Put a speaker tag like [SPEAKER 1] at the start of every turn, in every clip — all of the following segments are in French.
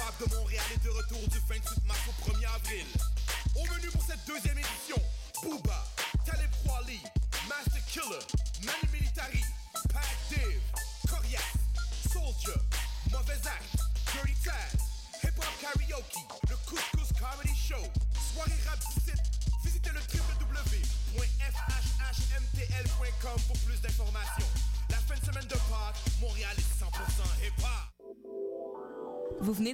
[SPEAKER 1] est de retour du 28 mars au 1er avril. Au menu pour cette deuxième édition, Booba, Talib Kweli, Master Killer, Manu Militari, Pac Div, Corias, Soldier, Mauvais Act, Dirty Taz, Hip Hop Karaoke, le Couscous Comedy Show, Soirée Rap 17, visitez le www.fhhmtl.com pour plus d'informations. La fin de semaine de Pâques, Montréal est 100% hip-hop.
[SPEAKER 2] Vous venez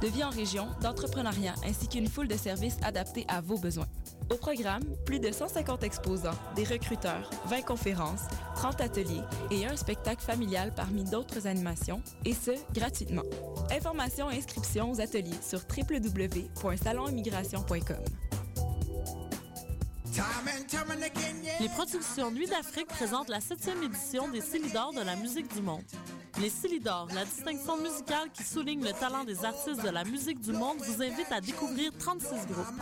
[SPEAKER 2] de vie en région, d'entrepreneuriat, ainsi qu'une foule de services adaptés à vos besoins. Au programme, plus de 150 exposants, des recruteurs, 20 conférences, 30 ateliers et un spectacle familial parmi d'autres animations, et ce, gratuitement. Informations et inscriptions aux ateliers sur www.salonimmigration.com.
[SPEAKER 3] Les productions Nuit d'Afrique présentent la septième édition des Célidors de la musique du monde. Les Célidors, la distinction musicale qui souligne le talent des artistes de la musique du monde, vous invite à découvrir 36 groupes.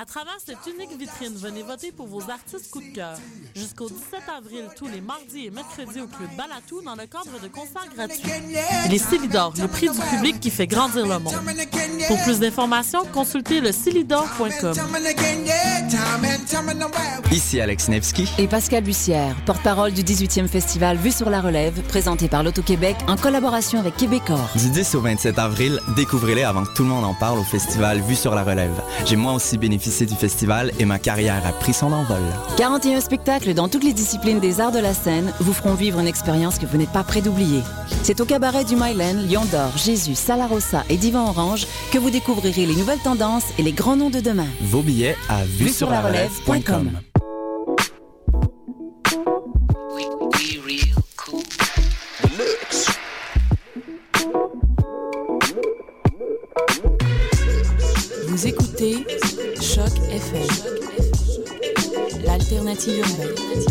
[SPEAKER 3] À travers cette unique vitrine, venez voter pour vos artistes coup de cœur. Jusqu'au 17 avril, tous les mardis et mercredis au Club Balatou, dans le cadre de concerts gratuits. Les Célidors, le prix du public qui fait grandir le monde. Pour plus d'informations, consultez le célidor.com.
[SPEAKER 4] Ici Alex Nevsky.
[SPEAKER 5] Et Pascal Bussière, porte-parole du 18e festival Vue sur la relève, présenté par l'Auto-Québec en collaboration avec Québecor.
[SPEAKER 4] Du 10 au 27 avril, découvrez-les avant que tout le monde en parle au festival Vue sur la relève. J'ai moi aussi bénéficié du festival et ma carrière a pris son envol.
[SPEAKER 5] 41 spectacles dans toutes les disciplines des arts de la scène vous feront vivre une expérience que vous n'êtes pas prêt d'oublier. C'est au cabaret du Mylen, Lion d'Or, Jésus, Salarossa et Divan Orange que vous découvrirez les nouvelles tendances et les grands noms de demain.
[SPEAKER 4] Vos billets à vue sur la relève.com.
[SPEAKER 6] Vous écoutez Choc FM, l'alternative urbaine.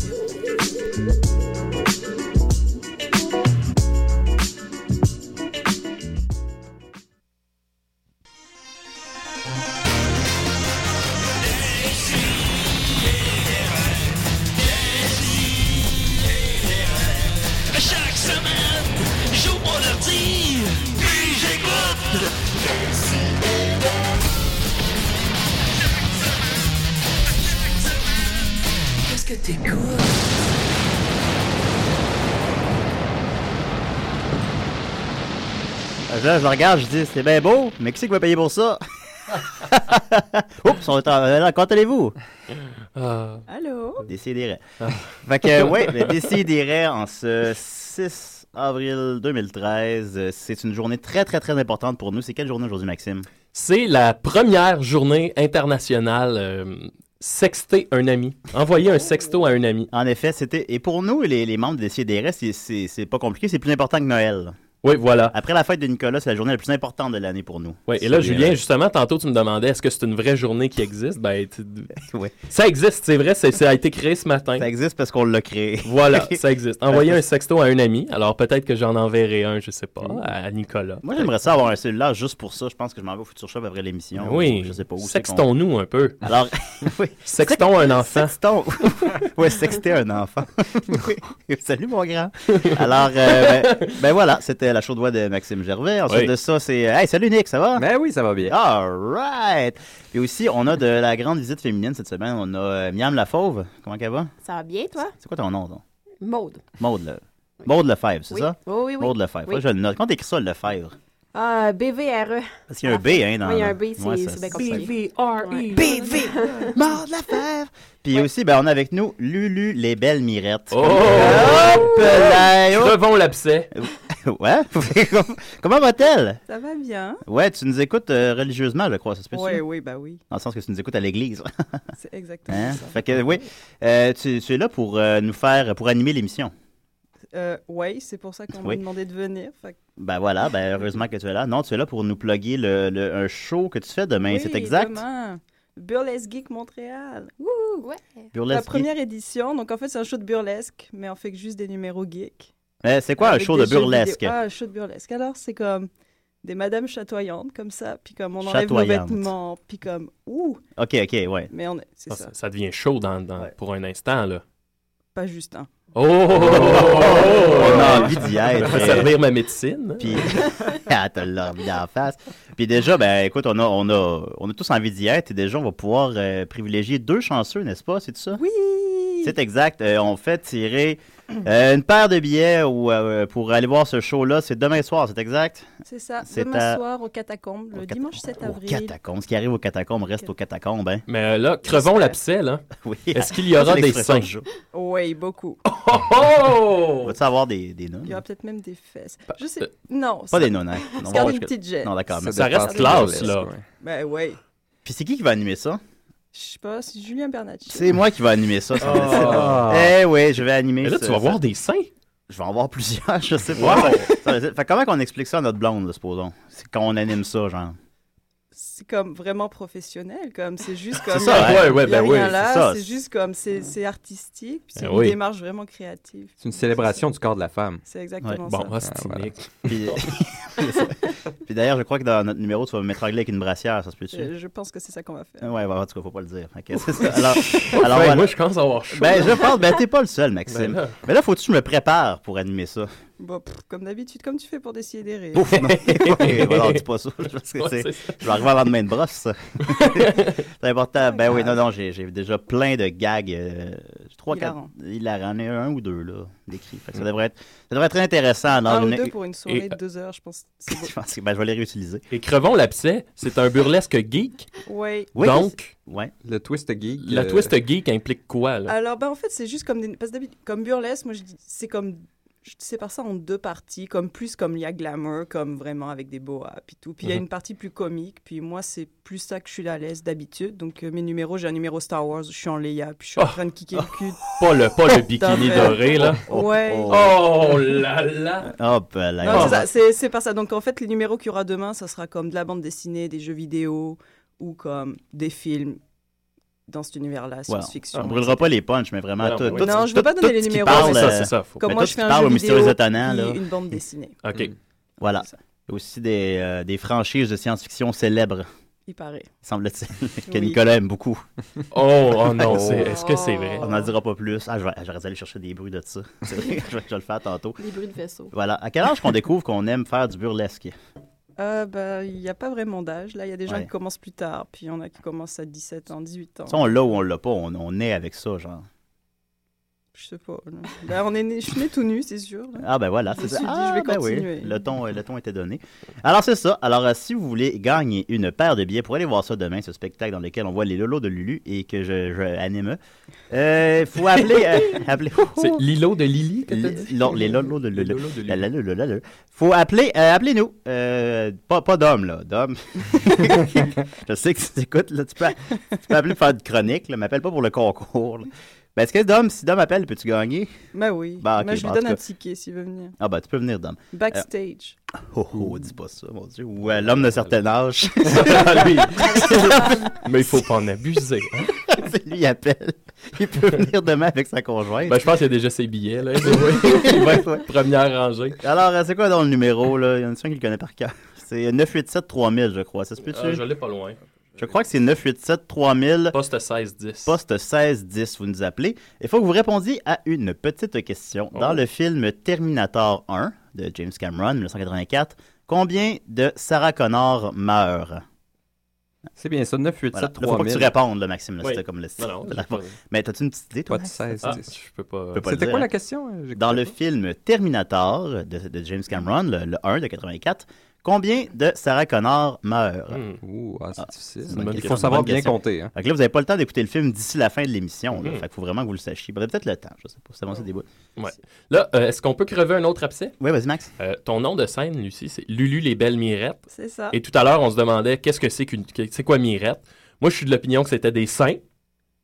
[SPEAKER 7] Chaque semaine, j'ouvre mon ordi, puis j'écoute. Qu'est-ce que t'écoutes?
[SPEAKER 8] Là, je le regarde, je dis, c'est bien beau, mais qui c'est qui va payer pour ça? Oups, on est en... là, quand allez-vous?
[SPEAKER 9] Allô?
[SPEAKER 8] Décidérez. Euh. Fait que, ouais, le Décidérez en ce 6 avril 2013, euh, c'est une journée très, très, très importante pour nous. C'est quelle journée aujourd'hui, Maxime?
[SPEAKER 10] C'est la première journée internationale euh, Sexter un ami. Envoyer un sexto à un ami.
[SPEAKER 8] En effet, c'était. Et pour nous, les, les membres de Décidérez, c'est- c'est c'est pas compliqué, c'est plus important que Noël.
[SPEAKER 10] Oui, voilà.
[SPEAKER 8] Après la fête de Nicolas, c'est la journée la plus importante de l'année pour nous. euh,
[SPEAKER 10] Ouais, et là, Julien, justement, tantôt, tu me demandais est-ce que c'est une vraie journée qui existe? Ben, tu- Ça existe, c'est vrai, c'est- ça a été créé ce matin. Ça
[SPEAKER 8] existe parce qu'on l'a créé.
[SPEAKER 10] Voilà, ça existe. Envoyer un sexto à un ami, alors peut-être que j'en enverrai un, je sais pas, Euh, à Nicolas.
[SPEAKER 8] Moi, j'aimerais ça avoir un cellulaire juste pour ça. Je pense que je m'en vais au Future Shop après l'émission.
[SPEAKER 10] Oui.
[SPEAKER 8] Je sais pas où. c'est qu'on-
[SPEAKER 10] Sextons-nous un peu.
[SPEAKER 8] Alors, oui.
[SPEAKER 10] Sextons un enfant.
[SPEAKER 8] Sextons. ouais, sexter un enfant. Oui. Salut, mon grand. Alors, euh, ben, ben voilà, c'était la chaude voix de Maxime Gervais. Ensuite
[SPEAKER 11] Oui.
[SPEAKER 8] de ça, c'est. Hey, salut Nick, ça va?
[SPEAKER 11] Ben oui, ça va bien.
[SPEAKER 8] All right. Puis aussi, on a de la grande visite féminine cette semaine. On a euh, Miam la Fauve. Comment qu'elle va?
[SPEAKER 9] Ça va bien, toi?
[SPEAKER 8] C'est quoi ton nom, donc?
[SPEAKER 9] Maude.
[SPEAKER 8] Maude Le. Maude Lefebvre, c'est
[SPEAKER 9] Oui.
[SPEAKER 8] ça?
[SPEAKER 9] Oui, oui, oui.
[SPEAKER 8] Maude Lefebvre. Faut
[SPEAKER 9] Oui.
[SPEAKER 8] que je le note. Quand t'écris ça, Lefebvre?
[SPEAKER 9] Ah, BVRE.
[SPEAKER 8] Parce qu'il y a un B, hein, dans
[SPEAKER 9] Ah, Oui, il y a
[SPEAKER 8] le-
[SPEAKER 9] un B, c'est
[SPEAKER 8] Ouais, ça-
[SPEAKER 9] c'est bien compliqué. BVRE.
[SPEAKER 8] BV. Mort de la fève. Puis aussi, ben, on a avec nous Lulu les belles mirettes.
[SPEAKER 10] Oh!
[SPEAKER 8] Hop là! oh!
[SPEAKER 10] Devant l'abcès.
[SPEAKER 8] ouais? Comment va-t-elle?
[SPEAKER 12] Ça va bien?
[SPEAKER 8] Ouais, tu nous écoutes euh, religieusement, je crois, ça se peut
[SPEAKER 12] Oui, oui, bah oui.
[SPEAKER 8] Dans le sens que tu nous écoutes à l'église.
[SPEAKER 12] C'est exactement
[SPEAKER 8] Hein?
[SPEAKER 12] ça.
[SPEAKER 8] Fait que, oui, Euh, tu, tu es là pour euh, nous faire, pour animer l'émission.
[SPEAKER 12] Euh, oui, c'est pour ça qu'on
[SPEAKER 8] Oui.
[SPEAKER 12] m'a demandé de venir. Fait que-
[SPEAKER 8] Ben voilà, ben heureusement que tu es là. Non, tu es là pour nous plugger le, le- un show que tu fais demain,
[SPEAKER 12] Oui,
[SPEAKER 8] Ben, c'est exact?
[SPEAKER 12] demain, Burlesque Geek Montréal. Wouhou!
[SPEAKER 8] Burlesque
[SPEAKER 12] La première édition. Donc, en fait, c'est un show de burlesque, mais on fait que juste des numéros geeks.
[SPEAKER 8] Euh, c'est quoi un
[SPEAKER 12] Avec
[SPEAKER 8] show
[SPEAKER 12] des
[SPEAKER 8] de
[SPEAKER 12] jeux vidéo.
[SPEAKER 8] burlesque?
[SPEAKER 12] Ah, un show de burlesque. Alors, c'est comme des madames chatoyantes comme ça, puis comme on enlève nos
[SPEAKER 10] Chatoyantes.
[SPEAKER 12] vêtements, puis comme ouh,
[SPEAKER 8] OK, OK, ouais.
[SPEAKER 12] Mais on est- c'est
[SPEAKER 10] Ah,
[SPEAKER 12] ça.
[SPEAKER 10] Ça devient chaud dans, dans- pour un instant, là.
[SPEAKER 12] pas Justin.
[SPEAKER 10] Oh! On
[SPEAKER 8] On a envie d'y être.
[SPEAKER 10] Ça va servir ma médecine. hein?
[SPEAKER 8] Puis, ah, t'as l'envie d'en face. Puis déjà, ben écoute, on a, on a, on a tous envie d'y être et déjà, on va pouvoir euh, privilégier deux chanceux, n'est-ce pas? C'est ça?
[SPEAKER 12] Oui!
[SPEAKER 8] C'est exact. Euh, on fait tirer euh, une paire de billets ou, euh, pour aller voir ce show-là. C'est demain soir, c'est exact?
[SPEAKER 12] C'est ça.
[SPEAKER 8] C'est
[SPEAKER 12] Demain
[SPEAKER 8] à-
[SPEAKER 12] soir au catacombe, le dimanche 7 avril.
[SPEAKER 8] Catacombe. Ce qui arrive aux catacombes reste aux catacombes, hein?
[SPEAKER 10] Mais euh, là, crevons l'abcès, là.
[SPEAKER 8] Oui.
[SPEAKER 10] Est-ce qu'il y aura
[SPEAKER 8] C'est
[SPEAKER 10] des
[SPEAKER 8] l'expression
[SPEAKER 10] seins?
[SPEAKER 8] du jour.
[SPEAKER 12] Oui, beaucoup.
[SPEAKER 10] Oh!
[SPEAKER 8] Va-tu avoir des, des nonnes?
[SPEAKER 12] Il y aura peut-être même des fesses. Je sais.
[SPEAKER 8] euh,
[SPEAKER 12] non.
[SPEAKER 8] pas
[SPEAKER 12] ça-
[SPEAKER 8] des hein. nonettes.
[SPEAKER 12] C'est
[SPEAKER 8] Non,
[SPEAKER 12] quand même
[SPEAKER 8] je-
[SPEAKER 12] une petite gêne.
[SPEAKER 8] non, d'accord, mais
[SPEAKER 10] Ça reste classe, là.
[SPEAKER 12] Ben oui.
[SPEAKER 8] Puis c'est qui qui va animer ça?
[SPEAKER 12] Je sais pas, c'est Julien Bernatchez.
[SPEAKER 8] C'est moi qui vais animer ça. ça me décide.
[SPEAKER 10] Ah.
[SPEAKER 8] Eh oui, je vais animer
[SPEAKER 10] Mais là,
[SPEAKER 8] ce-
[SPEAKER 10] tu vas voir
[SPEAKER 8] ce-
[SPEAKER 10] des seins.
[SPEAKER 8] Je vais en voir plusieurs, je sais pas.
[SPEAKER 10] Wow.
[SPEAKER 8] Ça me décide. fait comment qu'on explique ça à notre blonde, là, supposons? C'est quand on anime ça, genre.
[SPEAKER 12] C'est comme vraiment professionnel, comme c'est juste comme.
[SPEAKER 8] C'est ça, ouais, ouais,
[SPEAKER 12] il y a
[SPEAKER 8] ben oui,
[SPEAKER 12] rien
[SPEAKER 8] c'est
[SPEAKER 12] là,
[SPEAKER 8] ça.
[SPEAKER 12] C'est juste comme c'est c'est artistique, puis c'est
[SPEAKER 11] Eh
[SPEAKER 12] une
[SPEAKER 11] oui.
[SPEAKER 12] démarche vraiment créative.
[SPEAKER 11] C'est une célébration du corps de la femme.
[SPEAKER 12] C'est exactement
[SPEAKER 8] Ouais.
[SPEAKER 12] ça.
[SPEAKER 10] ah,
[SPEAKER 8] Bon, hostie, Nick. Puis, Puis d'ailleurs, je crois que dans notre numéro, tu vas m'étrangler avec une brassière, ça se peut-tu?
[SPEAKER 12] Euh, je pense que c'est ça qu'on va faire.
[SPEAKER 8] Ouais, ouais, en tout cas, faut pas le dire. Ok,
[SPEAKER 10] Ouf.
[SPEAKER 8] c'est ça. Alors,
[SPEAKER 10] Enfin,
[SPEAKER 8] alors voilà.
[SPEAKER 10] moi, je commence à avoir chaud.
[SPEAKER 8] Ben, je pense, ben, t'es pas le seul, Maxime.
[SPEAKER 10] Ben là.
[SPEAKER 8] Mais là, faut-tu que je me prépare pour animer ça?
[SPEAKER 12] Bon, pff, comme d'habitude, comme tu fais pour décider des rires.
[SPEAKER 8] Ouf, non. Ouais, voilà, on dit pas ça. Je, pense que
[SPEAKER 12] Ouais,
[SPEAKER 8] c'est-
[SPEAKER 12] c'est ça.
[SPEAKER 8] je vais arriver à lendemain de brosse. ça. c'est important. Ben oui, non, non, j'ai j'ai déjà plein de gags. Euh, trois, quatre.
[SPEAKER 12] Hilarants.
[SPEAKER 8] Il a en a un ou deux, là, d'écrits. Fait que Ça, devrait être, ça devrait être intéressant. dans
[SPEAKER 12] Un ou
[SPEAKER 8] une-
[SPEAKER 12] deux pour une soirée
[SPEAKER 8] Et-
[SPEAKER 12] de deux heures, je pense.
[SPEAKER 8] je pense que ben, je vais les réutiliser.
[SPEAKER 10] Et Crevons l'abcès, c'est un burlesque geek.
[SPEAKER 12] Oui.
[SPEAKER 10] Donc,
[SPEAKER 11] le twist geek.
[SPEAKER 10] La
[SPEAKER 11] euh,
[SPEAKER 10] twist geek implique quoi, là?
[SPEAKER 12] Alors, ben, en fait, c'est juste comme des... parce que d'habitude, comme burlesque, moi, je dis- c'est comme je sépare ça en deux parties, comme plus comme il y a glamour, comme vraiment avec des boas, puis tout. Puis il y a
[SPEAKER 11] Mhm.
[SPEAKER 12] une partie plus comique, puis moi, c'est plus ça que je suis à l'aise d'habitude. Donc, euh, mes numéros, j'ai un numéro Star Wars, je suis en Leia, puis je suis en train de kicker le cul.
[SPEAKER 10] Oh. Pas le- pas le bikini
[SPEAKER 12] Dans le-
[SPEAKER 10] doré, là.
[SPEAKER 12] Ouais.
[SPEAKER 10] Oh là là.
[SPEAKER 8] Hop là.
[SPEAKER 12] Non, c'est ça, c'est- c'est pas ça. Donc, en fait, les numéros qu'il y aura demain, ça sera comme de la bande dessinée, des jeux vidéo, ou comme des films dans cet univers-là,
[SPEAKER 8] Ouais,
[SPEAKER 12] science-fiction.
[SPEAKER 8] on brûlera pas les punchs, mais vraiment
[SPEAKER 12] Non,
[SPEAKER 8] tout.
[SPEAKER 12] non,
[SPEAKER 8] tout-
[SPEAKER 12] non, je
[SPEAKER 8] tout-
[SPEAKER 12] veux pas donner
[SPEAKER 8] tout
[SPEAKER 12] les
[SPEAKER 8] ce qui
[SPEAKER 12] numéros.
[SPEAKER 8] parle,
[SPEAKER 12] mais-
[SPEAKER 8] euh,
[SPEAKER 12] Comme
[SPEAKER 8] mais
[SPEAKER 12] moi,
[SPEAKER 8] tout
[SPEAKER 12] je
[SPEAKER 8] ce
[SPEAKER 12] fais
[SPEAKER 8] qui
[SPEAKER 12] un
[SPEAKER 8] parle
[SPEAKER 12] jeu
[SPEAKER 8] aux mystérieux
[SPEAKER 12] vidéo,
[SPEAKER 8] étonnants,
[SPEAKER 12] puis
[SPEAKER 8] là. Mm.
[SPEAKER 12] une bande dessinée.
[SPEAKER 10] OK.
[SPEAKER 8] Voilà. Il y a aussi des, euh, des franchises de science-fiction célèbres.
[SPEAKER 12] Il paraît.
[SPEAKER 8] Semble-t-il, que
[SPEAKER 12] Oui.
[SPEAKER 8] Nicolas aime beaucoup.
[SPEAKER 10] Oh, oh non, c'est- est-ce que c'est vrai?
[SPEAKER 8] On n'en dira pas plus. Ah, je vais- j'aurais dû aller chercher des bruits de ça. C'est vrai, je vais je vais le faire tantôt.
[SPEAKER 12] Les bruits de vaisseau.
[SPEAKER 8] Voilà. À quel âge qu'on découvre qu'on aime faire du burlesque?
[SPEAKER 12] Euh, bah, Il n'y a pas vraiment d'âge. Là, il y a des gens
[SPEAKER 8] Ouais.
[SPEAKER 12] qui commencent plus tard, puis il y en a qui commencent à 17 ans, 18 ans.
[SPEAKER 8] Ça, on l'a ou on l'a pas. On, on est avec ça, genre.
[SPEAKER 12] Je sais pas. là. Bah, on est né- je suis né tout nu, c'est sûr. là.
[SPEAKER 8] Ah ben voilà,
[SPEAKER 12] Je
[SPEAKER 8] c'est
[SPEAKER 12] me
[SPEAKER 8] ça.
[SPEAKER 12] suis dit,
[SPEAKER 8] Ah,
[SPEAKER 12] je vais
[SPEAKER 8] ben oui,
[SPEAKER 12] continuer.
[SPEAKER 8] Le ton, euh, le ton était donné. Alors c'est ça. Alors euh, si vous voulez gagner une paire de billets pour aller voir ça demain, ce spectacle dans lequel on voit les lolos de Lulu et que je, je anime, il faut appeler, euh, appeler.
[SPEAKER 10] C'est l'îlot de Lily que t'as dit?
[SPEAKER 8] Non, les lolos de Lulu.
[SPEAKER 10] lolos de Lulu.
[SPEAKER 8] La, la, la, la, la, la. Faut appeler, euh, appelez-nous. Euh, pas pas d'homme là, d'homme. je sais que tu écoutes là, tu peux, tu peux appeler pour faire une chronique. Là, m'appelle pas pour le concours. là. Ben, est-ce que d'homme, si d'homme appelle, peux-tu gagner?
[SPEAKER 12] Ben oui.
[SPEAKER 8] Ben, ok,
[SPEAKER 12] Moi, je
[SPEAKER 8] ben, en
[SPEAKER 12] lui donne
[SPEAKER 8] tout
[SPEAKER 12] un
[SPEAKER 8] cas-
[SPEAKER 12] ticket s'il veut venir.
[SPEAKER 8] ah bah tu peux venir, Dom.
[SPEAKER 12] Backstage.
[SPEAKER 8] Euh, oh,
[SPEAKER 10] Mmh.
[SPEAKER 8] oh, dis pas ça, mon Dieu. Ou euh, l'homme d'un certain âge. Ah,
[SPEAKER 10] Lui. Mais il faut pas en abuser. hein.
[SPEAKER 8] C'est lui qui appelle. Il peut venir demain avec sa conjointe.
[SPEAKER 10] Ben, je pense qu'il y a déjà ses billets, là. Il va être première rangée.
[SPEAKER 8] Alors, euh, c'est quoi dans le numéro, là? Il y en a un qui le connaît par cœur. C'est 987-3000, je crois. Ça se peut-tu?
[SPEAKER 10] Ah, je l'ai pas loin.
[SPEAKER 8] Je crois que c'est 987-3000.
[SPEAKER 10] Poste 1610.
[SPEAKER 8] Poste 1610, vous nous appelez. Il faut que vous répondiez à une petite question. Dans
[SPEAKER 10] Oh.
[SPEAKER 8] le film Terminator 1 de James Cameron, 1984, combien de Sarah Connor meurt?
[SPEAKER 11] C'est bien ça, 987
[SPEAKER 8] Voilà. Là, faut pas que tu répondes, là, Maxime. Là,
[SPEAKER 11] Oui.
[SPEAKER 8] c'était comme le style.
[SPEAKER 11] Non, non,
[SPEAKER 8] Là,
[SPEAKER 11] j'ai pas-
[SPEAKER 8] Mais t'as-tu une petite idée, toi?
[SPEAKER 11] Pas de
[SPEAKER 8] Max?
[SPEAKER 11] 16, Ah, 10.
[SPEAKER 10] je peux pas-
[SPEAKER 8] Tu peux pas
[SPEAKER 11] C'était
[SPEAKER 8] le
[SPEAKER 11] quoi
[SPEAKER 8] dire.
[SPEAKER 11] la question? hein, J'écoutais
[SPEAKER 8] Dans le film Terminator de, de James Cameron, le, le 1 de 84, combien de Sarah Connor meurt?
[SPEAKER 11] Ouh, ah, c'est difficile.
[SPEAKER 8] C'est une bonne
[SPEAKER 11] Il faut
[SPEAKER 8] question,
[SPEAKER 11] savoir
[SPEAKER 8] bonne
[SPEAKER 11] bien
[SPEAKER 8] question.
[SPEAKER 11] compter. Hein. Hmm.
[SPEAKER 8] Fait que là, vous n'avez pas le temps d'écouter le film d'ici la fin de l'émission. là.
[SPEAKER 10] Mhm.
[SPEAKER 8] Fait qu'il faut vraiment que vous le sachiez. Vous avez peut-être le temps, je sais pas. C'est avancé des bouts.
[SPEAKER 10] Ouais. Là, euh, est-ce qu'on peut crever un autre abcès? Euh,
[SPEAKER 8] Oui, vas-y, Max.
[SPEAKER 10] ton nom de scène, Lucie, c'est Lulu les Belles Mirettes.
[SPEAKER 12] C'est ça.
[SPEAKER 10] Et tout à l'heure, on se demandait qu'est-ce que c'est qu'une. que- C'est quoi Mirette? Moi, je suis de l'opinion que c'était des seins.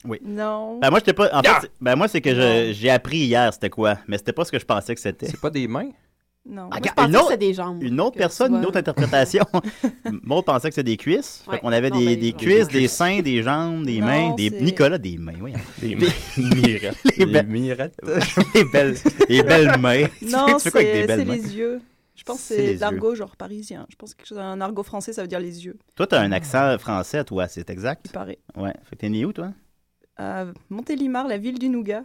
[SPEAKER 8] Oui.
[SPEAKER 12] Non.
[SPEAKER 8] Ben, moi, j'étais pas. En fait,
[SPEAKER 10] Ah!
[SPEAKER 8] c'est- ben, moi, c'est que je- j'ai appris hier c'était quoi, mais c'était pas ce que je pensais que c'était. C'est
[SPEAKER 11] pas des mains?
[SPEAKER 12] Non.
[SPEAKER 6] Moi, je pensais que c'était des jambes.
[SPEAKER 8] Ah, Une autre personne,
[SPEAKER 6] vois.
[SPEAKER 8] une autre interprétation. Maud pensait que c'était des cuisses.
[SPEAKER 6] Ouais.
[SPEAKER 8] Fait qu'on avait
[SPEAKER 6] Non,
[SPEAKER 8] des,
[SPEAKER 6] ben,
[SPEAKER 8] des
[SPEAKER 6] non.
[SPEAKER 8] cuisses,
[SPEAKER 6] Des
[SPEAKER 8] des seins, des jambes, des
[SPEAKER 6] Non,
[SPEAKER 8] mains. Des...
[SPEAKER 6] c'est-
[SPEAKER 8] Nicolas, des mains, oui. hein.
[SPEAKER 10] Des
[SPEAKER 8] mirettes. Les, be-
[SPEAKER 11] mirettes.
[SPEAKER 8] les belles, les belles mains. Tu fais-
[SPEAKER 12] Non,
[SPEAKER 8] tu fais quoi avec des
[SPEAKER 12] c'est
[SPEAKER 8] belles
[SPEAKER 12] c'est
[SPEAKER 8] mains?
[SPEAKER 12] les yeux. Je pense que
[SPEAKER 8] C'est
[SPEAKER 12] c'est
[SPEAKER 8] les
[SPEAKER 12] l'argot genre parisien. Je pense que quelque chose- un argot français, ça veut dire les yeux.
[SPEAKER 8] Toi, t'as un accent français, toi, c'est exact?
[SPEAKER 12] Il paraît.
[SPEAKER 8] Ouais. Fait que t'es né où, toi?
[SPEAKER 12] Euh, Montélimar, la ville du nougat.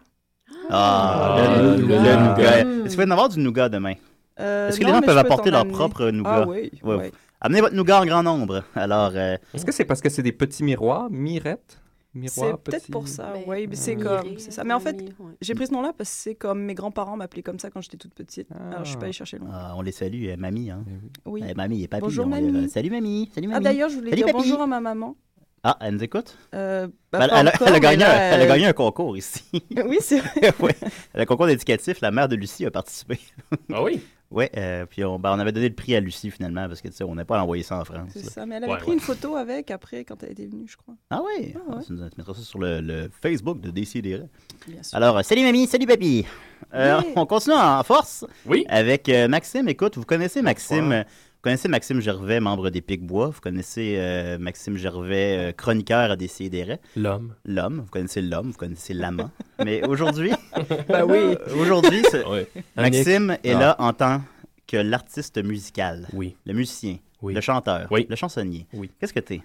[SPEAKER 8] Ah,
[SPEAKER 10] le nougat.
[SPEAKER 8] nougat.
[SPEAKER 10] Mm.
[SPEAKER 8] Est-ce qu'il va y en avoir du nougat demain?
[SPEAKER 12] Euh,
[SPEAKER 8] Est-ce que
[SPEAKER 12] non,
[SPEAKER 8] les gens
[SPEAKER 12] mais
[SPEAKER 8] peuvent
[SPEAKER 12] je peux
[SPEAKER 8] apporter
[SPEAKER 12] t'en
[SPEAKER 8] leur
[SPEAKER 12] amener.
[SPEAKER 8] propre
[SPEAKER 12] Ah
[SPEAKER 8] nougat?
[SPEAKER 12] oui, oui.
[SPEAKER 8] Amenez votre nougat en grand nombre. Alors, euh,
[SPEAKER 11] Est-ce que c'est parce que c'est des petits miroirs, mirettes? Miroirs,
[SPEAKER 12] C'est peut-être
[SPEAKER 11] petits-
[SPEAKER 12] pour ça, oui. mais C'est
[SPEAKER 11] Ouais.
[SPEAKER 12] comme, c'est ça. Mais en fait, j'ai pris ce nom-là parce que c'est comme mes grands-parents m'appelaient comme ça quand j'étais toute petite. Alors je suis pas allée chercher loin.
[SPEAKER 8] ah, on les salue, euh, mamie. Hein.
[SPEAKER 12] Oui.
[SPEAKER 8] Eh, mamie et papy.
[SPEAKER 12] Bonjour,
[SPEAKER 8] on les-
[SPEAKER 12] mamie.
[SPEAKER 8] Salut, mamie. Salut, mamie.
[SPEAKER 12] Ah d'ailleurs, je voulais
[SPEAKER 8] Salut,
[SPEAKER 12] dire
[SPEAKER 8] papy.
[SPEAKER 12] bonjour à ma maman.
[SPEAKER 8] Ah, elle nous écoute?
[SPEAKER 12] Euh, bah,
[SPEAKER 8] Ben,
[SPEAKER 12] pas
[SPEAKER 8] elle, a-
[SPEAKER 12] encore,
[SPEAKER 8] elle a
[SPEAKER 12] mais
[SPEAKER 8] gagné, un-
[SPEAKER 12] là,
[SPEAKER 8] elle a
[SPEAKER 12] euh,
[SPEAKER 8] gagné un concours ici.
[SPEAKER 12] Oui, c'est
[SPEAKER 8] Ouais. Le concours d'éducatif, la mère de Lucie a participé.
[SPEAKER 10] Ah oui?
[SPEAKER 8] Oui, puis on, ben, on avait donné le prix à Lucie finalement, parce que tu sais, on n'a pas envoyé ça en France.
[SPEAKER 12] C'est
[SPEAKER 8] là.
[SPEAKER 12] ça, mais elle avait
[SPEAKER 8] Ouais,
[SPEAKER 12] pris une photo avec après quand elle était venue, je crois.
[SPEAKER 8] Ah oui?
[SPEAKER 12] Ah ouais.
[SPEAKER 8] Tu nous- tu mettras ça sur le, le Facebook de Décideret.
[SPEAKER 12] Bien sûr.
[SPEAKER 8] Alors, euh, salut mamie, salut papy. Euh,
[SPEAKER 12] Yeah.
[SPEAKER 8] On continue en force.
[SPEAKER 10] Oui.
[SPEAKER 8] Avec euh, Maxime. Écoute, vous connaissez Maxime. euh, Vous connaissez Maxime Gervais, membre des Picbois. Vous connaissez euh, Maxime Gervais, euh, chroniqueur à Décideret.
[SPEAKER 10] L'homme.
[SPEAKER 8] L'homme. Vous connaissez l'homme, vous connaissez l'amant. Mais aujourd'hui,
[SPEAKER 12] Bah
[SPEAKER 10] Ben oui.
[SPEAKER 8] Bah aujourd'hui, ce-
[SPEAKER 10] Ouais.
[SPEAKER 8] Maxime
[SPEAKER 10] Annick.
[SPEAKER 8] est
[SPEAKER 10] Ah.
[SPEAKER 8] là en tant que l'artiste musical.
[SPEAKER 10] Oui.
[SPEAKER 8] Le musicien.
[SPEAKER 10] Oui.
[SPEAKER 8] Le chanteur.
[SPEAKER 10] Oui.
[SPEAKER 8] Le chansonnier.
[SPEAKER 10] Oui.
[SPEAKER 8] Qu'est-ce que t'es?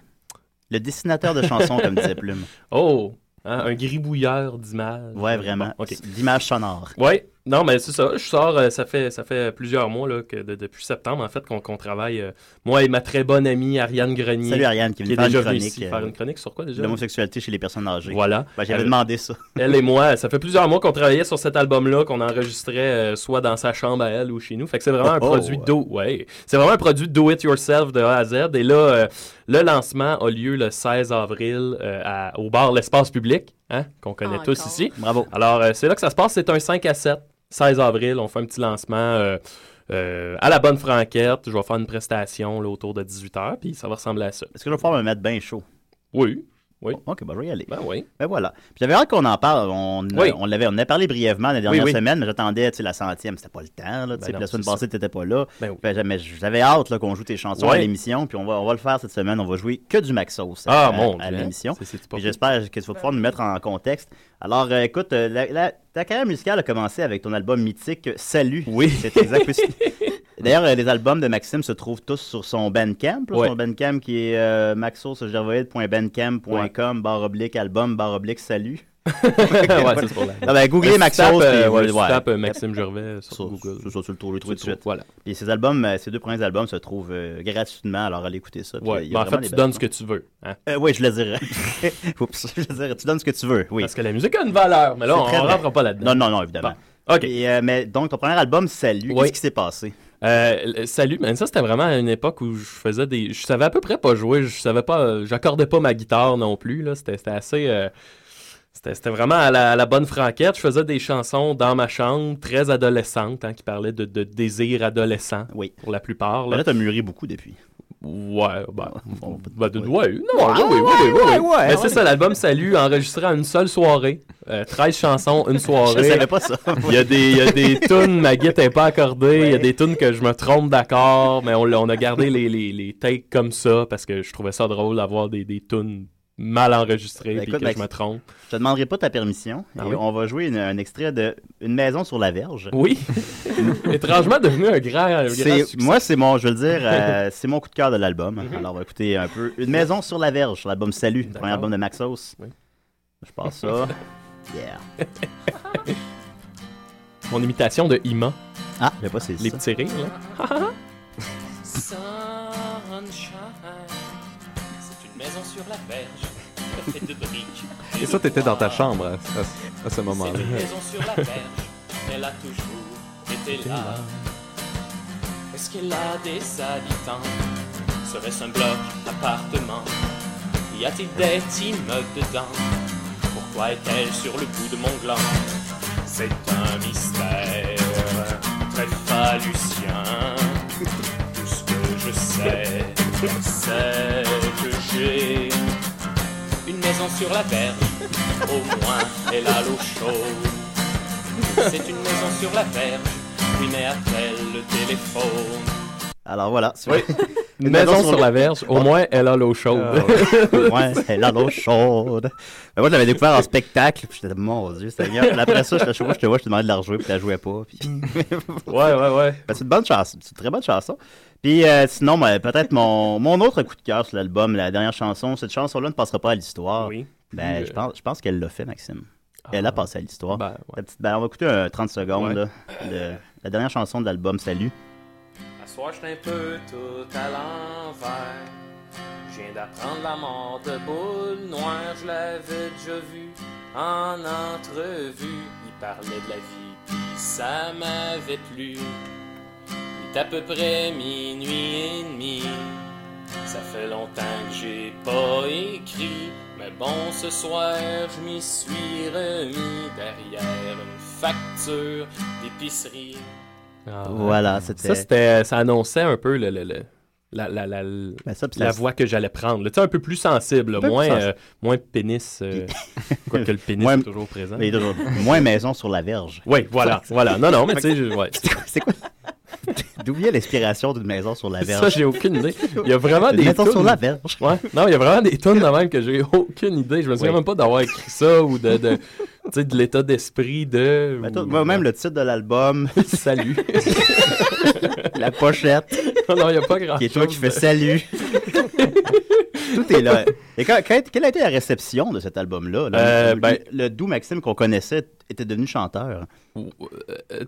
[SPEAKER 8] Le dessinateur de chansons, comme disait Plume.
[SPEAKER 10] Oh, hein, un gribouilleur d'images.
[SPEAKER 8] Ouais, vraiment.
[SPEAKER 10] Bon, ok.
[SPEAKER 8] D'images sonores.
[SPEAKER 10] Ouais, non, mais c'est ça. Je sors, euh, ça fait, ça fait plusieurs mois, là, que de- depuis septembre, en fait, qu'on qu'on travaille. euh, moi et ma très bonne amie Ariane Grenier.
[SPEAKER 8] Salut Ariane
[SPEAKER 10] qui,
[SPEAKER 8] qui vient
[SPEAKER 10] est
[SPEAKER 8] faire
[SPEAKER 10] déjà
[SPEAKER 8] une
[SPEAKER 10] venue
[SPEAKER 8] chronique. euh,
[SPEAKER 10] ici faire une chronique sur quoi déjà
[SPEAKER 8] L'homosexualité chez les personnes âgées.
[SPEAKER 10] Voilà.
[SPEAKER 8] Ben, J'avais
[SPEAKER 10] Elle-
[SPEAKER 8] demandé ça.
[SPEAKER 10] Elle et moi, ça fait plusieurs mois qu'on travaillait sur cet album-là, qu'on enregistrait euh, soit dans sa chambre à elle ou chez nous. Fait que c'est vraiment un
[SPEAKER 8] Oh, oh.
[SPEAKER 10] produit do, ouais. C'est vraiment un produit do it yourself de A à Z. Et là, euh, le lancement a lieu le 16 avril euh, à- au bar l'espace public, hein, qu'on connaît
[SPEAKER 8] Ah,
[SPEAKER 10] tous
[SPEAKER 8] encore.
[SPEAKER 10] ici.
[SPEAKER 8] Bravo.
[SPEAKER 10] Alors euh, c'est là que ça se passe. C'est un 5 à 7. 16 avril, on fait un petit lancement. euh, euh, à la bonne franquette, je vais faire une prestation là, autour de 18h, puis ça va ressembler à ça.
[SPEAKER 8] Est-ce que je vais pouvoir me mettre bien chaud?
[SPEAKER 10] Oui. Oui.
[SPEAKER 8] OK, ben, je vais y aller.
[SPEAKER 10] Ben oui.
[SPEAKER 8] Ben voilà. Puis J'avais hâte qu'on en parle. On,
[SPEAKER 10] Oui.
[SPEAKER 8] on l'avait, on en a parlé brièvement la dernière
[SPEAKER 10] Oui, oui.
[SPEAKER 8] semaine, mais j'attendais tu sais, la centième. C'était pas le temps. Là, tu sais,
[SPEAKER 10] Ben non,
[SPEAKER 8] puis la semaine
[SPEAKER 10] c'est
[SPEAKER 8] passée, t'étais pas là.
[SPEAKER 10] Ben oui.
[SPEAKER 8] Fait que j'avais- J'avais hâte là, qu'on joue tes chansons à
[SPEAKER 10] Ouais.
[SPEAKER 8] l'émission. Puis on va, on va le faire cette semaine. On va jouer que du Maxos
[SPEAKER 10] Ah,
[SPEAKER 8] à,
[SPEAKER 10] mon
[SPEAKER 8] à
[SPEAKER 10] Dieu.
[SPEAKER 8] l'émission.
[SPEAKER 10] C'est- c'est-tu pas
[SPEAKER 8] Puis
[SPEAKER 10] pire?
[SPEAKER 8] J'espère que tu vas pouvoir nous mettre en contexte. Alors, euh, écoute, euh, la- la- ta carrière musicale a commencé avec ton album mythique Salut. Oui. C'est exact. Puis c'est- D'ailleurs, euh, les albums de Maxime se trouvent tous sur son Bandcamp. là,
[SPEAKER 10] Ouais.
[SPEAKER 8] Son Bandcamp qui est euh, maxosgervoid.bandcamp.com barre oblique album barre oblique salut.
[SPEAKER 10] ouais, c'est pour la-
[SPEAKER 8] Ah ben, googlez
[SPEAKER 10] Si
[SPEAKER 8] Maxos.
[SPEAKER 10] tu tapes,
[SPEAKER 8] puis
[SPEAKER 10] euh, ouais,
[SPEAKER 8] vous-
[SPEAKER 10] si tu tapes, euh, Maxime Gervais sur Google.
[SPEAKER 8] Sur, sur le tour, je le trouve
[SPEAKER 10] Tu
[SPEAKER 8] tout de suite.
[SPEAKER 10] trouves, voilà.
[SPEAKER 8] Puis ces albums, euh, ces deux premiers albums se trouvent euh, gratuitement, alors allez écouter ça. puis
[SPEAKER 10] Ouais,
[SPEAKER 8] il y a
[SPEAKER 10] ben, en
[SPEAKER 8] vraiment
[SPEAKER 10] fait,
[SPEAKER 8] des
[SPEAKER 10] tu
[SPEAKER 8] belles
[SPEAKER 10] donnes ce que tu
[SPEAKER 8] chansons.
[SPEAKER 10] veux. Hein?
[SPEAKER 8] Euh, oui, je le dirais. Oups, je le dirais. Tu donnes ce que tu veux, oui.
[SPEAKER 10] Parce que la musique a une valeur, mais là,
[SPEAKER 8] C'est
[SPEAKER 10] on
[SPEAKER 8] très
[SPEAKER 10] ne
[SPEAKER 8] vrai.
[SPEAKER 10] rentre pas là-dedans.
[SPEAKER 8] Non, non, non, évidemment.
[SPEAKER 10] OK.
[SPEAKER 8] Et, euh, mais donc, ton premier album, Salut,
[SPEAKER 10] Oui.
[SPEAKER 8] qu'est-ce qui s'est passé?
[SPEAKER 10] Euh, salut, mais ça c'était vraiment à une époque où je faisais des, je savais à peu près pas jouer, je savais pas, euh, j'accordais pas ma guitare non plus là, c'était c'était assez, euh, c'était c'était vraiment à la, à la bonne franquette, je faisais des chansons dans ma chambre très adolescentes, hein, qui parlaient de, de désir adolescent,
[SPEAKER 8] oui.
[SPEAKER 10] pour la plupart là.
[SPEAKER 8] Ben là, t'as mûri beaucoup depuis. Ah,
[SPEAKER 10] Ouais, ben, ben, de- ouais, non,
[SPEAKER 8] Ouais,
[SPEAKER 10] ouais, oui, oui,
[SPEAKER 8] ouais,
[SPEAKER 10] oui, oui,
[SPEAKER 8] ouais,
[SPEAKER 10] oui.
[SPEAKER 8] ouais,
[SPEAKER 10] Mais
[SPEAKER 8] ouais.
[SPEAKER 10] c'est ça, l'album Salut, enregistré en une seule soirée, euh, 13 chansons, une soirée.
[SPEAKER 8] Je savais pas ça.
[SPEAKER 10] Il y a des, il y a des tunes, ma guette n'est pas accordée. Il y a des tunes que je me trompe d'accord, mais on, l'a- on a gardé les, les, les takes comme ça parce que je trouvais ça drôle d'avoir des, des tunes mal enregistrées
[SPEAKER 8] Ben,
[SPEAKER 10] et
[SPEAKER 8] écoute,
[SPEAKER 10] que
[SPEAKER 8] Max-
[SPEAKER 10] je me trompe.
[SPEAKER 8] Je te demanderai pas ta permission.
[SPEAKER 10] Ah
[SPEAKER 8] Et
[SPEAKER 10] oui?
[SPEAKER 8] On va jouer une- un extrait de Une maison sur la verge.
[SPEAKER 10] Oui. Étrangement devenu un grand, un grand
[SPEAKER 8] C'est-
[SPEAKER 10] succès. Mhm.
[SPEAKER 8] moi, c'est mon, je veux le dire, euh, c'est mon coup de cœur de l'album. Alors, on va écouter un peu Une maison sur la verge, sur l'album Salut, le premier album de Maxos. Je passe ça. yeah.
[SPEAKER 10] Mon imitation de Ima.
[SPEAKER 8] Ah, mais pas c'est
[SPEAKER 10] Les petits rires, là.
[SPEAKER 7] Sunshine. C'est une maison sur la verge, faite de briques.
[SPEAKER 11] Et ça, t'étais dans ta chambre à, à- à ce moment-là.
[SPEAKER 7] C'est une maison sur la verge, elle a toujours été là. Est-ce qu'elle a des habitants Serait-ce un bloc, appartement Y a-t-il des immeubles dedans Pourquoi est-elle sur le bout de mon gland C'est un mystère très phallucien. Tout ce que je sais, c'est que j'ai une maison sur la verge. Au moins, elle a l'eau chaude. C'est une maison sur la verge. Oui, mais appelle le téléphone.
[SPEAKER 8] Alors voilà.
[SPEAKER 10] Oui. Une maison sur la verge, au moins, elle a l'eau chaude. Ah
[SPEAKER 8] Au moins, elle a l'eau chaude. Mais moi, je l'avais découvert en spectacle, puis j'étais, mon Dieu, Seigneur. Puis après ça, je te vois, je te vois, je te demandais de la rejouer, puis tu la jouais pas. puis-
[SPEAKER 10] Mm.
[SPEAKER 8] Ben,
[SPEAKER 10] ouais, ouais, ouais.
[SPEAKER 8] c'est une bonne chanson, c'est une très bonne chanson. Puis euh, sinon, ben, peut-être mon, mon autre coup de cœur sur l'album, la dernière chanson, cette chanson-là ne passera pas à l'histoire.
[SPEAKER 10] Oui. euh,
[SPEAKER 8] Ben,
[SPEAKER 10] Plus,
[SPEAKER 8] je pense, je pense qu'elle l'a fait, Maxime. Elle a passé à l'histoire. La petite- ben, on va écouter un 30 secondes
[SPEAKER 10] Ouais.
[SPEAKER 8] là, de la dernière chanson de l'album, Salut.
[SPEAKER 7] À soir, j'étais un peu tout à l'envers. Je viens d'apprendre la mort de Boule Noire, je l'avais déjà vu en entrevue. Il parlait de la vie, puis ça m'avait plu. Il est à peu près minuit et demi. Ça fait longtemps que j'ai pas écrit, mais bon, ce soir, je m'y suis remis derrière une facture d'épicerie.
[SPEAKER 10] Ah,
[SPEAKER 8] Voilà,
[SPEAKER 10] ouais.
[SPEAKER 8] c'était-
[SPEAKER 10] Ça, c'était. Ça annonçait un peu le. le- le- La, la, la,
[SPEAKER 8] Ben, ça, puis
[SPEAKER 10] la
[SPEAKER 8] ça-
[SPEAKER 10] voix que j'allais prendre. là. Tu sais, un peu plus sensible, là,
[SPEAKER 8] Un peu plus
[SPEAKER 10] moins,
[SPEAKER 8] sensible.
[SPEAKER 10] euh, moins pénis. euh, Quoique le pénis
[SPEAKER 8] Moins-
[SPEAKER 10] est toujours présent.
[SPEAKER 8] Il est toujours- moins maison sur la verge.
[SPEAKER 10] Oui, voilà, voilà. Non, non, mais tu sais, je- Euh, ouais.
[SPEAKER 8] C'est quoi- C'est quoi? D'où vient l'inspiration d'une maison sur la verge?
[SPEAKER 10] Ça, j'ai aucune idée. Il y a vraiment
[SPEAKER 8] Une
[SPEAKER 10] des.
[SPEAKER 8] maison
[SPEAKER 10] tunes-
[SPEAKER 8] sur la verge.
[SPEAKER 10] Ouais. Non, il y a vraiment des tonnes de même que j'ai aucune idée. Je me souviens
[SPEAKER 8] Oui.
[SPEAKER 10] même pas d'avoir écrit ça ou de, de, tu sais, de l'état d'esprit de.
[SPEAKER 8] Ben,
[SPEAKER 10] ou-
[SPEAKER 8] toi, Moi-même, le titre de l'album.
[SPEAKER 10] Salut.
[SPEAKER 8] la pochette.
[SPEAKER 10] Non, non, il n'y a pas grand
[SPEAKER 8] Qui est toi qui fais salut. Tout est là. Et quand- quand- quelle a été la réception de cet album-là? là?
[SPEAKER 10] Euh,
[SPEAKER 8] Lui-
[SPEAKER 10] ben-
[SPEAKER 8] le doux Maxime qu'on connaissait était devenu chanteur.
[SPEAKER 10] euh,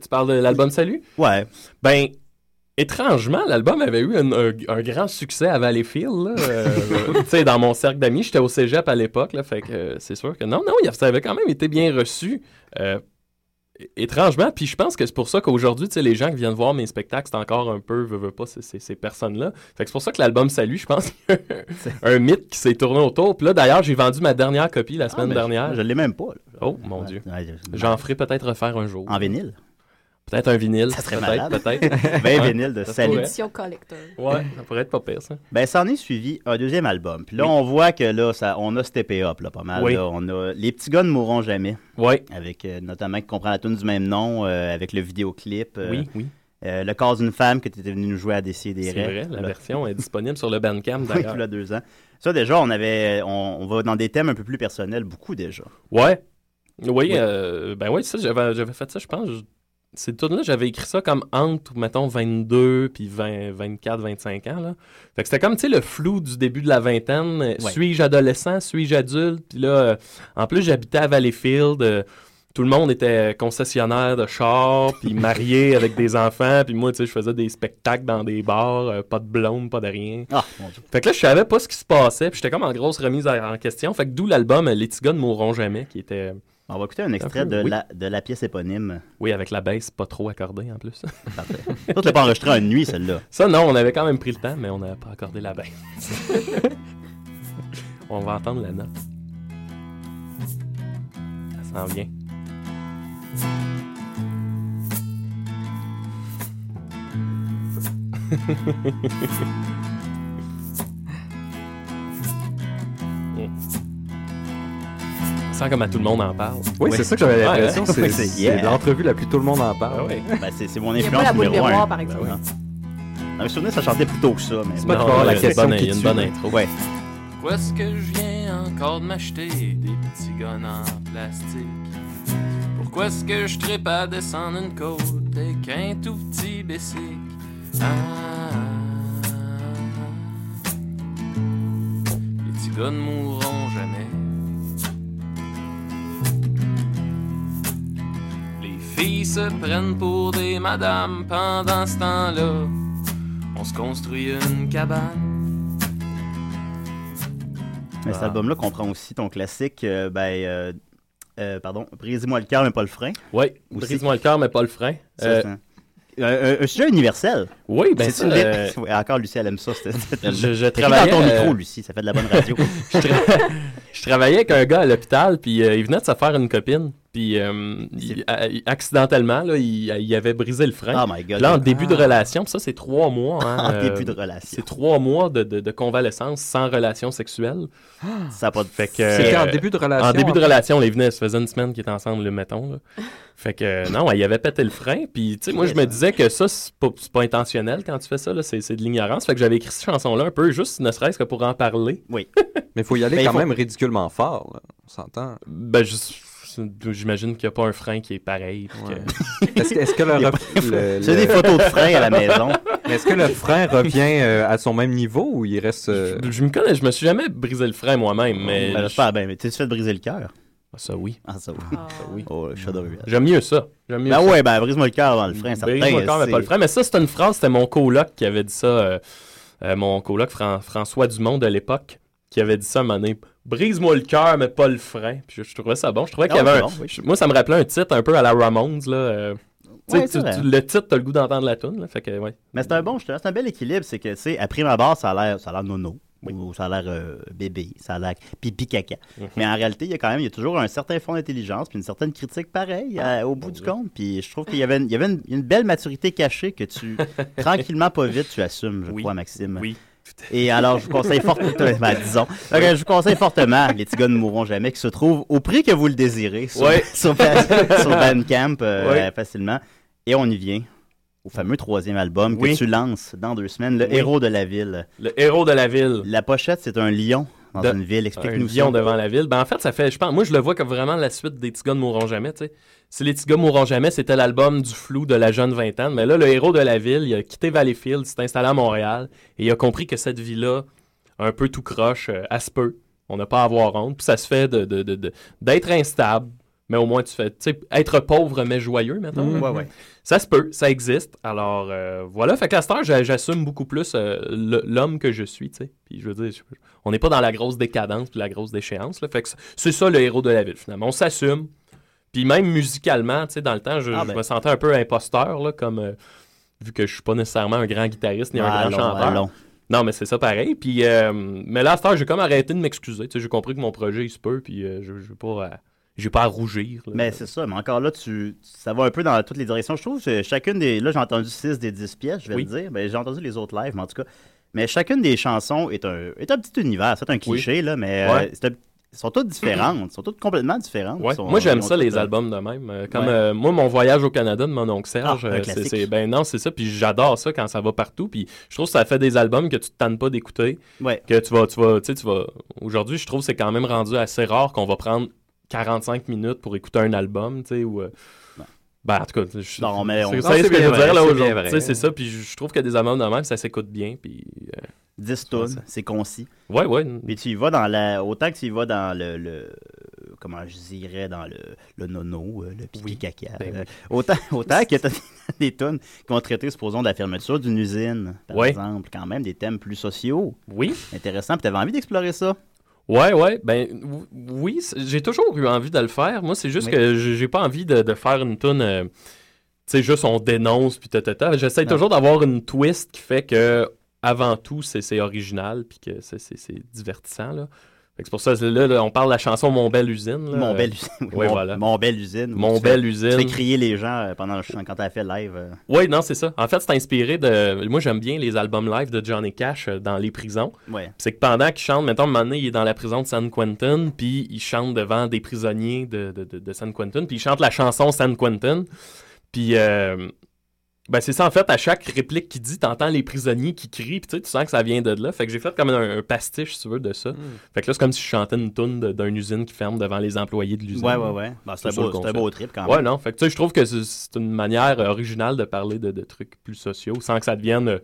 [SPEAKER 10] Tu parles de l'album Salut?
[SPEAKER 8] Ouais.
[SPEAKER 10] Ben, étrangement, l'album avait eu un, un- un grand succès à Valleyfield. là. Euh, tu sais, dans mon cercle d'amis, j'étais au cégep à l'époque, là, fait que euh, c'est sûr que non, non, il- ça avait quand même été bien reçu. euh, é- Étrangement, puis je pense que c'est pour ça qu'aujourd'hui, tu sais, les gens qui viennent voir mes spectacles, c'est encore un peu, veux, veux pas, c'est- c'est- ces personnes-là. Fait que c'est pour ça que l'album Salut, je pense, qu'il y a un un mythe qui s'est tourné autour. Puis là, d'ailleurs, j'ai vendu ma dernière copie la semaine
[SPEAKER 8] ben, je-
[SPEAKER 10] dernière.
[SPEAKER 8] je l'ai même pas,
[SPEAKER 10] Oh, mon Dieu.
[SPEAKER 8] Ouais, je-
[SPEAKER 10] J'en ferai peut-être faire un jour.
[SPEAKER 8] En vinyle?
[SPEAKER 10] Peut-être un vinyle.
[SPEAKER 8] Ça serait
[SPEAKER 10] peut-être,
[SPEAKER 8] malade.
[SPEAKER 10] Peut-être.
[SPEAKER 8] 20
[SPEAKER 10] Ouais,
[SPEAKER 8] vinyles de
[SPEAKER 10] ça se
[SPEAKER 8] Salut.
[SPEAKER 10] pourrait.
[SPEAKER 13] Édition collector.
[SPEAKER 10] Ouais, ça pourrait être pas pire, ça.
[SPEAKER 8] Ben, ça en est suivi un deuxième album. Puis là,
[SPEAKER 10] Oui.
[SPEAKER 8] on voit que là, ça, on a steppé up là, pas mal.
[SPEAKER 10] Oui.
[SPEAKER 8] là. on a Les petits gars ne mourront jamais.
[SPEAKER 10] Oui.
[SPEAKER 8] Avec euh, notamment qui comprend la tune du même nom, euh, avec le vidéoclip. euh,
[SPEAKER 10] Oui, oui.
[SPEAKER 8] euh, le corps d'une femme que tu étais venu nous jouer à décider.
[SPEAKER 10] C'est vrai, la version est disponible sur le Bandcamp
[SPEAKER 8] Oui,
[SPEAKER 10] d'ailleurs.
[SPEAKER 8] il y a deux ans. Ça, déjà, on avait, on, on va dans des thèmes un peu plus personnels, beaucoup déjà.
[SPEAKER 10] Ouais. Oui,
[SPEAKER 8] Oui.
[SPEAKER 10] euh, ben oui, ça, j'avais, j'avais fait ça, je pense. je- Ces tunes-là, j'avais écrit ça comme entre, mettons, 22 puis 20, 24, 25 ans. Là. Fait que c'était comme, tu sais, le flou du début de la vingtaine. Euh,
[SPEAKER 11] Ouais.
[SPEAKER 10] Suis-je adolescent? Suis-je adulte? Puis là, euh, en plus, j'habitais à Valleyfield. euh, tout le monde était concessionnaire de chars, puis marié avec des enfants. Puis moi, tu sais, je faisais des spectacles dans des bars. euh, pas de blonde, pas de rien.
[SPEAKER 8] Ah, mon Dieu.
[SPEAKER 10] Fait que là, je savais pas ce qui se passait, puis j'étais comme en grosse remise en en question. Fait que d'où l'album Les petits gars ne mourront jamais, qui était.
[SPEAKER 8] On va écouter un extrait de, la, de la pièce éponyme.
[SPEAKER 10] Oui, avec la baisse pas trop accordée en plus.
[SPEAKER 8] Parfait. Toi, tu l'as pas enregistré en une nuit, celle-là.
[SPEAKER 10] Ça, non, on avait quand même pris le temps, mais on n'avait pas accordé la baisse. on va entendre la note. Ça s'en vient. On sent comme à tout le monde en parle.
[SPEAKER 11] Oui, c'est ça que j'avais
[SPEAKER 10] Ouais,
[SPEAKER 11] l'impression.
[SPEAKER 10] hein?
[SPEAKER 11] C'est c'est l'entrevue la plus tout le monde en parle.
[SPEAKER 10] Ah ouais.
[SPEAKER 8] Ben, c'est c'est mon
[SPEAKER 10] Il y a
[SPEAKER 8] influence
[SPEAKER 10] pas la boule
[SPEAKER 8] numéro
[SPEAKER 10] miroir,
[SPEAKER 8] un.
[SPEAKER 10] par exemple.
[SPEAKER 8] Ben, oui. Dans mes souvenirs, ça chantait plus tôt que ça. Mais...
[SPEAKER 10] C'est pas trop la
[SPEAKER 8] euh,
[SPEAKER 10] question
[SPEAKER 8] bonne-
[SPEAKER 10] qui
[SPEAKER 8] il y a
[SPEAKER 10] tue, là.
[SPEAKER 8] Ouais.
[SPEAKER 7] Quoi est-ce que je viens encore de m'acheter des petits guns en plastique? Pourquoi est-ce que je tripe à descendre une côte avec un tout petit bessic? Ah, ah, ah. Les petits gars ne mourront jamais. Les filles se prennent pour des madames pendant ce temps-là. On se construit une cabane.
[SPEAKER 8] Mais cet
[SPEAKER 10] Ah.
[SPEAKER 8] album-là comprend aussi ton classique, euh, ben, euh, euh, pardon, Brise-moi le cœur, mais pas le frein.
[SPEAKER 10] Oui,
[SPEAKER 8] Aussi.
[SPEAKER 10] brise-moi le cœur, mais pas le frein.
[SPEAKER 8] Ça,
[SPEAKER 10] Euh,
[SPEAKER 8] c'est un- un, un- un sujet universel.
[SPEAKER 10] Oui, ben
[SPEAKER 8] c'est
[SPEAKER 10] ça,
[SPEAKER 8] une
[SPEAKER 10] euh,
[SPEAKER 8] Ouais, Encore, Lucie, elle aime ça. c'était- c'était-
[SPEAKER 10] Je- je
[SPEAKER 8] Écris
[SPEAKER 10] travaillais,
[SPEAKER 8] dans ton
[SPEAKER 10] euh,
[SPEAKER 8] micro, Lucie, ça fait de la bonne radio.
[SPEAKER 10] je, tra- je travaillais avec un gars à l'hôpital, puis euh, il venait de se faire une copine. Puis Puis euh, il- a- il- accidentellement, là, il, il avait brisé le frein.
[SPEAKER 8] Oh my God.
[SPEAKER 10] Puis Là, en début de
[SPEAKER 8] Ah.
[SPEAKER 10] relation, puis ça, c'est trois mois. hein,
[SPEAKER 8] En début de relation.
[SPEAKER 10] C'est trois mois de, de- de convalescence sans relation sexuelle.
[SPEAKER 11] Ah.
[SPEAKER 10] Ça pas de fait que.
[SPEAKER 11] C'était en début de relation,
[SPEAKER 10] En début de
[SPEAKER 11] après.
[SPEAKER 10] relation, les venait, ça faisait une semaine qu'ils étaient ensemble, le mettons. là. Fait que euh, non, il avait pété le frein. Puis, tu sais, moi, je me disais que ça, c'est pas, c'est pas intentionnel quand tu fais ça, là, c'est c'est de l'ignorance. Fait que j'avais écrit cette chanson-là un peu, juste ne serait-ce que pour en parler.
[SPEAKER 8] Oui.
[SPEAKER 10] Mais il faut y
[SPEAKER 11] aller quand même ridiculement fort, là. on s'entend.
[SPEAKER 10] Ben, je- j'imagine qu'il n'y a pas un frein qui est pareil. puis que-
[SPEAKER 11] Est-ce est-ce que le, ref- le- le- Mais Est-ce que le frein revient euh, à son même niveau ou il reste. euh?
[SPEAKER 10] Je, me connais, je me suis jamais brisé le frein moi-même, mais.
[SPEAKER 8] Ben, j'espère bien, mais tu te fais briser le cœur.
[SPEAKER 10] ça oui.
[SPEAKER 8] Ah, ça oui. Oh, Shudder.
[SPEAKER 10] J'aime mieux ça. J'aime mieux
[SPEAKER 8] Ben
[SPEAKER 10] ça.
[SPEAKER 8] ouais, ben brise-moi le cœur dans le frein, certain.
[SPEAKER 10] Brise-moi le corps, mais
[SPEAKER 8] c'est-
[SPEAKER 10] pas le frein. Mais ça, c'est une phrase, c'était mon coloc qui avait dit ça, euh, euh, mon coloc Fran- François Dumont de l'époque, qui avait dit ça à un moment donné. Brise-moi le cœur, mais pas le frein. Puis je, je trouvais ça bon. Je trouvais qu'il y
[SPEAKER 8] Ah,
[SPEAKER 10] avait
[SPEAKER 8] c'est
[SPEAKER 10] un-
[SPEAKER 8] bon, oui.
[SPEAKER 10] je- Moi, ça me rappelait un titre un peu à la Ramones, là. euh, tu sais,
[SPEAKER 8] Ouais,
[SPEAKER 10] tu-
[SPEAKER 8] c'est vrai.
[SPEAKER 10] tu- le titre, t'as le goût d'entendre la tune, là. Fait que, ouais.
[SPEAKER 8] Mais c'est un bon, je te- c'est un bel équilibre. C'est que, tu sais, à prime abord, ça a l'air, ça a l'air nono. Ou ça a l'air euh, bébé, ça a l'air pipi caca.
[SPEAKER 10] Mm-hmm.
[SPEAKER 8] Mais en réalité, il y a quand même, il y a toujours un certain fond d'intelligence, puis une certaine critique pareille
[SPEAKER 10] Ah,
[SPEAKER 8] à- au bout du compte. Puis je trouve qu'il y avait, une, il y avait une, une belle maturité cachée que tu, tranquillement, pas vite, tu assumes, je crois, Maxime.
[SPEAKER 10] Oui.
[SPEAKER 8] Et alors, je vous conseille fortement, ben, disons, Donc, euh, je vous conseille fortement, les petits gars ne mourront jamais, qui se trouve au prix que vous le désirez sur,
[SPEAKER 10] Ouais.
[SPEAKER 8] sur, Ba- sur Bandcamp euh,
[SPEAKER 10] Ouais.
[SPEAKER 8] facilement. Et on y vient au fameux troisième album
[SPEAKER 10] Oui.
[SPEAKER 8] que tu lances dans deux semaines, Le
[SPEAKER 10] Oui.
[SPEAKER 8] héros de la ville.
[SPEAKER 10] Le héros de la ville.
[SPEAKER 8] La pochette, c'est un lion dans
[SPEAKER 10] De-
[SPEAKER 8] une ville. Explique-nous
[SPEAKER 10] Un
[SPEAKER 8] ça.
[SPEAKER 10] lion devant la ville. Ben, en fait, ça fait, je pense, moi, je le vois comme vraiment la suite des Tigas ne mourront jamais, tu sais. Si les Tigas mourront jamais, c'était l'album du flou de la jeune vingtaine. Mais là, le héros de la ville, il a quitté Valleyfield, s'est installé à Montréal, et il a compris que cette vie-là, un peu tout croche, euh, elle se peut. On n'a pas à avoir honte. Puis ça se fait de, de- de- de- d'être instable, mais au moins tu fais, tu sais, être pauvre mais joyeux, maintenant.
[SPEAKER 8] Mhm. Ouais, ouais.
[SPEAKER 10] Ça se peut, ça existe. Alors euh, voilà, fait que à cette heure, j'a- j'assume beaucoup plus euh, le- l'homme que je suis, tu sais. Puis je veux dire, je- on n'est pas dans la grosse décadence puis la grosse déchéance. Là. Fait que c- c'est ça le héros de la ville, finalement. On s'assume. Puis même musicalement, tu sais, dans le temps, je,
[SPEAKER 8] Ah,
[SPEAKER 10] je
[SPEAKER 8] ben.
[SPEAKER 10] me sentais un peu imposteur, là, comme euh, vu que je suis pas nécessairement un grand guitariste ni un grand
[SPEAKER 8] Ah, Allons,
[SPEAKER 10] chanteur.
[SPEAKER 8] allons.
[SPEAKER 10] Non, mais c'est ça pareil. Puis, euh, mais là, à cette heure, j'ai comme arrêté de m'excuser. Tu sais, j'ai compris que mon projet, il se peut, puis euh, je je vais pas, à- j'ai pas à rougir. là.
[SPEAKER 8] Mais Ben, c'est ça, mais encore là, tu, ça va un peu dans toutes les directions. Je trouve que chacune des. Là, j'ai entendu 6 des 10 pièces, je vais
[SPEAKER 10] Oui.
[SPEAKER 8] le dire. mais j'ai entendu les autres lives, mais en tout cas. Mais chacune des chansons est un, est un petit univers. C'est un cliché, là, mais
[SPEAKER 10] Ouais.
[SPEAKER 8] euh, c'est un- elles sont toutes différentes. Elles sont toutes complètement différentes.
[SPEAKER 10] Ouais.
[SPEAKER 8] Elles sont-
[SPEAKER 10] moi, j'aime
[SPEAKER 8] elles ont
[SPEAKER 10] ça, les
[SPEAKER 8] toutes, euh,
[SPEAKER 10] albums de même. Euh, Comme
[SPEAKER 8] Ouais.
[SPEAKER 10] euh, moi, mon voyage au Canada de mon oncle Serge,
[SPEAKER 8] Ah, un
[SPEAKER 10] euh, c'est,
[SPEAKER 8] classique.
[SPEAKER 10] c'est- ben non, c'est ça. Puis j'adore ça quand ça va partout. Puis je trouve que ça fait des albums que tu te tannes pas d'écouter.
[SPEAKER 8] Ouais.
[SPEAKER 10] Que tu vas, tu vas, tu sais, tu vas. Aujourd'hui, je trouve que c'est quand même rendu assez rare qu'on va prendre 45 minutes pour écouter un album, tu sais, ou. euh, Ben, en tout cas, je,
[SPEAKER 8] Non, mais on-
[SPEAKER 10] c'est,
[SPEAKER 8] non,
[SPEAKER 10] c'est
[SPEAKER 8] c'est
[SPEAKER 10] ce que
[SPEAKER 8] bien
[SPEAKER 10] je veux
[SPEAKER 8] vrai,
[SPEAKER 10] dire là
[SPEAKER 8] c'est bien
[SPEAKER 10] aujourd'hui.
[SPEAKER 8] vrai.
[SPEAKER 10] Tu sais, C'est ça, puis je trouve que des albums de même, ça s'écoute bien. Puis, euh,
[SPEAKER 8] 10 tonnes, c'est concis.
[SPEAKER 10] Ouais, ouais.
[SPEAKER 8] Mais tu y vas dans la. Autant que tu y vas dans le. le- comment je dirais, dans le, le nono, euh, le pipi caca.
[SPEAKER 10] ben
[SPEAKER 8] euh, Autant, autant que t'as des tonnes qui vont traiter, supposons, de la fermeture d'une usine, par
[SPEAKER 10] Ouais.
[SPEAKER 8] exemple. Quand même, des thèmes plus sociaux.
[SPEAKER 10] Oui.
[SPEAKER 8] Intéressant. Puis t'avais envie d'explorer ça.
[SPEAKER 10] Ouais, ouais, ben ou- oui, c- j'ai toujours eu envie de le faire. Moi, c'est juste
[SPEAKER 8] Oui.
[SPEAKER 10] que j'ai j'ai pas envie de, de faire une tune, euh, tu sais, juste on dénonce puis ta, ta, ta. J'essaie
[SPEAKER 8] Non.
[SPEAKER 10] toujours d'avoir une twist qui fait que avant tout, c'est c'est original puis que c'est- c'est c'est divertissant là. Fait que c'est pour ça là, là, on parle de la chanson Mon belle usine. là. Euh,
[SPEAKER 8] Mon belle usine. oui,
[SPEAKER 10] ouais,
[SPEAKER 8] mon,
[SPEAKER 10] voilà.
[SPEAKER 8] mon belle usine.
[SPEAKER 10] Mon
[SPEAKER 8] Tu fais-
[SPEAKER 10] belle usine.
[SPEAKER 8] Tu fais crier les gens euh, pendant le chant quand t'as fait le live. euh.
[SPEAKER 10] Oui, non, c'est ça. En fait, c'est inspiré de. Moi, j'aime bien les albums live de Johnny Cash euh, dans les prisons.
[SPEAKER 8] Ouais.
[SPEAKER 10] C'est que pendant qu'il chante, mettons, un moment donné, il est dans la prison de San Quentin, puis il chante devant des prisonniers de, de- de- de San Quentin, puis il chante la chanson San Quentin. Puis, euh, ben, c'est ça, en fait, à chaque réplique qu'il dit, t'entends les prisonniers qui crient, puis tu sais, tu sens que ça vient de là. Fait que j'ai fait comme un, un pastiche, si tu veux, de
[SPEAKER 8] Hmm.
[SPEAKER 10] ça. Fait que là, c'est comme si je chantais une toune de- d'une usine qui ferme devant les employés de l'usine.
[SPEAKER 8] Ouais, ouais, ouais. Ben, c'est un
[SPEAKER 10] ça
[SPEAKER 8] beau-
[SPEAKER 10] le
[SPEAKER 8] c'est un
[SPEAKER 10] concept.
[SPEAKER 8] beau trip, quand
[SPEAKER 10] Ouais,
[SPEAKER 8] même.
[SPEAKER 10] non. Fait que tu sais, je trouve que c'est- c'est une manière euh, originale de parler de, de trucs plus sociaux sans que ça devienne euh,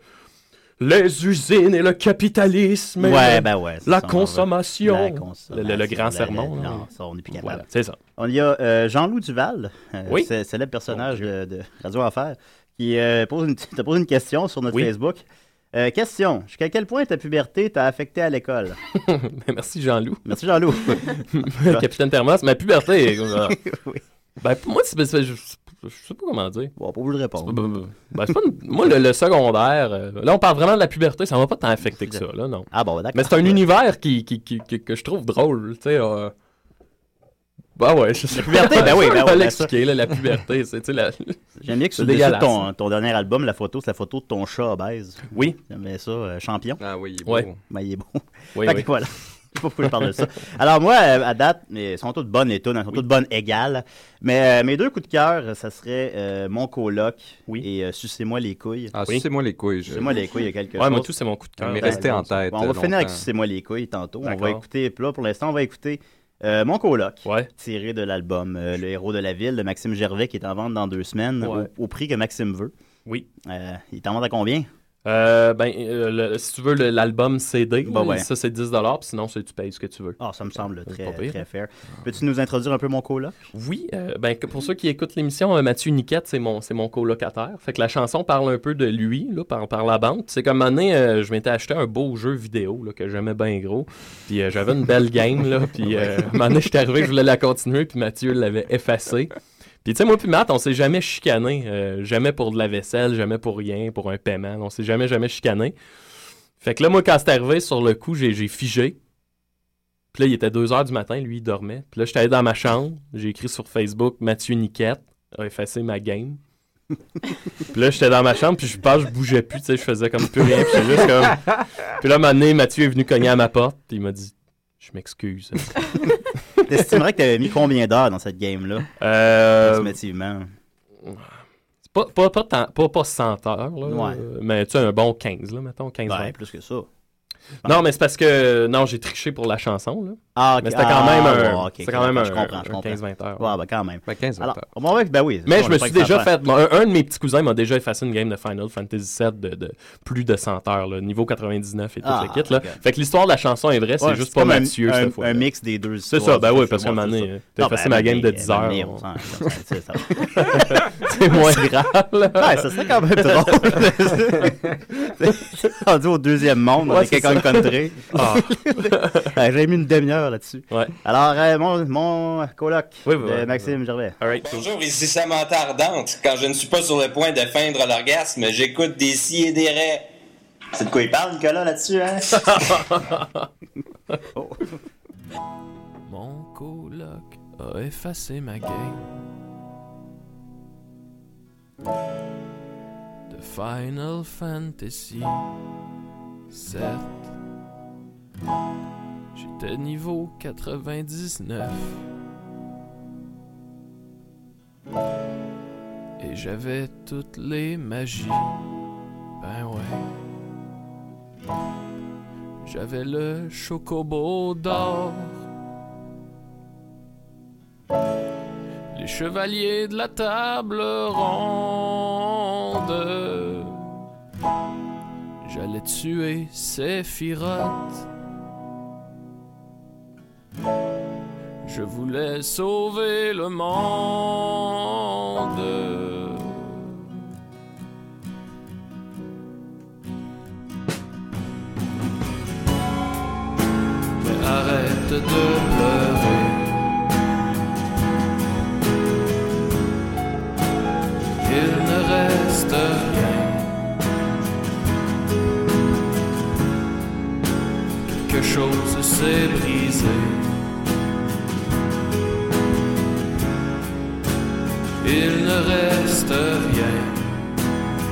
[SPEAKER 10] les usines et le capitalisme. et
[SPEAKER 8] Ouais,
[SPEAKER 10] le-
[SPEAKER 8] ben ouais, c'est
[SPEAKER 10] La
[SPEAKER 8] ça, on
[SPEAKER 10] consommation.
[SPEAKER 8] va- la consommation,
[SPEAKER 10] Le- le, le grand
[SPEAKER 8] la-
[SPEAKER 10] sermon.
[SPEAKER 8] la-
[SPEAKER 10] là.
[SPEAKER 8] non, ça, on n'est plus capable.
[SPEAKER 10] Voilà, c'est ça.
[SPEAKER 8] On y a euh, Jean-Loup Duval, euh,
[SPEAKER 10] Oui.
[SPEAKER 8] cé- célèbre personnage euh, de, de Radio Enfer, qui euh, pose une, te pose une question sur notre
[SPEAKER 10] Oui.
[SPEAKER 8] Facebook. Euh, question, jusqu'à quel point ta puberté t'a affecté à l'école?
[SPEAKER 10] Ben, Merci Jean-Loup.
[SPEAKER 8] Merci Jean-Loup.
[SPEAKER 10] Capitaine Thermos, ma puberté. euh,
[SPEAKER 8] Oui.
[SPEAKER 10] Ben, pour moi, c'est, c'est- je, je sais pas comment dire.
[SPEAKER 8] Bon, pas vous le répondre.
[SPEAKER 10] Ben, ben, ben, c'est pas une- moi, le, le secondaire, euh, là, on parle vraiment de la puberté, ça m'a pas tant affecté que ça, là, non.
[SPEAKER 8] Ah bon, d'accord.
[SPEAKER 10] Mais c'est un univers qui, qui- qui- qui- que je trouve drôle, tu sais. euh, Bah ouais, je sais.
[SPEAKER 8] La puberté, ben oui, ben oui,
[SPEAKER 10] On va
[SPEAKER 8] ben
[SPEAKER 10] l'expliquer, là, la puberté, c'est, tu sais, la...
[SPEAKER 8] J'aime bien que
[SPEAKER 10] c'est
[SPEAKER 8] sur le dessus de
[SPEAKER 10] dégueulasse.
[SPEAKER 8] ton, ton dernier album, la photo, c'est la photo de ton chat à baise.
[SPEAKER 10] Oui.
[SPEAKER 8] J'aime bien ça, euh, champion.
[SPEAKER 14] Ah oui, il est
[SPEAKER 8] beau. Ouais. Ben, il est beau.
[SPEAKER 14] Oui,
[SPEAKER 8] fait
[SPEAKER 14] oui.
[SPEAKER 8] que voilà. Je sais pas pourquoi je parle de ça. Alors moi, euh, à date, mais elles sont toutes bonnes et tout, elles sont toutes bonnes égales. Mais euh, mes deux coups de cœur, ça serait euh, Mon coloc et euh, Sucez-moi les couilles.
[SPEAKER 14] Ah, Sucez-moi les couilles, je-
[SPEAKER 8] Sucez-moi les couilles, il y a quelque
[SPEAKER 14] Ouais,
[SPEAKER 8] chose.
[SPEAKER 14] moi, tout, c'est mon coup de cœur. Mais restez en tête,
[SPEAKER 8] Bon, on va
[SPEAKER 14] euh,
[SPEAKER 8] finir avec
[SPEAKER 14] longtemps.
[SPEAKER 8] Sucez-moi les couilles tantôt. On va
[SPEAKER 14] D'accord.
[SPEAKER 8] écouter, là, pour l'instant, on va écouter euh, Mon coloc, tiré de l'album euh, Le héros de la ville de Maxime Gervais, qui est en vente dans deux semaines,
[SPEAKER 10] Ouais.
[SPEAKER 8] au, au prix que Maxime veut.
[SPEAKER 10] Oui.
[SPEAKER 8] il t'en vend à combien?
[SPEAKER 10] Euh, ben, euh, le- si tu veux le- l'album CD,
[SPEAKER 8] Bah ouais.
[SPEAKER 10] ça c'est 10$, puis sinon c'est- tu payes ce que tu veux.
[SPEAKER 8] Ah, ça me semble
[SPEAKER 10] C'est
[SPEAKER 8] très,
[SPEAKER 10] pas pire. hein.
[SPEAKER 8] très fair. Peux-tu nous introduire un peu mon coloc?
[SPEAKER 10] Oui, euh, ben, que- pour ceux qui écoutent l'émission, euh, Mathieu Niquette, c'est mon, c'est mon colocataire. Fait que la chanson parle un peu de lui, là, par, par la bande. C'est comme un moment donné, euh, je m'étais acheté un beau jeu vidéo là, que j'aimais bien gros. Puis euh, j'avais une belle game, là. Puis euh, un moment donné, j'étais arrivé, je voulais la continuer, puis Mathieu l'avait effacée. Puis tu sais, moi puis Matt, on s'est jamais chicané. euh, jamais pour de la vaisselle, jamais pour rien, pour un paiement. On s'est jamais, jamais chicané. Fait que là, moi, quand c'est arrivé, sur le coup, j'ai j'ai figé. Puis là, il était 2 heures du matin, lui, il dormait. Puis là, j'étais allé dans ma chambre, j'ai écrit sur Facebook Mathieu Niquette a effacé ma game. puis là, j'étais dans ma chambre, puis je pense que je bougeais plus, tu sais, je faisais comme plus rien. Puis j'étais juste comme. Puis là, un moment donné, Mathieu est venu cogner à ma porte, puis il m'a dit Je m'excuse.
[SPEAKER 8] T'estimerais que t'avais mis combien d'heures dans cette game-là?
[SPEAKER 10] Euh.
[SPEAKER 8] Ultimativement.
[SPEAKER 10] Pas, pas, pas, tant- pas, pas 100 heures, là,
[SPEAKER 8] Ouais.
[SPEAKER 10] euh, mais tu sais, un bon 15, là, mettons, 15
[SPEAKER 8] Ouais,
[SPEAKER 10] vingt.
[SPEAKER 8] plus que ça.
[SPEAKER 10] Non, mais c'est parce que. Non, j'ai triché pour la chanson, là.
[SPEAKER 8] Ah, ok.
[SPEAKER 10] Mais c'était quand
[SPEAKER 8] Ah,
[SPEAKER 10] même un.
[SPEAKER 8] ouais, ok,
[SPEAKER 10] c'était quand même
[SPEAKER 8] je
[SPEAKER 10] un-
[SPEAKER 8] comprends, je
[SPEAKER 10] un
[SPEAKER 8] comprends.
[SPEAKER 10] 15-20 heures.
[SPEAKER 8] Ouais, ben quand même.
[SPEAKER 14] Ben 15
[SPEAKER 8] Alors, on va voir que- ben oui.
[SPEAKER 10] Mais
[SPEAKER 8] on
[SPEAKER 10] je
[SPEAKER 8] est
[SPEAKER 10] me
[SPEAKER 8] pas
[SPEAKER 10] suis déjà
[SPEAKER 8] grand-père.
[SPEAKER 10] fait. mon- Un, un de mes petits cousins m'a déjà effacé une game de Final Fantasy VII de, de plus de 100 heures, là, niveau 99 et tout
[SPEAKER 8] Ah,
[SPEAKER 10] le kit. Là.
[SPEAKER 8] ok.
[SPEAKER 10] Fait que l'histoire de la chanson est vraie, c'est
[SPEAKER 8] Ouais,
[SPEAKER 10] juste
[SPEAKER 8] c'est
[SPEAKER 10] pas
[SPEAKER 8] comme un-
[SPEAKER 10] Mathieu
[SPEAKER 8] un-
[SPEAKER 10] cette fois.
[SPEAKER 8] un mix des deux
[SPEAKER 10] C'est
[SPEAKER 8] histoires,
[SPEAKER 10] ça, ben
[SPEAKER 8] ça,
[SPEAKER 10] oui,
[SPEAKER 8] c'est
[SPEAKER 10] parce qu'à un
[SPEAKER 8] moi,
[SPEAKER 10] moment
[SPEAKER 8] c'est
[SPEAKER 10] donné,
[SPEAKER 8] ça.
[SPEAKER 10] t'as
[SPEAKER 8] Non, ben,
[SPEAKER 10] effacé ma game de
[SPEAKER 8] ben,
[SPEAKER 10] 10
[SPEAKER 8] ben,
[SPEAKER 10] heures.
[SPEAKER 8] ben,
[SPEAKER 10] on-
[SPEAKER 8] on s'en- ça- ça-
[SPEAKER 10] C'est moins grave. là.
[SPEAKER 8] Ouais, ça serait quand même drôle. C'est rendu au deuxième monde,
[SPEAKER 10] Ouais,
[SPEAKER 8] avec
[SPEAKER 10] c'est
[SPEAKER 8] quelqu'un de
[SPEAKER 10] ça.
[SPEAKER 8] contré.
[SPEAKER 10] Ah.
[SPEAKER 8] Ouais, J'ai mis une demi-heure là-dessus. Alors, euh, mon, mon coloc de
[SPEAKER 11] ouais,
[SPEAKER 8] Maxime Gervais.
[SPEAKER 11] Bonjour, ici Samantha Ardente. Quand je ne suis pas sur le point de feindre l'orgasme, j'écoute des si et des raies. C'est de quoi il parle, Nicolas, là-dessus, hein?
[SPEAKER 7] Mon coloc a effacé ma game de Final Fantasy 7. J'étais niveau 99 et j'avais toutes les magies. Ben ouais. J'avais le chocobo d'or. Les chevaliers de la table ronde. J'allais tuer Sephiroth. Je voulais sauver le monde. Mais arrête de pleurer. il ne reste rien. Quelque chose s'est brisé. Il ne reste rien.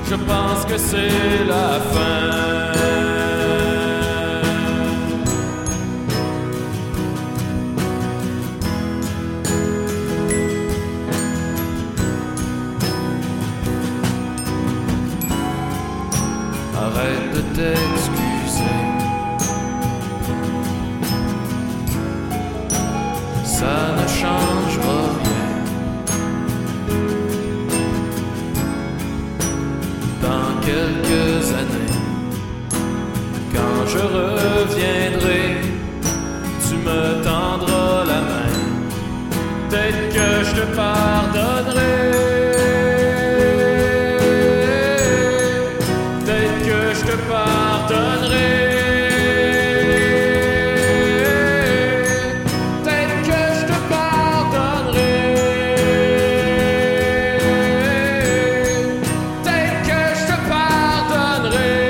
[SPEAKER 7] Je pense que c'est la fin. Arrête de t'excuser. Ça ne changera rien. Dans quelques années, quand je reviendrai, tu me tendras la main. Peut-être que je te pardonnerai. Peut-être que je te pardonnerai. Peut-être que je te pardonnerai. Peut-être que je te pardonnerai.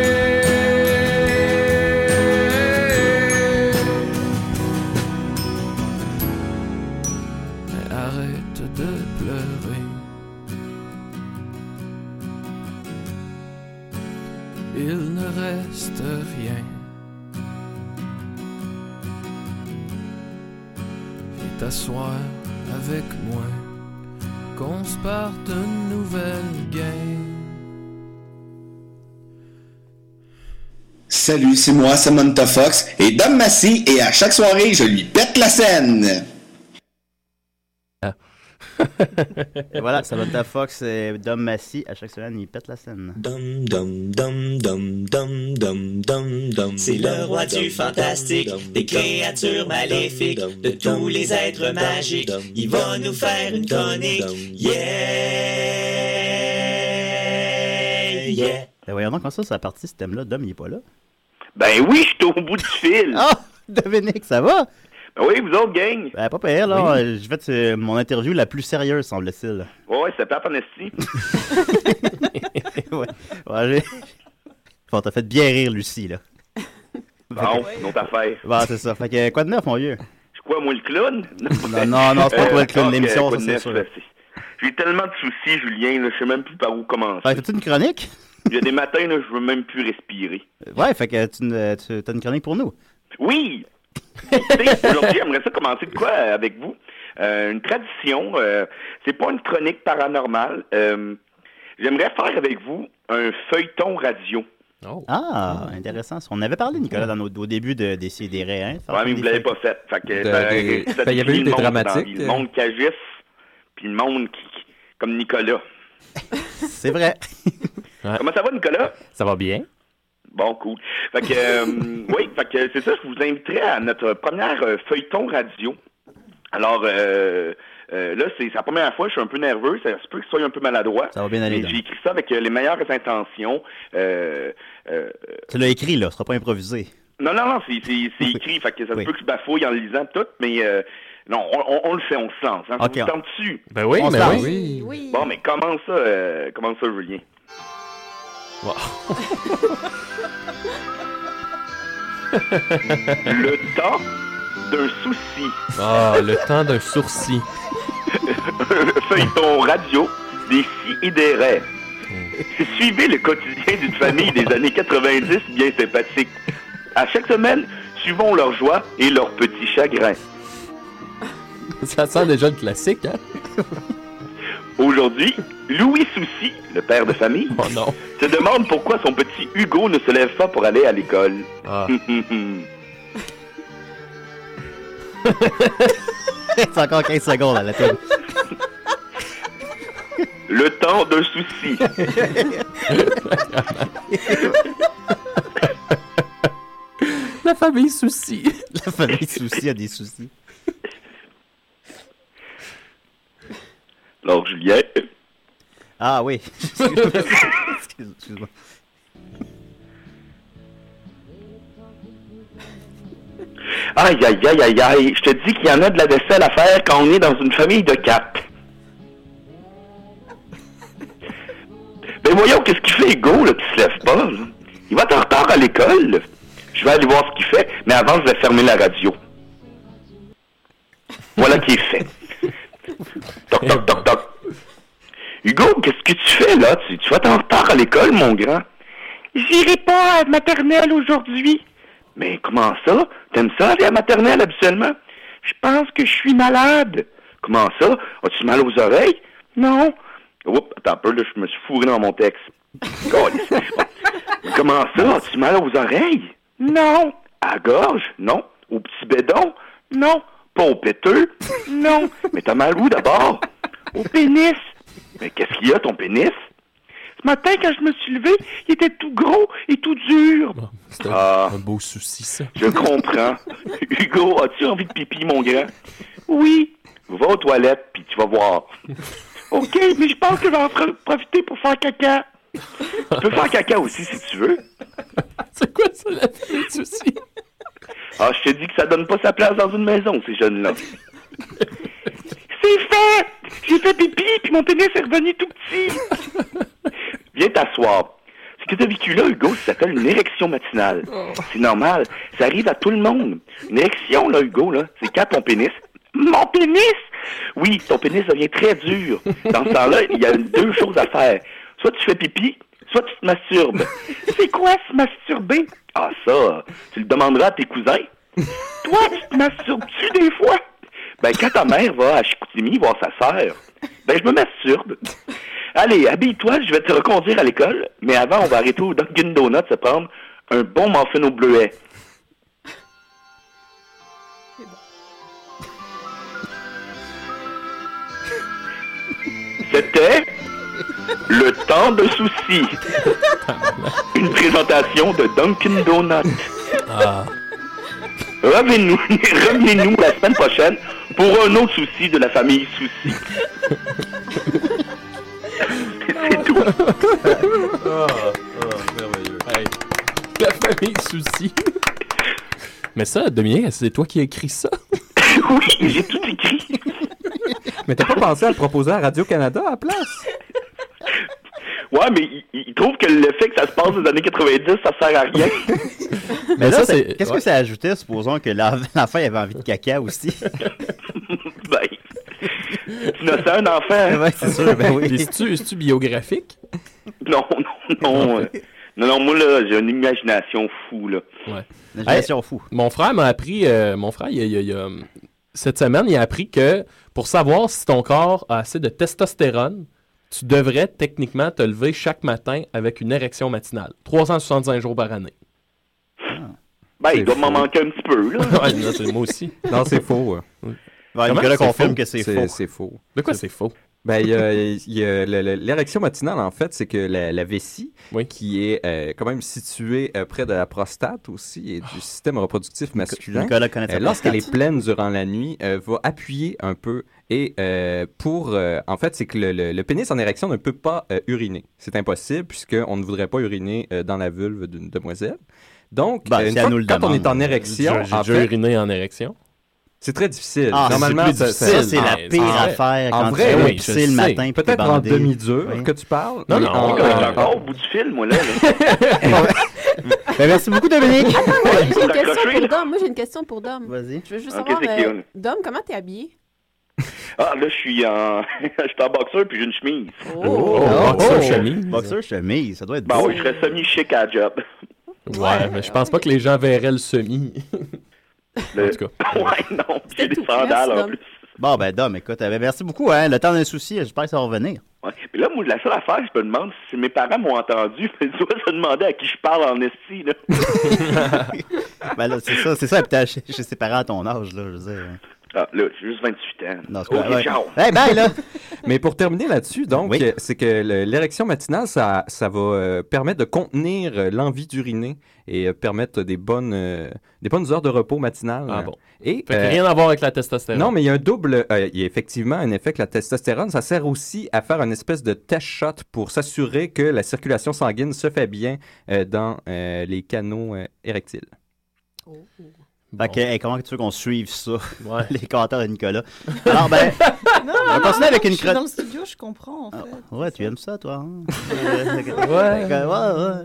[SPEAKER 15] ne reste rien. Viens t'asseoir avec moi, qu'on se parte une nouvelle game.
[SPEAKER 13] Salut, c'est moi, Samantha Fox, et Dom Massy, et à chaque soirée, je lui pète la scène.
[SPEAKER 8] Et voilà, Samantha Fox et Dom Massy, à chaque semaine, ils pètent la scène.
[SPEAKER 13] Dom, dom, dom, dom, dom, dom, dom, dom.
[SPEAKER 16] C'est le roi du fantastique, des créatures maléfiques, de tous les êtres magiques. Il va nous faire une tonique. Yeah! Yeah!
[SPEAKER 8] Ben voyons donc, comment ça, ça a parti ce thème-là? Dom, il est pas là.
[SPEAKER 17] Ben oui, je suis au bout du fil.
[SPEAKER 8] Ah, Dominique, ça va?
[SPEAKER 17] Ben oui, vous autres, gang.
[SPEAKER 8] Ben, pas pire, là. Euh, Je vais te- euh, mon interview la plus sérieuse, semble-t-il.
[SPEAKER 17] Ouais, c'est pas en esti.
[SPEAKER 8] ouais. ouais j'ai- bon, t'as fait bien rire, Lucie, là.
[SPEAKER 17] Bon, une autre affaire.
[SPEAKER 8] Bon, c'est ça. Fait que, quoi de neuf, mon vieux?
[SPEAKER 17] C'est quoi, moi, le clown? Euh,
[SPEAKER 8] Non, non, non, c'est pas toi le clown de
[SPEAKER 17] ok,
[SPEAKER 8] l'émission,
[SPEAKER 17] quoi
[SPEAKER 8] ça,
[SPEAKER 17] de
[SPEAKER 8] c'est
[SPEAKER 17] neuf,
[SPEAKER 8] sûr.
[SPEAKER 17] là, c'est- J'ai tellement de soucis, Julien, là, je sais même plus par où commencer.
[SPEAKER 8] Fait que t'as-tu une chronique?
[SPEAKER 17] Il y a des matins, là, je veux même plus respirer.
[SPEAKER 8] Ouais, fait que tu, ne- tu as une chronique pour nous.
[SPEAKER 17] Oui! Tu sais, Aujourd'hui, j'aimerais ça commencer de quoi euh, avec vous? Euh, une tradition, euh, c'est pas une chronique paranormale. euh, j'aimerais faire avec vous un feuilleton radio.
[SPEAKER 10] Oh.
[SPEAKER 8] Ah, intéressant. ça. On avait parlé, Nicolas, dans nos, au début de, des CDR, hein?
[SPEAKER 17] Ouais, mais vous l'avez pas fait. Fait que ça-
[SPEAKER 8] des-
[SPEAKER 17] ça
[SPEAKER 8] ben, il y avait eu
[SPEAKER 17] divise le
[SPEAKER 8] des
[SPEAKER 17] monde dans la vie.
[SPEAKER 8] dramatiques,
[SPEAKER 17] Le
[SPEAKER 8] euh.
[SPEAKER 17] monde qui agisse, puis le monde qui, qui- comme Nicolas.
[SPEAKER 8] C'est vrai.
[SPEAKER 17] Comment ça va, Nicolas?
[SPEAKER 10] Ça va bien?
[SPEAKER 17] Bon, cool. Fait que, euh, oui, fait que c'est ça, je vous inviterai à notre première euh, feuilleton radio. Alors, euh, euh, là, c'est la première fois, je suis un peu nerveux, ça se peut que je sois un peu maladroit.
[SPEAKER 8] Ça va bien aller,
[SPEAKER 17] mais
[SPEAKER 8] Dan.
[SPEAKER 17] J'ai écrit ça avec euh, les meilleures intentions. Euh, euh,
[SPEAKER 8] Tu l'as écrit, là. Ce sera pas improvisé.
[SPEAKER 17] non, non, non, c'est c'est- c'est écrit, fait que ça se
[SPEAKER 8] Oui.
[SPEAKER 17] peut que je bafouille en le lisant tout, mais euh, non, on, on- on le fait, on se lance. Hein,
[SPEAKER 8] Ok,
[SPEAKER 17] Ça vous
[SPEAKER 8] on-
[SPEAKER 17] tente dessus.
[SPEAKER 10] Ben oui,
[SPEAKER 8] On se
[SPEAKER 10] mais
[SPEAKER 8] lance.
[SPEAKER 10] oui.
[SPEAKER 17] Bon, mais comment ça, euh, comment ça, Julien?
[SPEAKER 10] Wow.
[SPEAKER 17] le temps d'un souci.
[SPEAKER 10] Ah, le temps d'un sourcil.
[SPEAKER 17] Feuilleton radio des si et des rêves. Suivez le quotidien d'une famille des années 90 bien sympathique. À chaque semaine, suivons leur joie et leurs petits chagrins.
[SPEAKER 10] Ça sent déjà le classique, hein?
[SPEAKER 17] Aujourd'hui, Louis Souci, le père de famille, se demande pourquoi son petit Hugo ne se lève pas pour aller à l'école.
[SPEAKER 8] c'est encore 15 secondes à la table.
[SPEAKER 17] Le temps d'un souci.
[SPEAKER 10] La famille souci.
[SPEAKER 8] La famille souci a des soucis.
[SPEAKER 17] Alors, Julien.
[SPEAKER 8] Ah oui. Excuse- Excuse-moi.
[SPEAKER 17] Aïe, aïe, aïe, aïe, aïe. Je te dis qu'il y en a de la vaisselle à faire quand on est dans une famille de quatre. Ben voyons, qu'est-ce qu'il fait, Hugo, là, qui se lève pas? là? Il va être en retard à l'école. Je vais aller voir ce qu'il fait, mais avant, je vais fermer la radio. Voilà qui est fait. Toc, toc, toc, toc. Hugo, qu'est-ce que tu fais, là? Tu, tu vas être en retard à l'école, mon grand. J'irai pas à la maternelle aujourd'hui. Mais comment ça? T'aimes ça aller à la maternelle habituellement? Je pense que je suis malade. Comment ça? As-tu mal aux oreilles? Non. Oups, attends un peu, là, je me suis fourré dans mon texte. Câlisse. comment ça? As-tu mal aux oreilles? Non. À la gorge? Non. Au petit bédon? Non. Pas au péteux? Non. Mais t'as mal où d'abord? Au pénis. Mais qu'est-ce qu'il y a, ton pénis? Ce matin, quand je me suis levé, il était tout gros et tout dur. Ah.
[SPEAKER 10] C'est un, un beau souci, ça.
[SPEAKER 17] Je comprends. Hugo, as-tu envie de pipi, mon grand? Oui. Va aux toilettes, puis tu vas voir. OK, mais je pense que je vais en pre- profiter pour faire caca. Tu peux faire caca aussi, si tu veux.
[SPEAKER 10] C'est quoi ça, la famille souci?
[SPEAKER 17] Ah, je te dis que ça donne pas sa place dans une maison, ces jeunes-là. C'est fait! J'ai fait pipi, puis mon pénis est revenu tout petit. Viens t'asseoir. Ce que t'as vécu là, Hugo, ça s'appelle une érection matinale. C'est normal. Ça arrive à tout le monde. Une érection, là, Hugo, là, c'est quand ton pénis... Mon pénis? Oui, ton pénis devient très dur. Dans ce temps-là, il y a deux choses à faire. Soit tu fais pipi, soit tu te masturbes. C'est quoi se masturber? Ah ça, tu le demanderas à tes cousins. Toi, tu te masturbes-tu des fois? Ben, quand ta mère va à Chicoutimi voir sa sœur, ben, je me masturbe. Allez, habille-toi, je vais te reconduire à l'école, mais avant, on va arrêter au Dunkin' Donuts se prendre un bon muffin au bleuet. C'était le temps de soucis. Une présentation de Dunkin' Donuts. Revenez-nous revenez-nous la semaine prochaine pour un autre souci de la famille Souci. C'est tout. Ah,
[SPEAKER 10] merveilleux. La famille souci. Mais ça, Dominique, c'est toi qui as écrit ça?
[SPEAKER 17] oui, j'ai tout écrit.
[SPEAKER 11] Mais t'as pas pensé à le proposer à Radio-Canada à la place?
[SPEAKER 17] Ouais, mais il, il trouve que le fait que ça se passe des années 90, ça sert à rien.
[SPEAKER 8] Mais
[SPEAKER 17] ça,
[SPEAKER 8] là,
[SPEAKER 17] c'est-
[SPEAKER 8] c'est- qu'est-ce
[SPEAKER 17] ouais.
[SPEAKER 8] que ça ajoutait, supposons que la- l'enfant avait envie de caca aussi?
[SPEAKER 17] ben, tu n'as ça un enfant. hein?
[SPEAKER 8] Ouais, c'est sûr, ben oui.
[SPEAKER 10] Puis c'est-tu c'est-tu biographique?
[SPEAKER 17] Non, non, non. euh, Non, non, moi, là, j'ai une imagination fou, là.
[SPEAKER 10] Ouais.
[SPEAKER 17] Imagination
[SPEAKER 10] Hey, Mon frère m'a appris, euh, mon frère, il, a- il a- il a- cette semaine, il a appris que pour savoir si ton corps a assez de testostérone, tu devrais techniquement te lever chaque matin avec une érection matinale, 365 jours par année.
[SPEAKER 17] Ben, il doit m'en manquer un petit peu, là.
[SPEAKER 10] Ouais, là, c'est- moi aussi.
[SPEAKER 11] Non, c'est faux. hein.
[SPEAKER 10] Ouais,
[SPEAKER 11] Comment? C'est faux.
[SPEAKER 10] C'est
[SPEAKER 11] C'est faux.
[SPEAKER 10] De quoi c'est faux?
[SPEAKER 11] Ben, il y a- il y a le- le- l'érection matinale, en fait, c'est que la, la vessie, qui est euh, quand même située euh, près de la prostate aussi et
[SPEAKER 10] Ah.
[SPEAKER 11] du système reproductif masculin,
[SPEAKER 8] Nicolas connaît sa
[SPEAKER 11] euh, lorsqu'elle
[SPEAKER 8] prostate.
[SPEAKER 11] est pleine durant la nuit, euh, va appuyer un peu. Et euh, pour, euh, en fait, c'est que le, le- le pénis en érection ne peut pas euh, uriner. C'est impossible puisqu'on ne voudrait pas uriner euh, dans la vulve d'une demoiselle. Donc,
[SPEAKER 10] Ben,
[SPEAKER 11] euh, une
[SPEAKER 10] si elle
[SPEAKER 11] fois-
[SPEAKER 10] nous le
[SPEAKER 11] quand on
[SPEAKER 10] demande.
[SPEAKER 11] est en érection,
[SPEAKER 10] J'ai- j'ai
[SPEAKER 11] en
[SPEAKER 10] déjà
[SPEAKER 11] fait-
[SPEAKER 10] uriné en érection.
[SPEAKER 11] c'est très difficile.
[SPEAKER 10] Ah, c'est
[SPEAKER 11] Normalement,
[SPEAKER 10] plus difficile.
[SPEAKER 11] en-
[SPEAKER 10] C'est la pire
[SPEAKER 11] en-
[SPEAKER 10] affaire
[SPEAKER 11] En
[SPEAKER 10] quand
[SPEAKER 11] vrai,
[SPEAKER 10] tu vas
[SPEAKER 11] oui,
[SPEAKER 10] pisser
[SPEAKER 11] je
[SPEAKER 10] le
[SPEAKER 11] sais.
[SPEAKER 10] matin puis t'es
[SPEAKER 11] Peut-être en
[SPEAKER 10] bandé.
[SPEAKER 11] demi-dur
[SPEAKER 10] Oui.
[SPEAKER 11] que tu parles.
[SPEAKER 10] Non,
[SPEAKER 11] mais
[SPEAKER 10] non,
[SPEAKER 11] en-
[SPEAKER 10] on est
[SPEAKER 11] en-
[SPEAKER 17] Encore au bout du film, moi, là. là.
[SPEAKER 8] Ben, merci beaucoup, Dominique.
[SPEAKER 17] Vous
[SPEAKER 9] J'ai une question
[SPEAKER 17] accrochez,
[SPEAKER 9] pour
[SPEAKER 17] là.
[SPEAKER 9] Dom. Moi, j'ai une question pour Dom.
[SPEAKER 8] Vas-y.
[SPEAKER 9] Je veux juste
[SPEAKER 17] Ok,
[SPEAKER 9] savoir,
[SPEAKER 17] c'est qui,
[SPEAKER 9] euh,
[SPEAKER 17] on?
[SPEAKER 9] Dom, comment t'es habillé?
[SPEAKER 17] Ah, là, je suis en... je suis en boxeur, puis j'ai une chemise.
[SPEAKER 10] Oh,
[SPEAKER 8] chemise. Oh, Boxeur chemise, ça doit être
[SPEAKER 17] Ben
[SPEAKER 8] beau.
[SPEAKER 17] oui, je serais semi-chic à la job.
[SPEAKER 10] Ouais, mais je pense pas que les gens verraient le semi.
[SPEAKER 17] Le-
[SPEAKER 10] En tout cas.
[SPEAKER 17] Ouais, non, j'ai des sandales, en plus.
[SPEAKER 8] Bon, ben, Dom, écoute, euh, ben, merci beaucoup. Hein. Le temps d'un souci, j'espère que ça va revenir.
[SPEAKER 17] Ouais. Mais là, moi, la seule affaire, je me demande si mes parents m'ont entendu. Je dois se demander à qui je parle en esti, là.
[SPEAKER 8] ben là, c'est ça, c'est ça, putain, chez, chez ses parents à ton âge, là, je veux dire. hein.
[SPEAKER 17] Ah, là, j'ai juste 28 ans.
[SPEAKER 8] Non,
[SPEAKER 17] Ok, ciao.
[SPEAKER 8] Hein?
[SPEAKER 11] Mais pour terminer là-dessus, donc, euh, c'est que le- l'érection matinale, ça, ça va euh, permettre de contenir euh, l'envie d'uriner et euh, permettre des bonnes, euh, des bonnes heures de repos matinales.
[SPEAKER 10] Ah bon.
[SPEAKER 11] Et, euh,
[SPEAKER 10] Fait que rien à voir avec la testostérone.
[SPEAKER 11] Non, mais il y a un double. euh, il y a effectivement un effet que la testostérone, ça sert aussi à faire une espèce de test shot pour s'assurer que la circulation sanguine se fait bien euh, dans euh, les canaux euh, érectiles.
[SPEAKER 8] Fait que, hey, comment tu veux qu'on suive ça?
[SPEAKER 10] Ouais.
[SPEAKER 8] Les commentaires de Nicolas. Alors, ben, on va continuer avec une
[SPEAKER 12] je
[SPEAKER 8] Ah,
[SPEAKER 12] suis dans le
[SPEAKER 8] chronique.
[SPEAKER 12] studio, je comprends, en fait.
[SPEAKER 8] Ouais, tu aimes ça, toi. hein?
[SPEAKER 12] Ouais.
[SPEAKER 8] Fait que, ouais,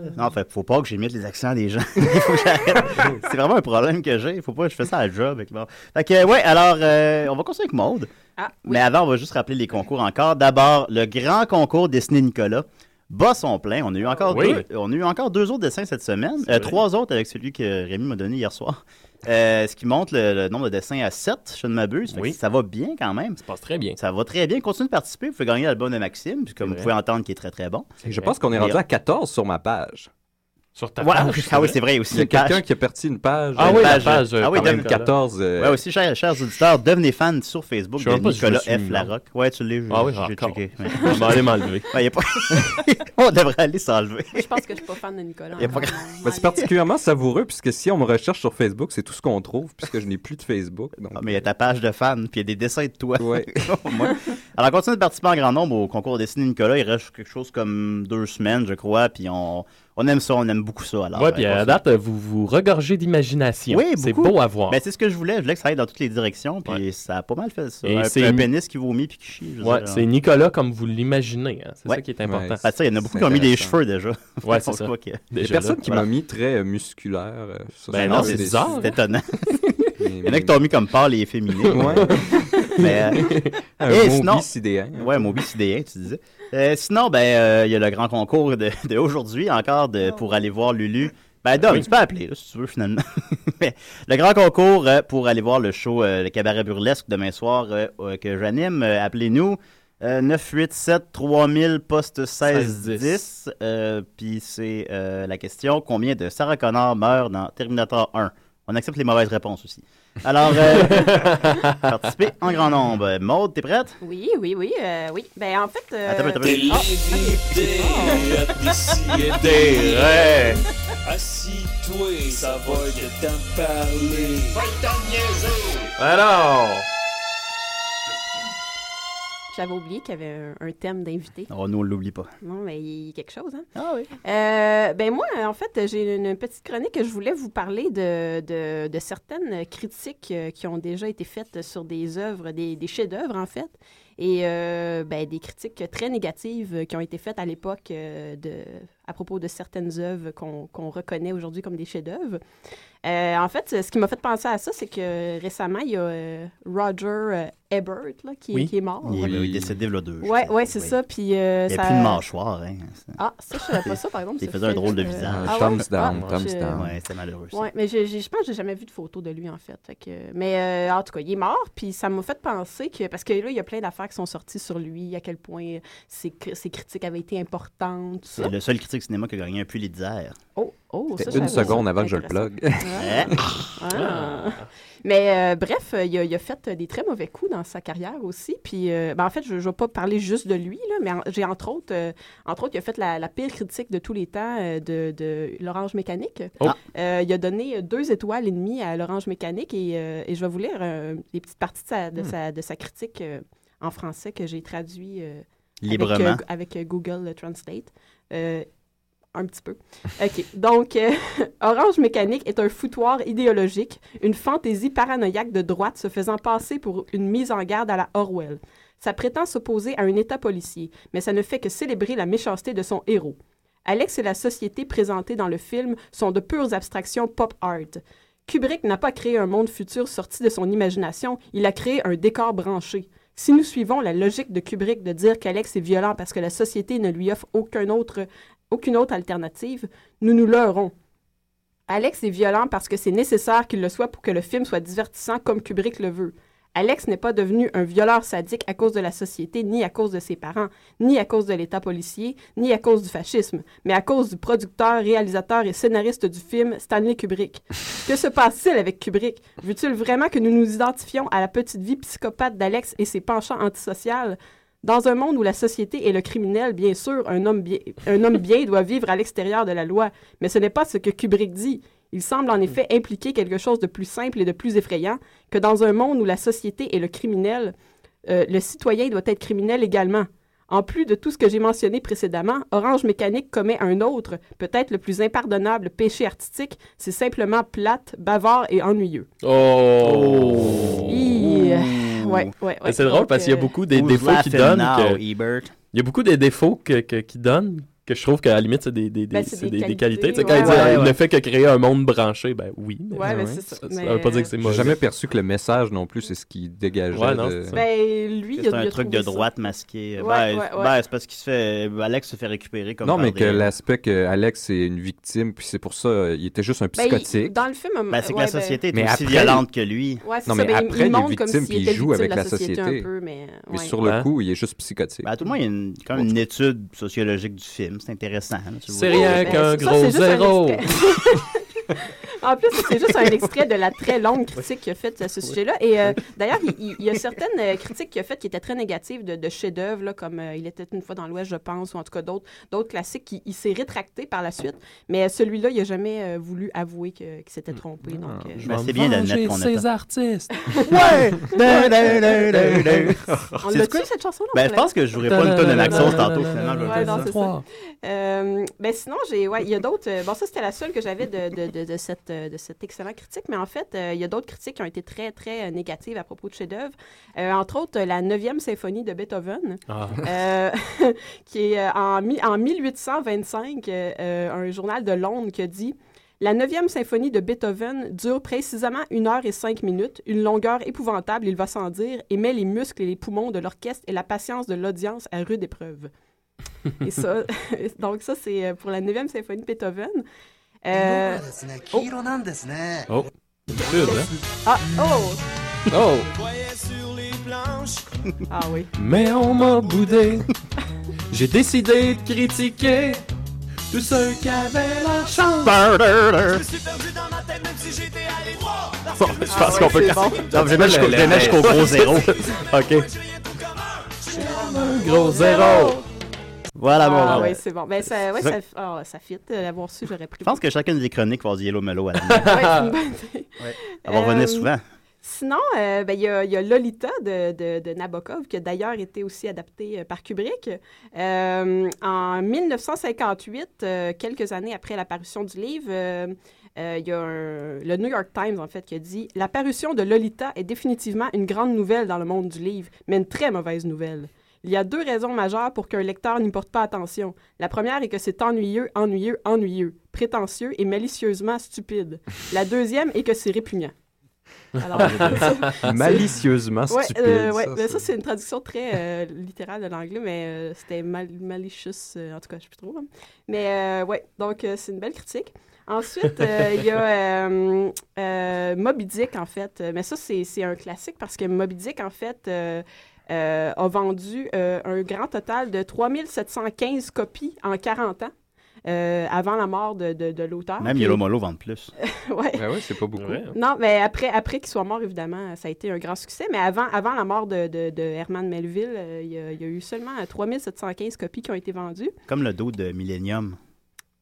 [SPEAKER 8] ouais. Non, fait, faut pas que j'imite les accents des gens. Il faut que j'arrête. C'est vraiment un problème que j'ai. Faut pas que je fasse ça à la job. avec- bon. Fait que, ouais, alors, euh, on va continuer avec Maude. Mais avant, on va juste rappeler les concours encore. D'abord, le grand concours dessiné Nicolas. Bas son plein. On a eu encore,
[SPEAKER 10] Oui.
[SPEAKER 8] deux, on a eu encore deux autres dessins cette semaine. Euh,
[SPEAKER 10] vrai.
[SPEAKER 8] trois autres avec celui que Rémi m'a donné hier soir. Euh, ce qui monte le, le nombre de dessins à 7, je ne m'abuse. Fait que Ça va bien quand même. Ça
[SPEAKER 10] passe très bien.
[SPEAKER 8] Ça va très bien. Continuez de participer. Vous pouvez gagner l'album de Maxime, puis comme vous
[SPEAKER 11] vrai.
[SPEAKER 8] pouvez entendre, qui est très très bon.
[SPEAKER 11] Et je pense qu'on est rendu à 14 sur ma page.
[SPEAKER 10] Sur
[SPEAKER 8] Ouais, ah oui, ah oui, c'est vrai aussi.
[SPEAKER 11] Il y a
[SPEAKER 8] une page.
[SPEAKER 11] quelqu'un qui a parti une page. euh,
[SPEAKER 8] Une
[SPEAKER 11] une
[SPEAKER 8] ah oui,
[SPEAKER 11] quand même
[SPEAKER 8] devenez-
[SPEAKER 11] 14. euh,
[SPEAKER 8] Ouais, aussi, chers, chers auditeurs, devenez fans sur Facebook
[SPEAKER 11] Je
[SPEAKER 8] de
[SPEAKER 11] sais même pas si je
[SPEAKER 8] Nicolas
[SPEAKER 11] me suis
[SPEAKER 8] F.
[SPEAKER 11] mis,
[SPEAKER 8] Larocque. Ouais, tu l'es, je-
[SPEAKER 10] Ah oui,
[SPEAKER 8] j'ai
[SPEAKER 10] encore.
[SPEAKER 8] checké. Ouais.
[SPEAKER 10] On va aller m'enlever.
[SPEAKER 8] Ouais, y a pas- On devrait aller s'enlever.
[SPEAKER 9] Je pense que je suis pas fan de Nicolas. hein.
[SPEAKER 8] Y a pas-
[SPEAKER 9] encore.
[SPEAKER 11] Mais c'est particulièrement savoureux puisque si on me recherche sur Facebook, c'est tout ce qu'on trouve puisque je n'ai plus de Facebook.
[SPEAKER 8] Ah, mais il y a ta page de fan puis il y a des dessins de toi.
[SPEAKER 11] Ouais.
[SPEAKER 8] Au moins. Alors, continuez de participer en grand nombre au concours dessiné Nicolas. Il reste quelque chose comme deux semaines, je crois. Puis on, on aime ça, on aime beaucoup ça. Alors,
[SPEAKER 10] ouais,
[SPEAKER 8] euh,
[SPEAKER 10] puis à la
[SPEAKER 8] continuez.
[SPEAKER 10] date, vous vous regorgez d'imagination.
[SPEAKER 8] Oui,
[SPEAKER 10] c'est
[SPEAKER 8] beaucoup.
[SPEAKER 10] beau à voir.
[SPEAKER 8] Ben, c'est ce que je voulais. Je voulais que ça aille dans toutes les directions. Puis ça a pas mal fait ça.
[SPEAKER 10] Et
[SPEAKER 8] un,
[SPEAKER 10] c'est-
[SPEAKER 8] un pénis qui vomit puis qui chie. je veux
[SPEAKER 10] Ouais,
[SPEAKER 8] dire,
[SPEAKER 10] c'est Nicolas comme vous l'imaginez. hein. C'est
[SPEAKER 8] Ouais.
[SPEAKER 10] ça qui est important.
[SPEAKER 8] Ah, ça, il y en a beaucoup qui ont mis des cheveux déjà.
[SPEAKER 10] Ouais, c'est
[SPEAKER 8] On
[SPEAKER 10] ça.
[SPEAKER 8] voit que-
[SPEAKER 11] Il y a
[SPEAKER 10] Déjà
[SPEAKER 11] personne
[SPEAKER 10] là.
[SPEAKER 11] qui
[SPEAKER 10] Voilà.
[SPEAKER 11] m'a mis très euh, musculaire. euh, ça,
[SPEAKER 8] Ben
[SPEAKER 11] ça
[SPEAKER 8] non,
[SPEAKER 11] me
[SPEAKER 8] c'est
[SPEAKER 11] déçoit.
[SPEAKER 8] bizarre. C'est étonnant. Il y en a qui t'ont mis comme pâle et efféminé.
[SPEAKER 11] Ouais.
[SPEAKER 8] Mais, euh,
[SPEAKER 11] Un hein.
[SPEAKER 8] et
[SPEAKER 11] mot
[SPEAKER 8] sinon-
[SPEAKER 11] bicydéen.
[SPEAKER 8] Ouais, mot bicydéen, tu disais. Euh, sinon, ben, euh, il y a le grand concours d'aujourd'hui de, aujourd'hui encore de, pour aller voir Lulu. Ben, Dom, tu peux appeler, là, si tu veux, finalement. Mais le grand concours euh, pour aller voir le show euh, Le Cabaret Burlesque demain soir euh, euh, que j'anime, euh, appelez-nous. euh, 987 3000 poste 1610. Euh, Puis c'est euh, la question combien de Sarah Connor meurt dans Terminator 1 On accepte les mauvaises réponses aussi. Alors, euh, participez en grand nombre. Maude, t'es prête
[SPEAKER 9] Oui, oui, oui, euh, oui. Ben, en fait. euh,
[SPEAKER 8] Attends, attends, attends.
[SPEAKER 9] Ah, ok.
[SPEAKER 16] Oh.
[SPEAKER 9] Ah.
[SPEAKER 8] Des raies.
[SPEAKER 16] Assis-toi, ça va de t'en parler. Va t'en niaiser!
[SPEAKER 10] Alors!
[SPEAKER 9] J'avais oublié qu'il y avait un, un thème d'invité.
[SPEAKER 8] Oh, nous, on l'oublie pas.
[SPEAKER 9] Non, mais il y a quelque chose, hein?
[SPEAKER 8] Ah oui.
[SPEAKER 9] ben moi, en fait, j'ai une petite chronique que je voulais vous parler de, de, de certaines critiques euh, qui ont déjà été faites sur des œuvres, des, des chefs-d'œuvre, en fait, et euh, ben, des critiques très négatives qui ont été faites à l'époque euh, de, à propos de certaines œuvres qu'on qu'on reconnaît aujourd'hui comme des chefs-d'œuvre. Euh, en fait, ce qui m'a fait penser à ça, c'est que récemment, il y a euh, Roger euh, Ebert là, qui, qui est mort.
[SPEAKER 8] Il est, il est décédé là deux.
[SPEAKER 9] Ouais, ouais, c'est ça. Puis euh,
[SPEAKER 8] Il n'y a
[SPEAKER 9] ça...
[SPEAKER 8] plus de mâchoire. Hein.
[SPEAKER 9] Ah, ça, je savais pas ça, par exemple.
[SPEAKER 8] Il
[SPEAKER 9] ce
[SPEAKER 8] faisait un
[SPEAKER 9] fait
[SPEAKER 8] drôle de
[SPEAKER 9] que-
[SPEAKER 8] visage.
[SPEAKER 9] Ah ouais? Ah, je-
[SPEAKER 8] Ouais, c'est malheureux. ça.
[SPEAKER 9] Ouais, mais je, je- je pense que j'ai jamais vu de photo de lui, en fait. Fait que- Mais euh, en tout cas, il est mort, puis ça m'a fait penser que... Parce que là, il y a plein d'affaires qui sont sorties sur lui, à quel point ses, cri- ses critiques avaient été importantes, tout ça.
[SPEAKER 8] C'est le seul critique cinéma qui a gagné un puits Litzer.
[SPEAKER 9] Oh, oh, ça,
[SPEAKER 8] C'était
[SPEAKER 9] je
[SPEAKER 8] une
[SPEAKER 9] savais pas.
[SPEAKER 8] seconde avant que je le
[SPEAKER 9] Intéressant.
[SPEAKER 8] plug. Hein?
[SPEAKER 9] Ah. Ah. Mais euh, bref, euh, il a, il a fait euh, des très mauvais coups dans sa carrière aussi. Puis, euh, ben, en fait, je ne vais pas parler juste de lui, là, mais en- j'ai entre autres, euh, entre autres, il a fait la, la pire critique de tous les temps euh, de, de l'Orange Mécanique.
[SPEAKER 18] Oh.
[SPEAKER 9] Euh, il a donné deux étoiles et demie à l'Orange Mécanique et, euh, et je vais vous lire euh, des petites parties de sa, de
[SPEAKER 18] Hmm.
[SPEAKER 9] sa, de sa critique euh, en français que j'ai traduit euh, avec,
[SPEAKER 18] Librement.
[SPEAKER 9] euh, avec euh, Google Translate. Euh, un petit peu. OK. Donc, euh, Orange Mécanique est un foutoir idéologique, une fantaisie paranoïaque de droite se faisant passer pour une mise en garde à la Orwell. Ça prétend s'opposer à un État policier, mais ça ne fait que célébrer la méchanceté de son héros. Alex et la société présentée dans le film sont de pures abstractions pop art. Kubrick n'a pas créé un monde futur sorti de son imagination, il a créé un décor branché. Si nous suivons la logique de Kubrick de dire qu'Alex est violent parce que la société ne lui offre aucun autre, aucune autre alternative, nous nous leurrons. Alex est violent parce que c'est nécessaire qu'il le soit pour que le film soit divertissant comme Kubrick le veut. Alex n'est pas devenu un violeur sadique à cause de la société, ni à cause de ses parents, ni à cause de l'État policier, ni à cause du fascisme, mais à cause du producteur, réalisateur et scénariste du film Stanley Kubrick. Que se passe-t-il avec Kubrick? Veut-il vraiment que nous nous identifions à la petite vie psychopathe d'Alex et ses penchants antisociales? Dans un monde où la société est le criminel, bien sûr, un homme bien, un homme bien doit vivre à l'extérieur de la loi. Mais ce n'est pas ce que Kubrick dit. Il semble en effet impliquer quelque chose de plus simple et de plus effrayant que dans un monde où la société est le criminel, euh, le citoyen doit être criminel également. En plus de tout ce que j'ai mentionné précédemment, Orange Mécanique commet un autre, peut-être le plus impardonnable péché artistique, c'est simplement plate, bavard et ennuyeux.
[SPEAKER 10] Oh!
[SPEAKER 9] Hi. Ouais, ouais, ouais.
[SPEAKER 10] Et c'est drôle
[SPEAKER 9] Donc,
[SPEAKER 10] parce qu'il y a
[SPEAKER 9] euh,
[SPEAKER 10] beaucoup des
[SPEAKER 8] Who's
[SPEAKER 10] défauts qui
[SPEAKER 8] laughing
[SPEAKER 10] donnent.
[SPEAKER 8] now,
[SPEAKER 10] que- Il y a beaucoup des défauts que, que- qui donnent que je trouve qu'à la limite, c'est des, des, des-
[SPEAKER 9] Ben, c'est
[SPEAKER 10] c'est
[SPEAKER 9] des
[SPEAKER 10] des- des
[SPEAKER 9] qualités,
[SPEAKER 10] qualités. Tu sais, Quand
[SPEAKER 9] ouais,
[SPEAKER 10] il dit, euh,
[SPEAKER 9] ouais,
[SPEAKER 10] il
[SPEAKER 9] ouais.
[SPEAKER 10] ne fait que créer un monde branché, ben oui.
[SPEAKER 9] Ouais, ben, c'est ça. Mais,
[SPEAKER 10] veut pas dire que c'est
[SPEAKER 11] euh, J'ai
[SPEAKER 10] mauvais.
[SPEAKER 11] jamais perçu que le message non plus, c'est ce qui dégageait.
[SPEAKER 10] Ouais, non,
[SPEAKER 11] de-
[SPEAKER 10] c'est
[SPEAKER 9] Ben, lui, il
[SPEAKER 8] C'est
[SPEAKER 9] a-
[SPEAKER 8] un
[SPEAKER 9] il a
[SPEAKER 8] truc
[SPEAKER 9] trouvé
[SPEAKER 8] de
[SPEAKER 9] ça.
[SPEAKER 8] droite masqué.
[SPEAKER 9] Ouais,
[SPEAKER 8] ben,
[SPEAKER 9] ouais, ouais.
[SPEAKER 8] ben, c'est parce qu'il se fait. Alex se fait récupérer comme.
[SPEAKER 11] non,
[SPEAKER 8] par
[SPEAKER 11] mais
[SPEAKER 8] des-
[SPEAKER 11] que l'aspect que Alex est une victime, puis c'est pour ça, euh, il était juste un
[SPEAKER 9] Ben, il-
[SPEAKER 11] psychotique.
[SPEAKER 9] dans le film, euh,
[SPEAKER 8] Ben, c'est que
[SPEAKER 9] ouais,
[SPEAKER 8] la société
[SPEAKER 11] Mais
[SPEAKER 8] est aussi
[SPEAKER 11] après-
[SPEAKER 8] violente que lui.
[SPEAKER 9] Ouais, c'est ça,
[SPEAKER 11] non,
[SPEAKER 9] ben,
[SPEAKER 11] mais
[SPEAKER 9] il- il
[SPEAKER 11] après, il,
[SPEAKER 9] montre
[SPEAKER 11] est
[SPEAKER 9] comme
[SPEAKER 11] victime,
[SPEAKER 9] s'il
[SPEAKER 11] puis il
[SPEAKER 9] était
[SPEAKER 11] joue
[SPEAKER 9] victime
[SPEAKER 11] avec
[SPEAKER 9] de
[SPEAKER 11] la
[SPEAKER 9] la société
[SPEAKER 11] société.
[SPEAKER 9] un peu, mais, euh, ouais.
[SPEAKER 11] sur le
[SPEAKER 8] Hein?
[SPEAKER 11] coup, il est juste psychotique.
[SPEAKER 8] Ben, à tout le moins, il y a une- quand même une étude sociologique du film. C'est intéressant. là, tu
[SPEAKER 10] C'est
[SPEAKER 8] vois.
[SPEAKER 10] rien
[SPEAKER 9] Ben, qu'un ça, gros c'est juste un zéro. En plus, c'est juste un extrait de la très longue critique qu'il a faite à ce sujet-là. Et euh, d'ailleurs, il, il- il y a certaines euh, critiques qu'il a faites qui étaient très négatives de, de chefs-d'œuvre, là, comme euh, Il était une fois dans l'Ouest, je pense, ou en tout cas d'autres, d'autres classiques. qui- Il, s'est rétracté par la suite, mais euh, celui-là, il n'a jamais euh, voulu avouer que- qu'il s'était trompé. Donc, euh,
[SPEAKER 8] Ben, c'est bien d'admettre qu'on
[SPEAKER 10] ces
[SPEAKER 8] attend.
[SPEAKER 10] artistes.
[SPEAKER 8] Ouais! Dun, dun, dun, dun, dun.
[SPEAKER 9] On
[SPEAKER 8] C'est
[SPEAKER 9] l'a
[SPEAKER 8] quoi?
[SPEAKER 9] tué, cette chanson-là, on
[SPEAKER 8] Ben, je
[SPEAKER 9] l'a-
[SPEAKER 8] pense que je jouerai pas une tonne de Naxos tantôt, finalement. je vais
[SPEAKER 9] Ouais,
[SPEAKER 8] faire
[SPEAKER 9] non,
[SPEAKER 8] ça.
[SPEAKER 9] c'est ça. Euh, ben sinon, j'ai, ouais, il y a d'autres. euh, bon, ça, c'était la seule que j'avais de, de, de, de cette, euh, de cette excellente critique, mais en fait, euh, il y a d'autres critiques qui ont été très, très euh, négatives à propos de chefs-d'œuvre. Euh, entre autres, euh, la 9e symphonie de Beethoven,
[SPEAKER 18] Ah.
[SPEAKER 9] euh, qui est euh, en, mi- en 1825, euh, euh, un journal de Londres qui a dit. La neuvième symphonie de Beethoven dure précisément une heure et cinq minutes, une longueur épouvantable, il va sans dire, et met les muscles et les poumons de l'orchestre et la patience de l'audience à rude épreuve. Et ça, donc ça, c'est euh, pour la neuvième symphonie de Beethoven. Euh, oh.
[SPEAKER 10] Oh. Pub, hein?
[SPEAKER 9] Ah, oh!
[SPEAKER 10] Oh!
[SPEAKER 9] Ah oui.
[SPEAKER 10] Mais on m'a boudé. J'ai décidé de critiquer tous ceux qui avaient la chance.
[SPEAKER 8] Je me
[SPEAKER 10] suis
[SPEAKER 1] perdu dans ma tête, même si j'étais allé droit.
[SPEAKER 9] Ah
[SPEAKER 10] Bon, je pense
[SPEAKER 19] Ah
[SPEAKER 10] qu'on peut
[SPEAKER 8] Non, je vais mettre jusqu'au- je vais mettre jusqu'au gros zéro.
[SPEAKER 10] OK. Gros zéro.
[SPEAKER 8] Voilà, mon
[SPEAKER 9] Ah
[SPEAKER 8] gars.
[SPEAKER 9] oui, c'est bon. Ben, ça, ouais,
[SPEAKER 8] C'est-
[SPEAKER 9] ça, ah, ça fit. Euh, L'avoir su, j'aurais pris.
[SPEAKER 8] Je pense que chacune des chroniques va dire Yellow Mellow à la
[SPEAKER 9] Ouais, c'est une bonne idée.
[SPEAKER 8] Elle va revenir
[SPEAKER 9] Euh,
[SPEAKER 8] souvent.
[SPEAKER 9] Sinon, euh, ben, il y, a- il y a Lolita de, de- de Nabokov, qui a d'ailleurs été aussi adapté euh, par Kubrick. Euh, en 1958, euh, quelques années après la parution du livre, euh, euh, il y a un- le New York Times, en fait, qui a dit « La parution de Lolita est définitivement une grande nouvelle dans le monde du livre, mais une très mauvaise nouvelle. » Il y a deux raisons majeures pour qu'un lecteur n'y porte pas attention. La première est que c'est ennuyeux, ennuyeux, ennuyeux, prétentieux et malicieusement stupide. La deuxième est que c'est répugnant.
[SPEAKER 11] Ah, Malicieusement
[SPEAKER 9] Ouais,
[SPEAKER 11] stupide.
[SPEAKER 9] euh, ouais,
[SPEAKER 11] ça,
[SPEAKER 9] mais ça,
[SPEAKER 11] ça.
[SPEAKER 9] c'est une traduction très euh, littérale de l'anglais, mais euh, c'était mal- malicious, euh, en tout cas, je sais plus trop. hein. Mais euh, ouais, donc euh, c'est une belle critique. Ensuite, euh, il y a euh, euh, Moby Dick, en fait. Euh, Mais ça, c'est c'est un classique parce que Moby Dick, en fait, euh, euh, a vendu euh, un grand total de 3715 copies en 40 ans euh, avant la mort de, de- de l'auteur.
[SPEAKER 8] Même
[SPEAKER 9] Puis-
[SPEAKER 8] Yellow Mellow vend plus.
[SPEAKER 9] Ah, Ouais.
[SPEAKER 11] Ben ouais, c'est pas beaucoup.
[SPEAKER 10] hein.
[SPEAKER 9] Non, mais après, après qu'il soit mort, évidemment, ça a été un grand succès. Mais avant, avant la mort de, de, de Herman Melville, euh, il y, a- il y a eu seulement euh, 3715 copies qui ont été vendues.
[SPEAKER 8] Comme le dos de Millennium.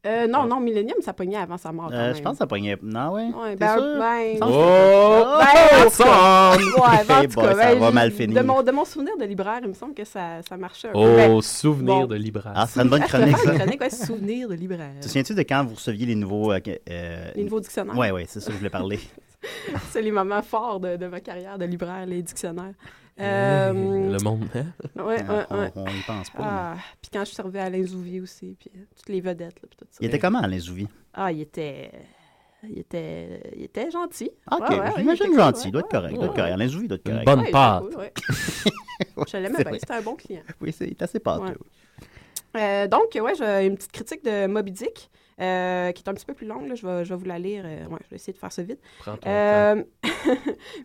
[SPEAKER 9] Euh, non, non, Millennium, ça pognait avant sa mort. Ah, quand
[SPEAKER 8] Euh,
[SPEAKER 9] même.
[SPEAKER 8] je pense que ça pognait. Non, ouais.
[SPEAKER 9] Ouais,
[SPEAKER 8] T'es
[SPEAKER 9] ben,
[SPEAKER 8] sûr?
[SPEAKER 9] ben-
[SPEAKER 8] Ça me semble
[SPEAKER 9] Oh,
[SPEAKER 8] que-
[SPEAKER 9] ben, en tout cas-
[SPEAKER 8] Ensemble!
[SPEAKER 9] Ouais, ben, en
[SPEAKER 8] Hey
[SPEAKER 9] tout
[SPEAKER 8] boy,
[SPEAKER 9] cas,
[SPEAKER 8] ça
[SPEAKER 9] ben,
[SPEAKER 8] va mal
[SPEAKER 9] je-
[SPEAKER 8] finir.
[SPEAKER 9] De mon, de mon souvenir de libraire, il me semble que ça, ça marchait un peu.
[SPEAKER 10] Oh,
[SPEAKER 9] Ben,
[SPEAKER 10] souvenir
[SPEAKER 9] bon.
[SPEAKER 10] de Libra.
[SPEAKER 8] Ah, c'est une bonne chronique,
[SPEAKER 9] Faire
[SPEAKER 8] ça.
[SPEAKER 9] une chronique, ouais, souvenir de libraire.
[SPEAKER 8] Te souviens-tu de quand vous receviez les nouveaux... euh, euh,
[SPEAKER 9] ben, Les nouveaux dictionnaires.
[SPEAKER 8] Ouais, ouais, c'est ça que je voulais parler.
[SPEAKER 9] C'est les moments forts de, de ma carrière de libraire, les dictionnaires. Euh,
[SPEAKER 10] Mmh, Le monde, hein?
[SPEAKER 9] Ouais,
[SPEAKER 8] Euh,
[SPEAKER 9] ouais,
[SPEAKER 8] on-
[SPEAKER 9] ouais.
[SPEAKER 8] on y pense pas,
[SPEAKER 9] Ah, Puis quand je servais à Alain Zouvier aussi, puis euh, toutes les vedettes, là, puis tout ça.
[SPEAKER 8] Il était comment, Alain Zouvi?
[SPEAKER 9] Ah, il était. Il était, il était gentil.
[SPEAKER 8] Ah,
[SPEAKER 9] Ouais,
[SPEAKER 8] OK,
[SPEAKER 9] ouais, ouais, il était
[SPEAKER 8] j'imagine
[SPEAKER 9] cool,
[SPEAKER 8] gentil.
[SPEAKER 9] ouais,
[SPEAKER 8] il doit être correct, il doit être
[SPEAKER 9] ouais.
[SPEAKER 8] correct. Alain Zouvi doit être
[SPEAKER 10] Une
[SPEAKER 8] correct.
[SPEAKER 10] bonne
[SPEAKER 9] Ouais, il était
[SPEAKER 10] pâte.
[SPEAKER 9] cool, ouais. Je l'aimais
[SPEAKER 8] C'est
[SPEAKER 9] bien,
[SPEAKER 8] vrai.
[SPEAKER 9] c'était un bon client.
[SPEAKER 8] Oui, c'est il est assez pâteux.
[SPEAKER 9] Ouais. Euh, donc, ouais, j'ai une petite critique de Moby Dick, euh, qui est un petit peu plus longue. là. Je, vais, je vais vous la lire. euh, ouais, je vais essayer de faire ça vite.
[SPEAKER 10] Prends ton
[SPEAKER 9] Euh,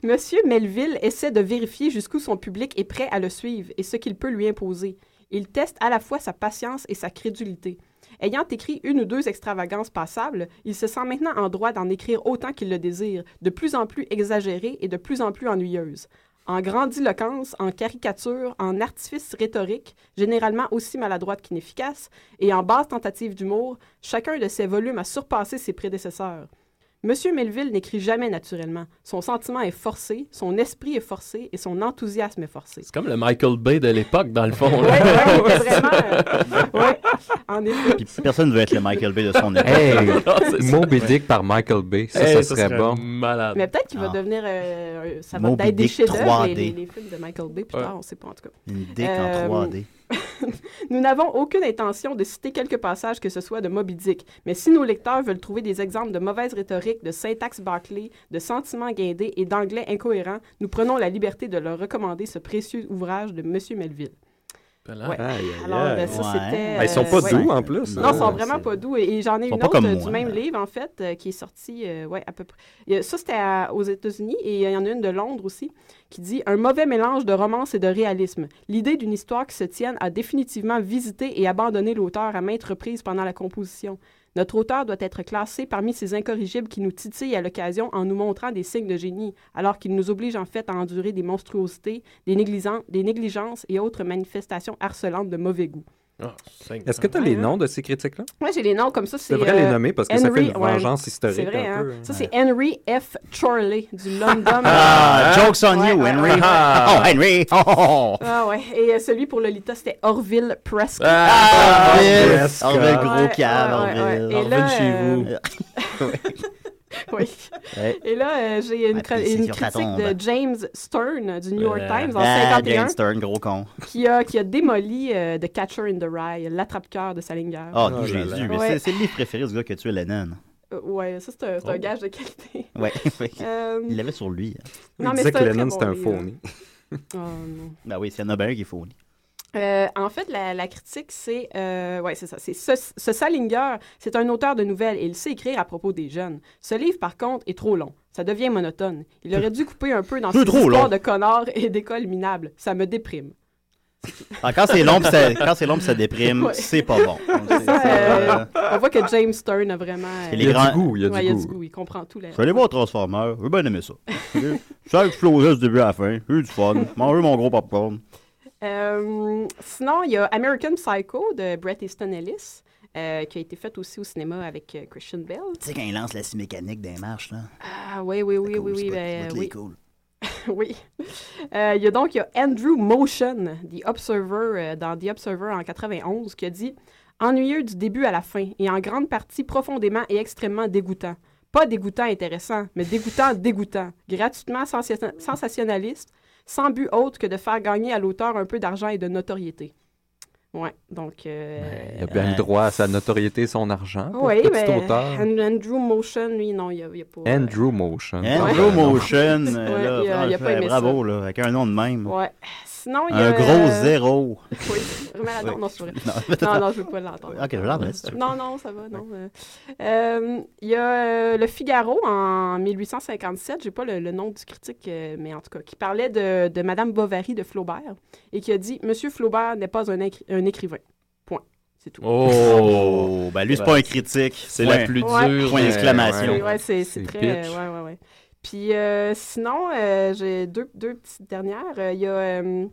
[SPEAKER 9] Monsieur Melville essaie de vérifier jusqu'où son public est prêt à le suivre et ce qu'il peut lui imposer. Il teste à la fois sa patience et sa crédulité. Ayant écrit une ou deux extravagances passables, il se sent maintenant en droit d'en écrire autant qu'il le désire, de plus en plus exagérées et de plus en plus ennuyeuses. En grandiloquence, en caricature, en artifice rhétorique, généralement aussi maladroite qu'inefficace, et en basse tentative d'humour, chacun de ses volumes a surpassé ses prédécesseurs. Monsieur Melville n'écrit jamais naturellement. Son sentiment est forcé, son esprit est forcé et son enthousiasme est forcé.
[SPEAKER 10] C'est comme le Michael Bay de l'époque, dans le fond. là.
[SPEAKER 9] C'est vraiment. euh, ouais, en effet.
[SPEAKER 8] Puis personne ne veut être le Michael Bay de son époque.
[SPEAKER 11] Hey,
[SPEAKER 10] c'est ça.
[SPEAKER 11] Moby Dick par Michael Bay, ça,
[SPEAKER 10] Hey,
[SPEAKER 11] ça,
[SPEAKER 10] Eh, ça
[SPEAKER 11] serait,
[SPEAKER 10] serait
[SPEAKER 11] bon.
[SPEAKER 10] Malade.
[SPEAKER 9] Mais peut-être qu'il va
[SPEAKER 11] Ah.
[SPEAKER 9] devenir. euh, un- ça va
[SPEAKER 11] Moby
[SPEAKER 9] peut-être des
[SPEAKER 11] Dick
[SPEAKER 9] chefs-d'œuvre, les,
[SPEAKER 11] 3D.
[SPEAKER 9] les- les films de Michael Bay plus
[SPEAKER 11] Ouais.
[SPEAKER 9] tard, on ne sait pas en tout cas.
[SPEAKER 8] Une dick
[SPEAKER 9] Euh,
[SPEAKER 8] en 3D.
[SPEAKER 9] Nous n'avons aucune intention de citer quelques passages que ce soit de Moby Dick, mais si nos lecteurs veulent trouver des exemples de mauvaise rhétorique, de syntaxe bâclée, de sentiments guindés et d'anglais incohérent, nous prenons la liberté de leur recommander ce précieux ouvrage de Monsieur Melville.
[SPEAKER 10] Voilà.
[SPEAKER 9] Ouais.
[SPEAKER 10] Aïe, aïe,
[SPEAKER 9] Alors,
[SPEAKER 10] aïe.
[SPEAKER 9] ben, ça,
[SPEAKER 10] Ouais.
[SPEAKER 9] c'était.
[SPEAKER 10] Ah, ils sont pas
[SPEAKER 9] euh,
[SPEAKER 10] doux, en plus,
[SPEAKER 9] Non,
[SPEAKER 10] hein.
[SPEAKER 9] ils sont vraiment
[SPEAKER 10] C'est-
[SPEAKER 9] pas doux. Et, et j'en ai
[SPEAKER 10] Ils
[SPEAKER 9] une
[SPEAKER 10] sont pas
[SPEAKER 9] autre
[SPEAKER 10] comme
[SPEAKER 9] euh,
[SPEAKER 10] moi,
[SPEAKER 9] du même
[SPEAKER 10] là.
[SPEAKER 9] livre, en fait, euh, qui est sortie, euh, ouais, à peu près. Il y a- Ça, c'était à- aux États-Unis et il y en a une de Londres aussi qui dit Un mauvais mélange de romance et de réalisme. L'idée d'une histoire qui se tienne a définitivement visité et abandonné l'auteur à maintes reprises pendant la composition. Notre auteur doit être classé parmi ces incorrigibles qui nous titillent à l'occasion en nous montrant des signes de génie, alors qu'ils nous obligent en fait à endurer des monstruosités, des, négligen- des négligences et autres manifestations harcelantes de mauvais goût.
[SPEAKER 11] Est-ce que tu as
[SPEAKER 9] hein.
[SPEAKER 11] les noms de ces critiques-là?
[SPEAKER 9] Moi, j'ai les noms comme ça. C'est euh,
[SPEAKER 11] devrais les nommer parce que ça fait une vengeance historique
[SPEAKER 9] C'est vrai,
[SPEAKER 11] un
[SPEAKER 9] hein.
[SPEAKER 11] peu, hein.
[SPEAKER 9] Ça, c'est Henry F. Chorley du London.
[SPEAKER 8] Ah, jokes on you, Henry. Oh, Henry.
[SPEAKER 9] Euh,
[SPEAKER 8] Oh, oh, oh.
[SPEAKER 9] Ah ouais, et euh, celui pour Lolita, c'était Orville Prescott.
[SPEAKER 8] Ah, Orville,
[SPEAKER 10] Presque.
[SPEAKER 8] Orville, gros
[SPEAKER 9] Ouais,
[SPEAKER 8] cave,
[SPEAKER 9] ouais, ouais,
[SPEAKER 8] Orville.
[SPEAKER 9] ouais. Et là, euh, Oui.
[SPEAKER 8] Ouais.
[SPEAKER 9] Et là, euh, j'ai une,
[SPEAKER 8] Ouais,
[SPEAKER 9] cro-
[SPEAKER 8] puis c'est
[SPEAKER 9] une
[SPEAKER 8] sur ta
[SPEAKER 9] critique
[SPEAKER 8] tombe.
[SPEAKER 9] de James Stern du New York
[SPEAKER 8] Euh,
[SPEAKER 9] Times en
[SPEAKER 8] ah,
[SPEAKER 9] 51
[SPEAKER 8] James Stern, gros con.
[SPEAKER 9] qui a, qui a démoli euh, The Catcher in the Rye, l'attrape-cœur de Salinger.
[SPEAKER 8] Ah,
[SPEAKER 11] Oh
[SPEAKER 8] d'où
[SPEAKER 11] là
[SPEAKER 8] Jésus.
[SPEAKER 11] là.
[SPEAKER 8] mais
[SPEAKER 9] Ouais.
[SPEAKER 8] c'est- C'est le livre préféré du gars que tu es, Lennon.
[SPEAKER 9] Euh, ouais, ça, c'est un, c'est un
[SPEAKER 8] Oh.
[SPEAKER 9] gage de qualité.
[SPEAKER 8] Ouais, ouais.
[SPEAKER 9] Euh,
[SPEAKER 8] il l'avait sur lui. hein.
[SPEAKER 9] Il non, mais disait c'est que un Lennon, très bon c'était un livre. Oh, non.
[SPEAKER 8] Ben oui, s'il y en a bien un qui est fourni.
[SPEAKER 9] Euh, en fait, la, la critique, c'est. euh, ouais, c'est ça. C'est ce, ce Salinger, c'est un auteur de nouvelles et il sait écrire à propos des jeunes. Ce livre, par contre, est trop long. Ça devient monotone. Il aurait dû couper un peu dans
[SPEAKER 8] C'est
[SPEAKER 9] cette
[SPEAKER 8] trop
[SPEAKER 9] histoire
[SPEAKER 8] long.
[SPEAKER 9] de connards et d'école minable. Ça me déprime.
[SPEAKER 8] Ah, quand c'est long, pis ça, quand c'est long, pis ça déprime,
[SPEAKER 9] Ouais.
[SPEAKER 8] c'est pas bon.
[SPEAKER 9] Euh, on voit que James Stern a vraiment.
[SPEAKER 8] Et les Il y a grands- du goût, il y a du
[SPEAKER 9] Ouais,
[SPEAKER 8] goût.
[SPEAKER 9] Il comprend tout. la-
[SPEAKER 8] Je suis allé voir Transformers, j'ai bien aimé ça. J'ai- Ça explosé du début à la fin, j'ai eu du fun, mangé mon gros popcorn.
[SPEAKER 9] Euh, sinon, il y a American Psycho de Bret Easton Ellis, euh, qui a été fait aussi au cinéma avec euh, Christian Bale.
[SPEAKER 8] Tu sais, quand il lance la scie mécanique des marches, là.
[SPEAKER 9] Ah oui, oui, oui, oui, oui.
[SPEAKER 8] c'est pas-
[SPEAKER 9] ben,
[SPEAKER 8] votre
[SPEAKER 9] oui.
[SPEAKER 8] lit cool.
[SPEAKER 9] oui. Euh, il y a donc il y a Andrew Motion, The Observer, euh, dans The Observer en 91, qui a dit « Ennuyeux du début à la fin et en grande partie profondément et extrêmement dégoûtant. Pas dégoûtant intéressant, mais dégoûtant dégoûtant. Gratuitement sensa- sensationnaliste, sans but autre que de faire gagner à l'auteur un peu d'argent et de notoriété. » Ouais, donc... euh,
[SPEAKER 11] Il a bien le droit à sa notoriété et son argent. pour
[SPEAKER 9] oui,
[SPEAKER 11] petit
[SPEAKER 9] mais
[SPEAKER 11] auteur.
[SPEAKER 9] An- Andrew Motion, lui, non, il n'y a, il y a pas...
[SPEAKER 11] Andrew Motion. Ah,
[SPEAKER 8] Andrew
[SPEAKER 11] Ouais.
[SPEAKER 8] Motion, euh,
[SPEAKER 9] Ouais,
[SPEAKER 8] là,
[SPEAKER 9] il a- il a pas
[SPEAKER 8] franchement,
[SPEAKER 9] aimé
[SPEAKER 8] bravo, là, avec un nom de même.
[SPEAKER 9] Ouais. Sinon, il y a... euh,
[SPEAKER 8] Un gros zéro.
[SPEAKER 9] Oui, remets la
[SPEAKER 8] Oui.
[SPEAKER 9] non, c'est vrai.
[SPEAKER 8] Non,
[SPEAKER 9] Non, non, je veux pas l'entendre.
[SPEAKER 8] Ok, je vais la remettre, si tu veux.
[SPEAKER 9] Non, non, ça va, non. euh. Euh, Il y a euh, Le Figaro en 1857, j'ai pas le, le nom du critique, euh, mais en tout cas, qui parlait de, de Madame Bovary de Flaubert et qui a dit « Monsieur Flaubert n'est pas un, écri- un écrivain. » Point. C'est tout.
[SPEAKER 8] Oh, ben lui, c'est pas un critique.
[SPEAKER 10] C'est
[SPEAKER 8] Point.
[SPEAKER 10] la plus
[SPEAKER 9] Ouais.
[SPEAKER 10] dure.
[SPEAKER 8] Point
[SPEAKER 10] euh,
[SPEAKER 8] d'exclamation.
[SPEAKER 9] Ouais, c'est c'est très... euh, ouais, ouais, ouais. Puis euh, sinon, euh, j'ai deux, deux petites dernières. Euh, Il y a, euh,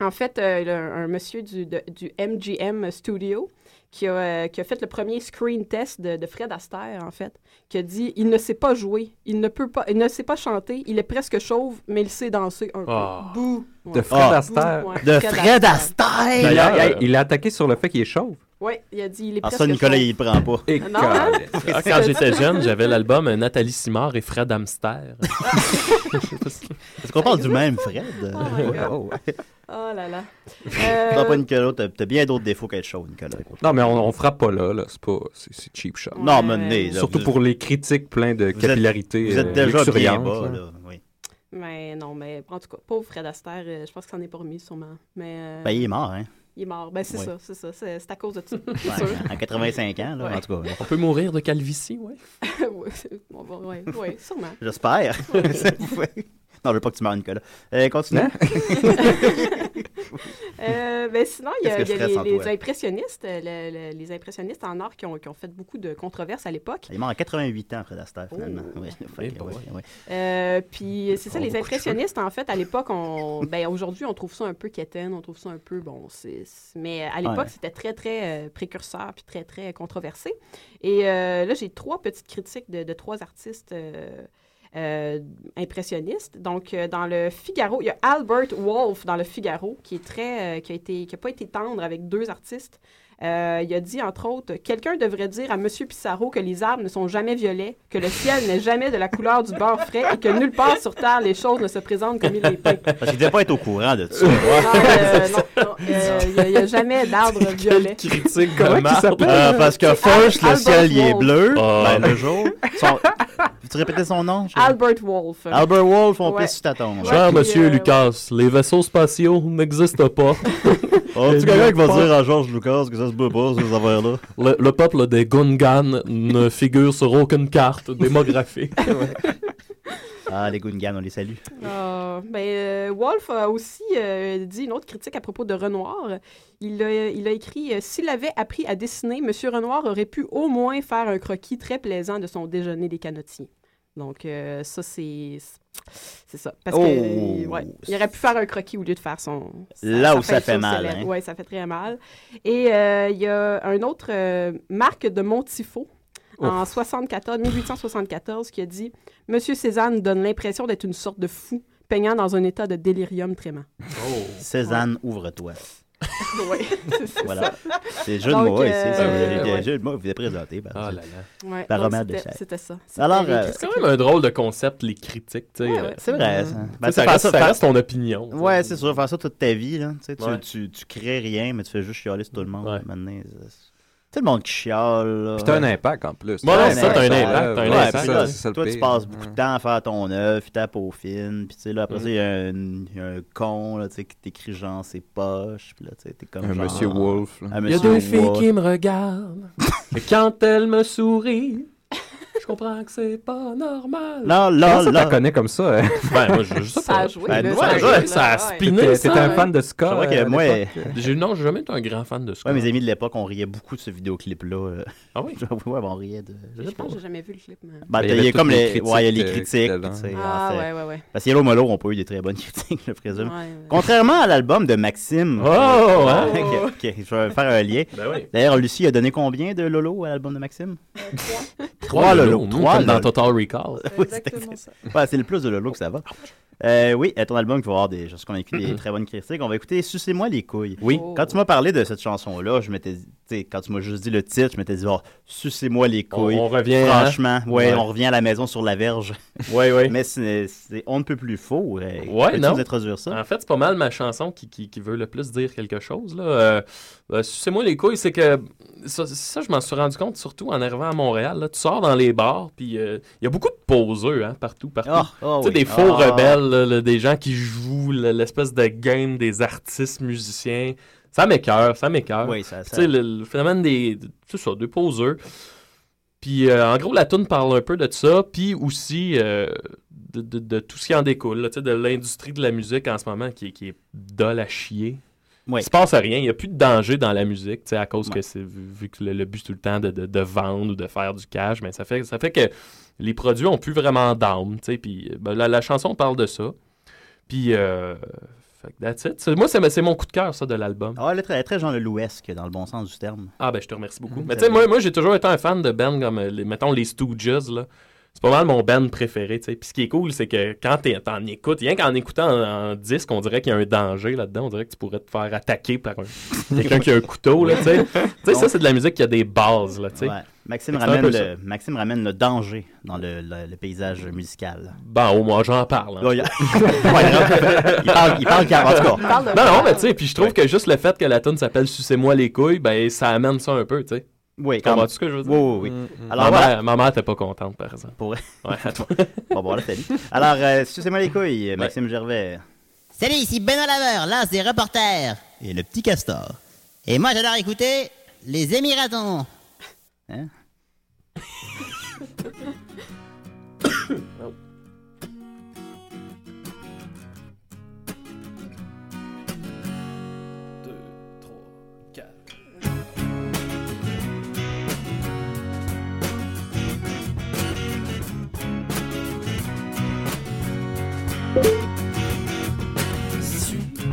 [SPEAKER 9] en fait, euh, le- un monsieur du, de- du MGM Studio qui a, euh, qui a fait le premier screen test de, de Fred Astaire, en fait, qui a dit « Il ne sait pas jouer, il ne, peut pas, il ne sait pas chanter, il est presque chauve, mais il sait danser un peu.
[SPEAKER 11] Ah.
[SPEAKER 9] Bouh! Ouais.
[SPEAKER 11] De Fred
[SPEAKER 9] Bouh,
[SPEAKER 11] Astaire.
[SPEAKER 9] ouais.
[SPEAKER 11] D'ailleurs,
[SPEAKER 8] euh,
[SPEAKER 11] hey, il a attaqué sur le fait qu'il est chauve.
[SPEAKER 9] Oui, il a dit « Il est
[SPEAKER 11] Ah, ça,
[SPEAKER 9] presque
[SPEAKER 11] Nicolas,
[SPEAKER 9] chauve.
[SPEAKER 11] il prend pas. Et
[SPEAKER 9] Non, hein?
[SPEAKER 10] Ah, quand j'étais jeune, j'avais l'album euh, Nathalie Simard et Fred Amster.
[SPEAKER 8] Est-ce qu'on parle du même Fred?
[SPEAKER 9] Oh my God.
[SPEAKER 8] Oh, ouais.
[SPEAKER 9] Oh là là.
[SPEAKER 8] Non, pas
[SPEAKER 9] Euh,
[SPEAKER 8] Nicolas, t'as t'as bien d'autres défauts qu'être chaud, Nicolas.
[SPEAKER 11] Non, mais on, on frappe pas là, là. C'est pas. C'est c'est cheap shot.
[SPEAKER 8] Non, mais venez, là,
[SPEAKER 11] Surtout
[SPEAKER 8] vous-
[SPEAKER 11] pour les critiques pleins de
[SPEAKER 8] êtes-
[SPEAKER 11] capillarité.
[SPEAKER 8] vous êtes
[SPEAKER 11] euh,
[SPEAKER 8] déjà
[SPEAKER 11] luxuriante,
[SPEAKER 8] bien bas, là,
[SPEAKER 9] Mais non, mais en tout cas, pauvre Fred Astaire, euh, je pense que ça en est pas remis sûrement. Mais, euh,
[SPEAKER 8] Ben, il est mort, hein?
[SPEAKER 9] Il est mort. Ben, c'est
[SPEAKER 8] Ouais.
[SPEAKER 9] ça, c'est ça. C'est c'est à cause de ça. C'est
[SPEAKER 8] Ouais,
[SPEAKER 9] sûr.
[SPEAKER 8] à 85 ans, là,
[SPEAKER 9] Ouais.
[SPEAKER 8] en tout cas.
[SPEAKER 10] On peut mourir de calvitie, ouais.
[SPEAKER 9] Ouais, c'est- bon, bon, ouais, ouais, sûrement.
[SPEAKER 8] J'espère. non, je veux pas que tu meures, Nicolas. Euh, continue.
[SPEAKER 9] Euh, ben, sinon, il y a,
[SPEAKER 8] Qu'est-ce
[SPEAKER 9] il
[SPEAKER 8] que
[SPEAKER 9] y
[SPEAKER 8] je
[SPEAKER 9] a
[SPEAKER 8] ferais sans
[SPEAKER 9] les, les
[SPEAKER 8] toi?
[SPEAKER 9] impressionnistes, euh, le- le- les impressionnistes en art qui ont, qui ont fait beaucoup de controverses à l'époque.
[SPEAKER 8] Il est mort à 88 ans, Fred Astaire, finalement.
[SPEAKER 9] Oh.
[SPEAKER 8] Ouais, fait que, ouais, ouais.
[SPEAKER 9] Euh, puis c'est ça,
[SPEAKER 8] Oh,
[SPEAKER 9] les
[SPEAKER 8] beaucoup de
[SPEAKER 9] impressionnistes, en fait, à l'époque, on... ben, aujourd'hui, on trouve ça un peu quétaine, on trouve ça un peu, bon, c'est... c'est- Mais à l'époque,
[SPEAKER 6] Ouais.
[SPEAKER 9] c'était très, très euh, précurseur, puis très, très controversé. Et euh, là, j'ai trois petites critiques de, de trois artistes euh, euh, impressionnistes. Donc, euh, dans le Figaro, il y a Albert Wolff dans le Figaro, qui est très... euh, qui a été... qui a pas été tendre avec deux artistes. Euh, il a dit, entre autres, quelqu'un devrait dire à M. Pissarro que les arbres ne sont jamais violets, que le ciel n'est jamais de la couleur du beurre frais et que nulle part sur Terre les choses ne se présentent comme il les peint.
[SPEAKER 8] Parce qu'il devait pas être au courant de ça.
[SPEAKER 9] euh, non, non, euh, il y a- il n'y a, jamais d'arbre violet.
[SPEAKER 8] critique
[SPEAKER 10] Comment
[SPEAKER 8] marde.
[SPEAKER 10] il s'appelle?
[SPEAKER 8] Euh, Parce que first, le
[SPEAKER 9] Albert
[SPEAKER 8] ciel, il est
[SPEAKER 9] Wolff.
[SPEAKER 8] bleu.
[SPEAKER 10] Ah.
[SPEAKER 8] Ben, le jour. Son... Veux-tu répéter son nom? je-
[SPEAKER 9] Albert Wolff.
[SPEAKER 8] Albert Wolff, on
[SPEAKER 9] Ouais. euh,
[SPEAKER 8] pisse sur ta tombe.
[SPEAKER 10] Cher monsieur Lucas, les vaisseaux spatiaux n'existent pas.
[SPEAKER 8] Oh, tu quelqu'un qui va dire à Georges Lucas que ça se peut pas, ces affaires-là?
[SPEAKER 10] Le, le peuple des Gungans ne figure sur aucune carte démographique.
[SPEAKER 8] Ah, les Gungans, on les salue.
[SPEAKER 9] Euh, ben, euh, Wolf a aussi euh, dit une autre critique à propos de Renoir. Il a, il a écrit euh, S'il avait appris à dessiner, M. Renoir aurait pu au moins faire un croquis très plaisant de son déjeuner des canotiers. Donc, euh, ça, c'est. C'est ça. Parce que,
[SPEAKER 8] Oh!
[SPEAKER 9] euh, ouais, il aurait pu faire un croquis au lieu de faire son.
[SPEAKER 8] Là où ça
[SPEAKER 9] peinture
[SPEAKER 8] fait mal,
[SPEAKER 9] célèbre.
[SPEAKER 8] hein.
[SPEAKER 9] Ouais, ça fait très mal. Et euh, il y a un autre euh, Marc de Montifaux en 74, 1874 qui a dit Monsieur Cézanne donne l'impression d'être une sorte de fou peignant dans un état de délirium trément.
[SPEAKER 11] Oh.
[SPEAKER 8] Cézanne, ouvre-toi.
[SPEAKER 9] Oui, c'est
[SPEAKER 8] Voilà.
[SPEAKER 9] ça.
[SPEAKER 8] C'est jeu de
[SPEAKER 9] Donc,
[SPEAKER 8] mots ici.
[SPEAKER 9] euh,
[SPEAKER 8] c'est
[SPEAKER 10] ouais.
[SPEAKER 8] le jeu de mots que vous avez présenté. par-
[SPEAKER 10] Ah là là.
[SPEAKER 9] Ouais,
[SPEAKER 8] par
[SPEAKER 9] donc
[SPEAKER 8] Romane de
[SPEAKER 9] c'était-
[SPEAKER 8] Chac.
[SPEAKER 9] c'était ça. C'était
[SPEAKER 8] Alors,
[SPEAKER 9] les
[SPEAKER 8] euh,
[SPEAKER 9] critiques.
[SPEAKER 10] C'est quand même un drôle de concept, les critiques. tu sais,
[SPEAKER 9] Ouais,
[SPEAKER 10] euh,
[SPEAKER 9] ouais.
[SPEAKER 8] C'est vrai.
[SPEAKER 10] Tu
[SPEAKER 8] ça.
[SPEAKER 10] sais,
[SPEAKER 8] Ben,
[SPEAKER 10] ça,
[SPEAKER 8] faire
[SPEAKER 10] reste, ça
[SPEAKER 8] faire-
[SPEAKER 10] reste ton opinion.
[SPEAKER 8] Ouais, c'est sûr. Faire ça toute ta vie. Là. Tu, sais, tu-
[SPEAKER 10] Ouais.
[SPEAKER 8] tu, tu crées rien, mais tu fais juste chialer sur tout le monde. maintenant, ça- Tout le monde qui chiale. là.
[SPEAKER 11] Puis t'as un impact, en plus.
[SPEAKER 8] Ouais,
[SPEAKER 11] T'as un
[SPEAKER 8] c'est ça, t'as un
[SPEAKER 11] impact,
[SPEAKER 8] impact.
[SPEAKER 11] t'as un
[SPEAKER 8] Ouais,
[SPEAKER 11] impact.
[SPEAKER 8] puis
[SPEAKER 11] C'est
[SPEAKER 8] là,
[SPEAKER 11] ça, c'est ça le
[SPEAKER 8] Toi, tu
[SPEAKER 11] pire.
[SPEAKER 8] passes beaucoup de temps à faire ton œuf, puis ta peau fine. Puis tu sais, là, après ça,
[SPEAKER 11] Mm.
[SPEAKER 8] il y a un, il y a un con là, tu sais, qui t'écrit genre ses poches. Puis là, tu sais, t'es comme.
[SPEAKER 11] Un
[SPEAKER 8] genre-
[SPEAKER 11] Monsieur Wolf, là.
[SPEAKER 8] Un
[SPEAKER 10] Il y a
[SPEAKER 8] Monsieur
[SPEAKER 10] deux filles
[SPEAKER 8] Wolf.
[SPEAKER 10] qui me regardent. Ah, Et quand elles me sourient, je comprends que c'est pas normal.
[SPEAKER 8] Non,
[SPEAKER 11] Comment
[SPEAKER 8] là,
[SPEAKER 11] ça,
[SPEAKER 8] là.
[SPEAKER 11] t'as connais comme ça. hein?
[SPEAKER 10] Ouais, Ben, moi, je, je sais
[SPEAKER 8] Ça a
[SPEAKER 10] pas. Ben,
[SPEAKER 8] joué, là,
[SPEAKER 10] ouais,
[SPEAKER 8] ça a
[SPEAKER 10] ouais,
[SPEAKER 8] joué,
[SPEAKER 10] ça a
[SPEAKER 8] là, ouais.
[SPEAKER 10] spiné.
[SPEAKER 8] T'étais-
[SPEAKER 10] ça,
[SPEAKER 8] t'étais un
[SPEAKER 10] ouais.
[SPEAKER 8] fan de Ska,
[SPEAKER 10] C'est vrai que
[SPEAKER 8] euh, à
[SPEAKER 10] moi,
[SPEAKER 8] l'époque.
[SPEAKER 10] j'ai- non, j'ai jamais été un grand fan de Ska.
[SPEAKER 8] Ouais, mes amis de l'époque, on riait beaucoup de ce vidéoclip-là. Ah oui? ouais, on riait de.
[SPEAKER 9] Je pense que j'ai jamais vu le clip. mais-
[SPEAKER 8] Ben,
[SPEAKER 11] Ben, il y
[SPEAKER 8] il y
[SPEAKER 11] avait
[SPEAKER 8] a comme
[SPEAKER 11] toutes les
[SPEAKER 8] les, ouais, il y a les
[SPEAKER 11] critiques,
[SPEAKER 8] critiques.
[SPEAKER 11] euh,
[SPEAKER 8] puis, tu sais,
[SPEAKER 9] Ah,
[SPEAKER 8] en
[SPEAKER 9] ouais,
[SPEAKER 8] fait.
[SPEAKER 9] ouais, ouais.
[SPEAKER 8] Parce que Yellow Molo n'ont pas eu des très bonnes critiques, je présume.
[SPEAKER 9] Ouais, ouais.
[SPEAKER 8] Contrairement à l'album de Maxime.
[SPEAKER 10] Oh,
[SPEAKER 8] Ah,
[SPEAKER 10] ouais.
[SPEAKER 8] ok, ok, je vais faire un lien.
[SPEAKER 10] Ben oui.
[SPEAKER 8] D'ailleurs, Lucie a donné combien de Lolo à l'album de Maxime
[SPEAKER 9] Euh,
[SPEAKER 10] Trois Lolo,
[SPEAKER 8] Lolo.
[SPEAKER 10] nous, comme dans Total Recall.
[SPEAKER 8] Oui, c'est exact- Ouais, Ah, c'est le plus de Lolo que ça va. Euh, oui, à ton album, il va avoir des, je suis convaincu, des très bonnes critiques. On va écouter Sucez-moi les couilles.
[SPEAKER 10] Oui.
[SPEAKER 8] Quand tu m'as parlé de cette chanson-là, je m'étais dit- tu sais, quand tu m'as juste dit le titre, je m'étais dit, oh, Sucez-moi les couilles.
[SPEAKER 10] on revient, hein?
[SPEAKER 8] Franchement, ouais,
[SPEAKER 10] Ouais.
[SPEAKER 8] on revient à la maison sur la verge.
[SPEAKER 10] Oui, oui.
[SPEAKER 8] Mais c'est c'est- on ne peut plus faux. Euh,
[SPEAKER 10] Ouais,
[SPEAKER 8] peux-tu
[SPEAKER 10] non.
[SPEAKER 8] nous introduire ça?
[SPEAKER 10] En fait, c'est pas mal ma chanson qui, qui, qui veut le plus dire quelque chose. Là. Euh, euh, Sucez-moi les couilles, c'est que ça, ça, je m'en suis rendu compte surtout en arrivant à Montréal. Là. Tu sors dans les bars, puis euh, il y a beaucoup de poseux hein, partout. partout.
[SPEAKER 8] Ah, ah
[SPEAKER 10] tu sais,
[SPEAKER 8] oui.
[SPEAKER 10] des faux
[SPEAKER 8] Ah.
[SPEAKER 10] rebelles, là, là, des gens qui jouent le- l'espèce de game des artistes, musiciens. Ça m'écœure, ça m'écœure.
[SPEAKER 8] Oui, ça-
[SPEAKER 10] Puis,
[SPEAKER 8] ça-
[SPEAKER 10] Tu sais, le, le phénomène des, c'est ça, des poseurs. Puis, euh, en gros, la toune parle un peu de ça, puis aussi euh, de, de- de tout ce qui en découle, là, tu sais, de l'industrie de la musique en ce moment qui, est- qui est dole à chier.
[SPEAKER 8] Ouais.
[SPEAKER 10] Il se passe rien, il n'y a plus de danger dans la musique, tu sais, à cause que c'est vu, vu que le, le but c'est tout le temps de, de- de vendre ou de faire du cash, mais ça fait, ça fait que les produits ont plus vraiment d'âme, tu sais, puis euh, ben, la, la chanson parle de ça. Puis, euh, fait que that's it. C'est- Moi, c'est c'est mon coup de cœur, ça, de l'album.
[SPEAKER 8] Ah, elle est très, très Jean Lelouesque, dans le bon sens du terme.
[SPEAKER 10] Ah ben je te remercie beaucoup.
[SPEAKER 8] Mm,
[SPEAKER 10] Mais
[SPEAKER 8] ça
[SPEAKER 10] tu sais,
[SPEAKER 8] va.
[SPEAKER 10] moi, moi j'ai toujours été un fan de bands comme, euh, les, mettons, les Stooges, là. C'est pas mal mon band préféré, tu sais. Puis ce qui est cool, c'est que quand t'es- t'en écoutes, rien qu'en écoutant en, en disque, on dirait qu'il y a un danger là-dedans. On dirait que tu pourrais te faire attaquer par un- quelqu'un qui a un couteau, là, tu sais. Tu sais, ça, c'est de la musique qui a des bases, là, tu sais.
[SPEAKER 8] Ouais. Maxime,
[SPEAKER 10] Fait que c'est un peu
[SPEAKER 8] ramène le, Maxime ramène le danger dans le, le- le paysage musical.
[SPEAKER 10] Ben, au moins, j'en parle. hein.
[SPEAKER 8] Ouais, il- Ouais, il parle- il parle car- en tout cas. Il parle de-
[SPEAKER 10] Non, non, mais tu sais, puis je trouve que juste le fait que la tune s'appelle Sucez-moi les couilles, ben, ça amène ça un peu, tu sais.
[SPEAKER 8] Oui, quand
[SPEAKER 10] comprends
[SPEAKER 8] même.
[SPEAKER 10] ce que je veux dire?
[SPEAKER 8] Oui, oui, oui. Alors,
[SPEAKER 10] ma,
[SPEAKER 8] voilà.
[SPEAKER 10] mère, ma mère était pas contente, par exemple.
[SPEAKER 8] Pour... Ouais,
[SPEAKER 10] à toi.
[SPEAKER 8] Bon, bon, là, t'as dit. Alors, euh, sucez-moi les couilles, Maxime Gervais.
[SPEAKER 18] Salut, ici Benoît Laveur, l'as des reporters.
[SPEAKER 8] Et le petit castor.
[SPEAKER 18] Et moi, j'adore écouter les Émiratons.
[SPEAKER 8] Hein?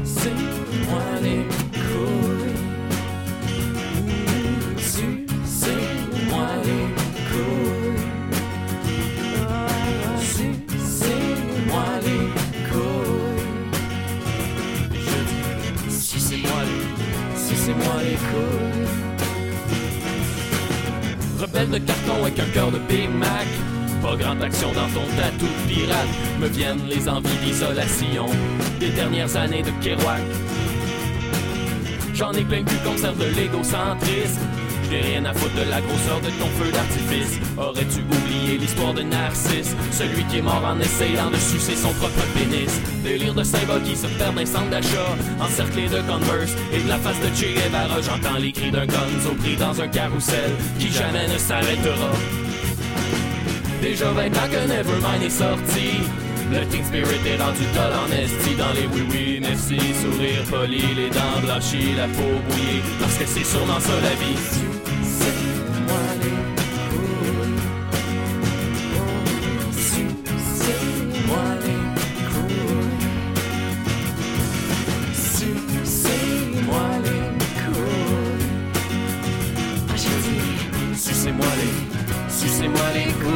[SPEAKER 15] Sucez-moi les couilles. Sucez-moi les couilles. Sucez-moi les couilles. Je dis, sucez-moi les, sucez-moi les couilles. Rebelle de carton avec un cœur de Big Mac. Pas grande action dans ton tatou de pirate. Me viennent les envies d'isolation des dernières années de Kerouac. J'en ai plein le cul comme serve de l'égocentrisme. J'ai rien à foutre de la grosseur de ton feu d'artifice. Aurais-tu oublié l'histoire de Narcisse? Celui qui est mort en essayant de sucer son propre pénis. Délire de saint qui se perd d'un centre d'achat. Encerclé de Converse et de la face de Che Guevara. J'entends les cris d'un gonzo pris dans un carrousel qui jamais ne s'arrêtera. Déjà 20 ans que Nevermind est sorti Le Teen Spirit est rendu tol en esti Dans les oui-oui, merci, sourire poli Les dents blanchies, la peau bouillie Parce que c'est sûrement ça la vie Sucez-moi les couilles. Sucez-moi les couilles. Ah, j'ai dit, sucez-moi les, sucez-moi les couilles.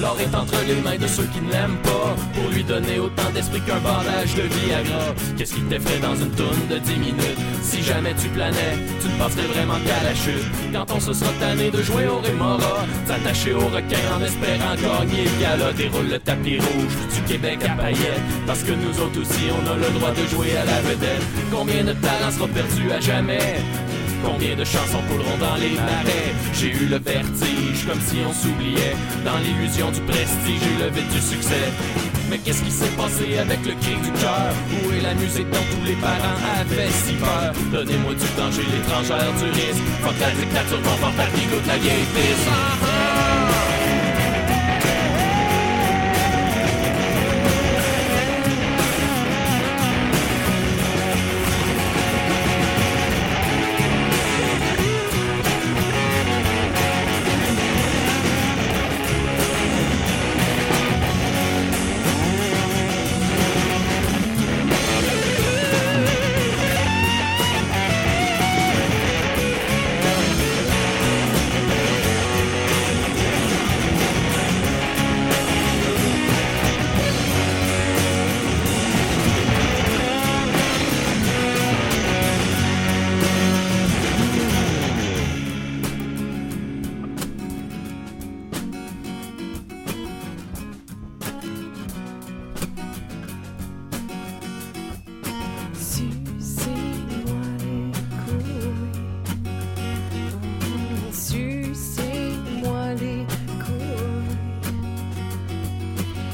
[SPEAKER 15] L'or est entre les mains de ceux qui ne l'aiment pas Pour lui donner autant d'esprit qu'un barrage de Viagra Qu'est-ce qui t'effraie dans une tourne de 10 minutes Si jamais tu planais, tu ne passerais vraiment qu'à la chute Quand on se sera tanné de jouer au rémora S'attacher au requin en espérant gagner le gala Déroule le tapis rouge du Québec à paillettes Parce que nous autres aussi on a le droit de jouer à la vedette Combien de talents sera perdu à jamais Combien de chansons couleront dans les marais J'ai eu le vertige comme si on s'oubliait Dans l'illusion du prestige et le vide du succès Mais qu'est-ce qui s'est passé avec le cri du cœur Où est la musique dont tous les parents avaient si peur Donnez-moi du danger, l'étrangère du risque Fuck la dictature confortable qui goûte la vieille pisse Ah, ah.
[SPEAKER 19] Sucez-moi les couilles.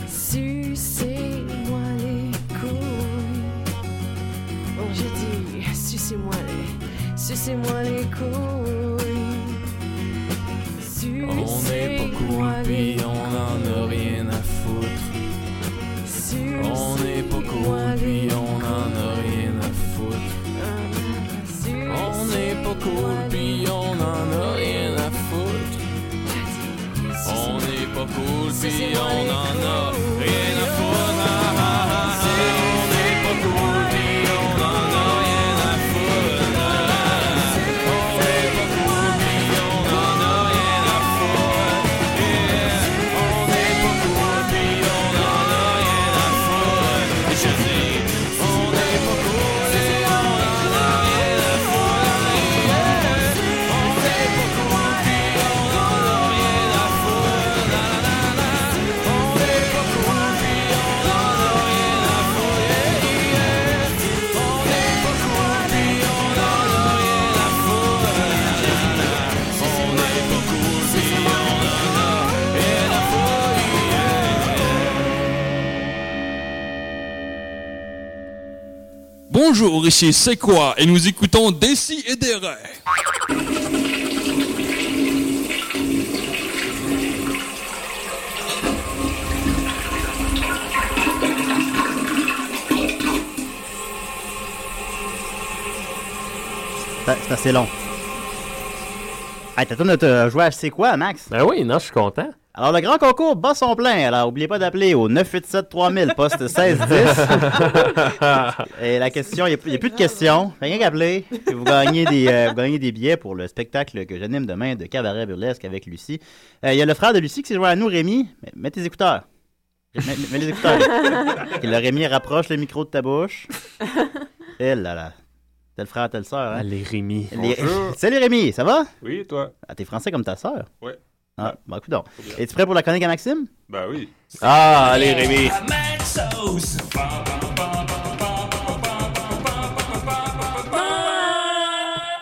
[SPEAKER 19] Sucez-moi les couilles. Oh, j'ai dit, sucez-moi les, sucez-moi les couilles.
[SPEAKER 15] On est
[SPEAKER 19] Sucez-moi
[SPEAKER 15] pas cool,
[SPEAKER 19] les
[SPEAKER 15] puis on en a rien à foutre. On est pas cool, puis on en a rien à foutre. On est pas cool, puis on en a rien à foutre. On est pas cool, puis on en a rien à foutre. Ah, ah, ah, ah. On est pas cool, puis on en a rien à foutre. Ah, ah, ah. On est pas cool, puis on en a rien à foutre. Yeah. On est pas cool, puis on en a rien à foutre. Et je dis, on est pas cool, puis on en a rien à foutre. Yeah. On est pas cool, puis on en a rien à foutre. Na, na, na, na. On est pas cool, puis on en a rien à foutre. Yeah, yeah. On est pas cool, puis on en a rien à foutre. Na, na, na, na. On est pas cool, puis on en a rien à foutre.
[SPEAKER 20] Bonjour, ici C'est quoi Et nous écoutons Dessy et des
[SPEAKER 8] C'est c'est assez long. Hey, t'as tourné de jouer à C'est quoi, Max?
[SPEAKER 10] Ben oui, non, je suis content.
[SPEAKER 8] Alors, le grand concours bat son plein. Alors, oubliez pas d'appeler au 987-3000, poste 1610. Et la question, il n'y a, plus de questions. Fait Rien qu'à appeler. Puis Vous gagnez, des, euh, vous gagnez des billets pour le spectacle que j'anime demain de cabaret burlesque avec Lucie. Euh, Il y a le frère de Lucie qui s'est joint à nous, Rémi. Mets- Mets tes écouteurs. Mets, mets- mets les écouteurs. Et le Rémi rapproche le micro de ta bouche. Eh là là. Tel frère, telle sœur. Hein?
[SPEAKER 10] Ah, Les Rémi.
[SPEAKER 8] Les-
[SPEAKER 10] Bonjour.
[SPEAKER 8] Salut Rémi, ça va?
[SPEAKER 21] Oui, et toi?
[SPEAKER 8] Ah, t'es français comme ta sœur?
[SPEAKER 21] Ouais.
[SPEAKER 8] Ah, bah écoute donc. Es-tu prêt pour la chronique à Maxime?
[SPEAKER 21] Ben oui.
[SPEAKER 8] Ah, allez, Rémi.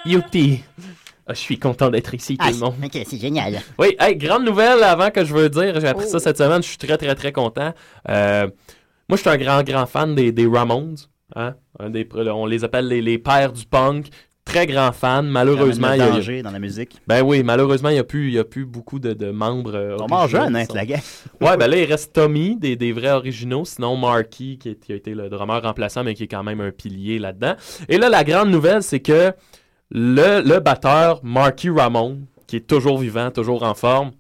[SPEAKER 10] Youpi! Ah, je suis content d'être ici, tout
[SPEAKER 18] Ah,
[SPEAKER 10] le monde.
[SPEAKER 18] Ok, c'est génial.
[SPEAKER 10] Oui, hey, grande nouvelle avant que je veux dire. J'ai appris
[SPEAKER 18] Oh.
[SPEAKER 10] ça cette semaine. Je suis très, très, très content. Euh, moi, je suis un grand, grand fan des, des Ramones. hein. Un des, on les appelle les, les pères du punk. Très grand fan. Malheureusement,
[SPEAKER 8] Quand
[SPEAKER 10] il y
[SPEAKER 8] même le
[SPEAKER 10] a-
[SPEAKER 8] danger dans la musique.
[SPEAKER 10] Ben oui, malheureusement, il n'y a, plus- il y a plus beaucoup de, de membres. euh,
[SPEAKER 8] On mange
[SPEAKER 10] originaux
[SPEAKER 8] jeune, hein,
[SPEAKER 10] qui
[SPEAKER 8] c'est la guerre.
[SPEAKER 10] sont- Ouais, ben là, il reste Tommy, des, des vrais originaux, sinon Marky, qui, est- qui a été le drummer remplaçant, mais qui est quand même un pilier là-dedans. Et là, la grande nouvelle, c'est que le, le batteur Marky Ramon, qui est toujours vivant, toujours en forme,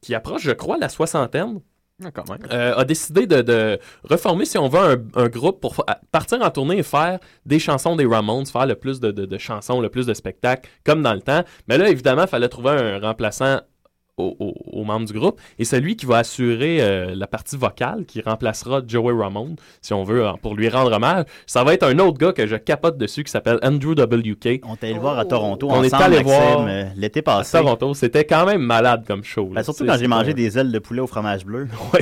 [SPEAKER 10] qui approche, je crois, la soixantaine,
[SPEAKER 11] Ah, quand même.
[SPEAKER 10] euh, a décidé de, de reformer, si on veut, un, un groupe pour fa- à- partir en tournée et faire des chansons des Ramones, faire le plus de, de- de chansons, le plus de spectacles, comme dans le temps. Mais là, évidemment, il fallait trouver un remplaçant aux, aux- aux membres du groupe. Et celui qui va assurer euh, la partie vocale, qui remplacera Joey Ramone, si on veut, euh, pour lui rendre hommage, ça va être un autre gars que je capote dessus qui s'appelle Andrew W.K.
[SPEAKER 8] On est allé le voir à Toronto
[SPEAKER 10] On est
[SPEAKER 8] ensemble,
[SPEAKER 10] allé
[SPEAKER 8] Maxime,
[SPEAKER 10] voir
[SPEAKER 8] euh, l'été
[SPEAKER 10] à
[SPEAKER 8] passé.
[SPEAKER 10] Toronto. C'était quand même malade comme show. là.
[SPEAKER 8] Ben, surtout
[SPEAKER 10] C'est-
[SPEAKER 8] quand j'ai mangé
[SPEAKER 10] c'était-
[SPEAKER 8] des ailes de poulet au fromage bleu.
[SPEAKER 10] Oui,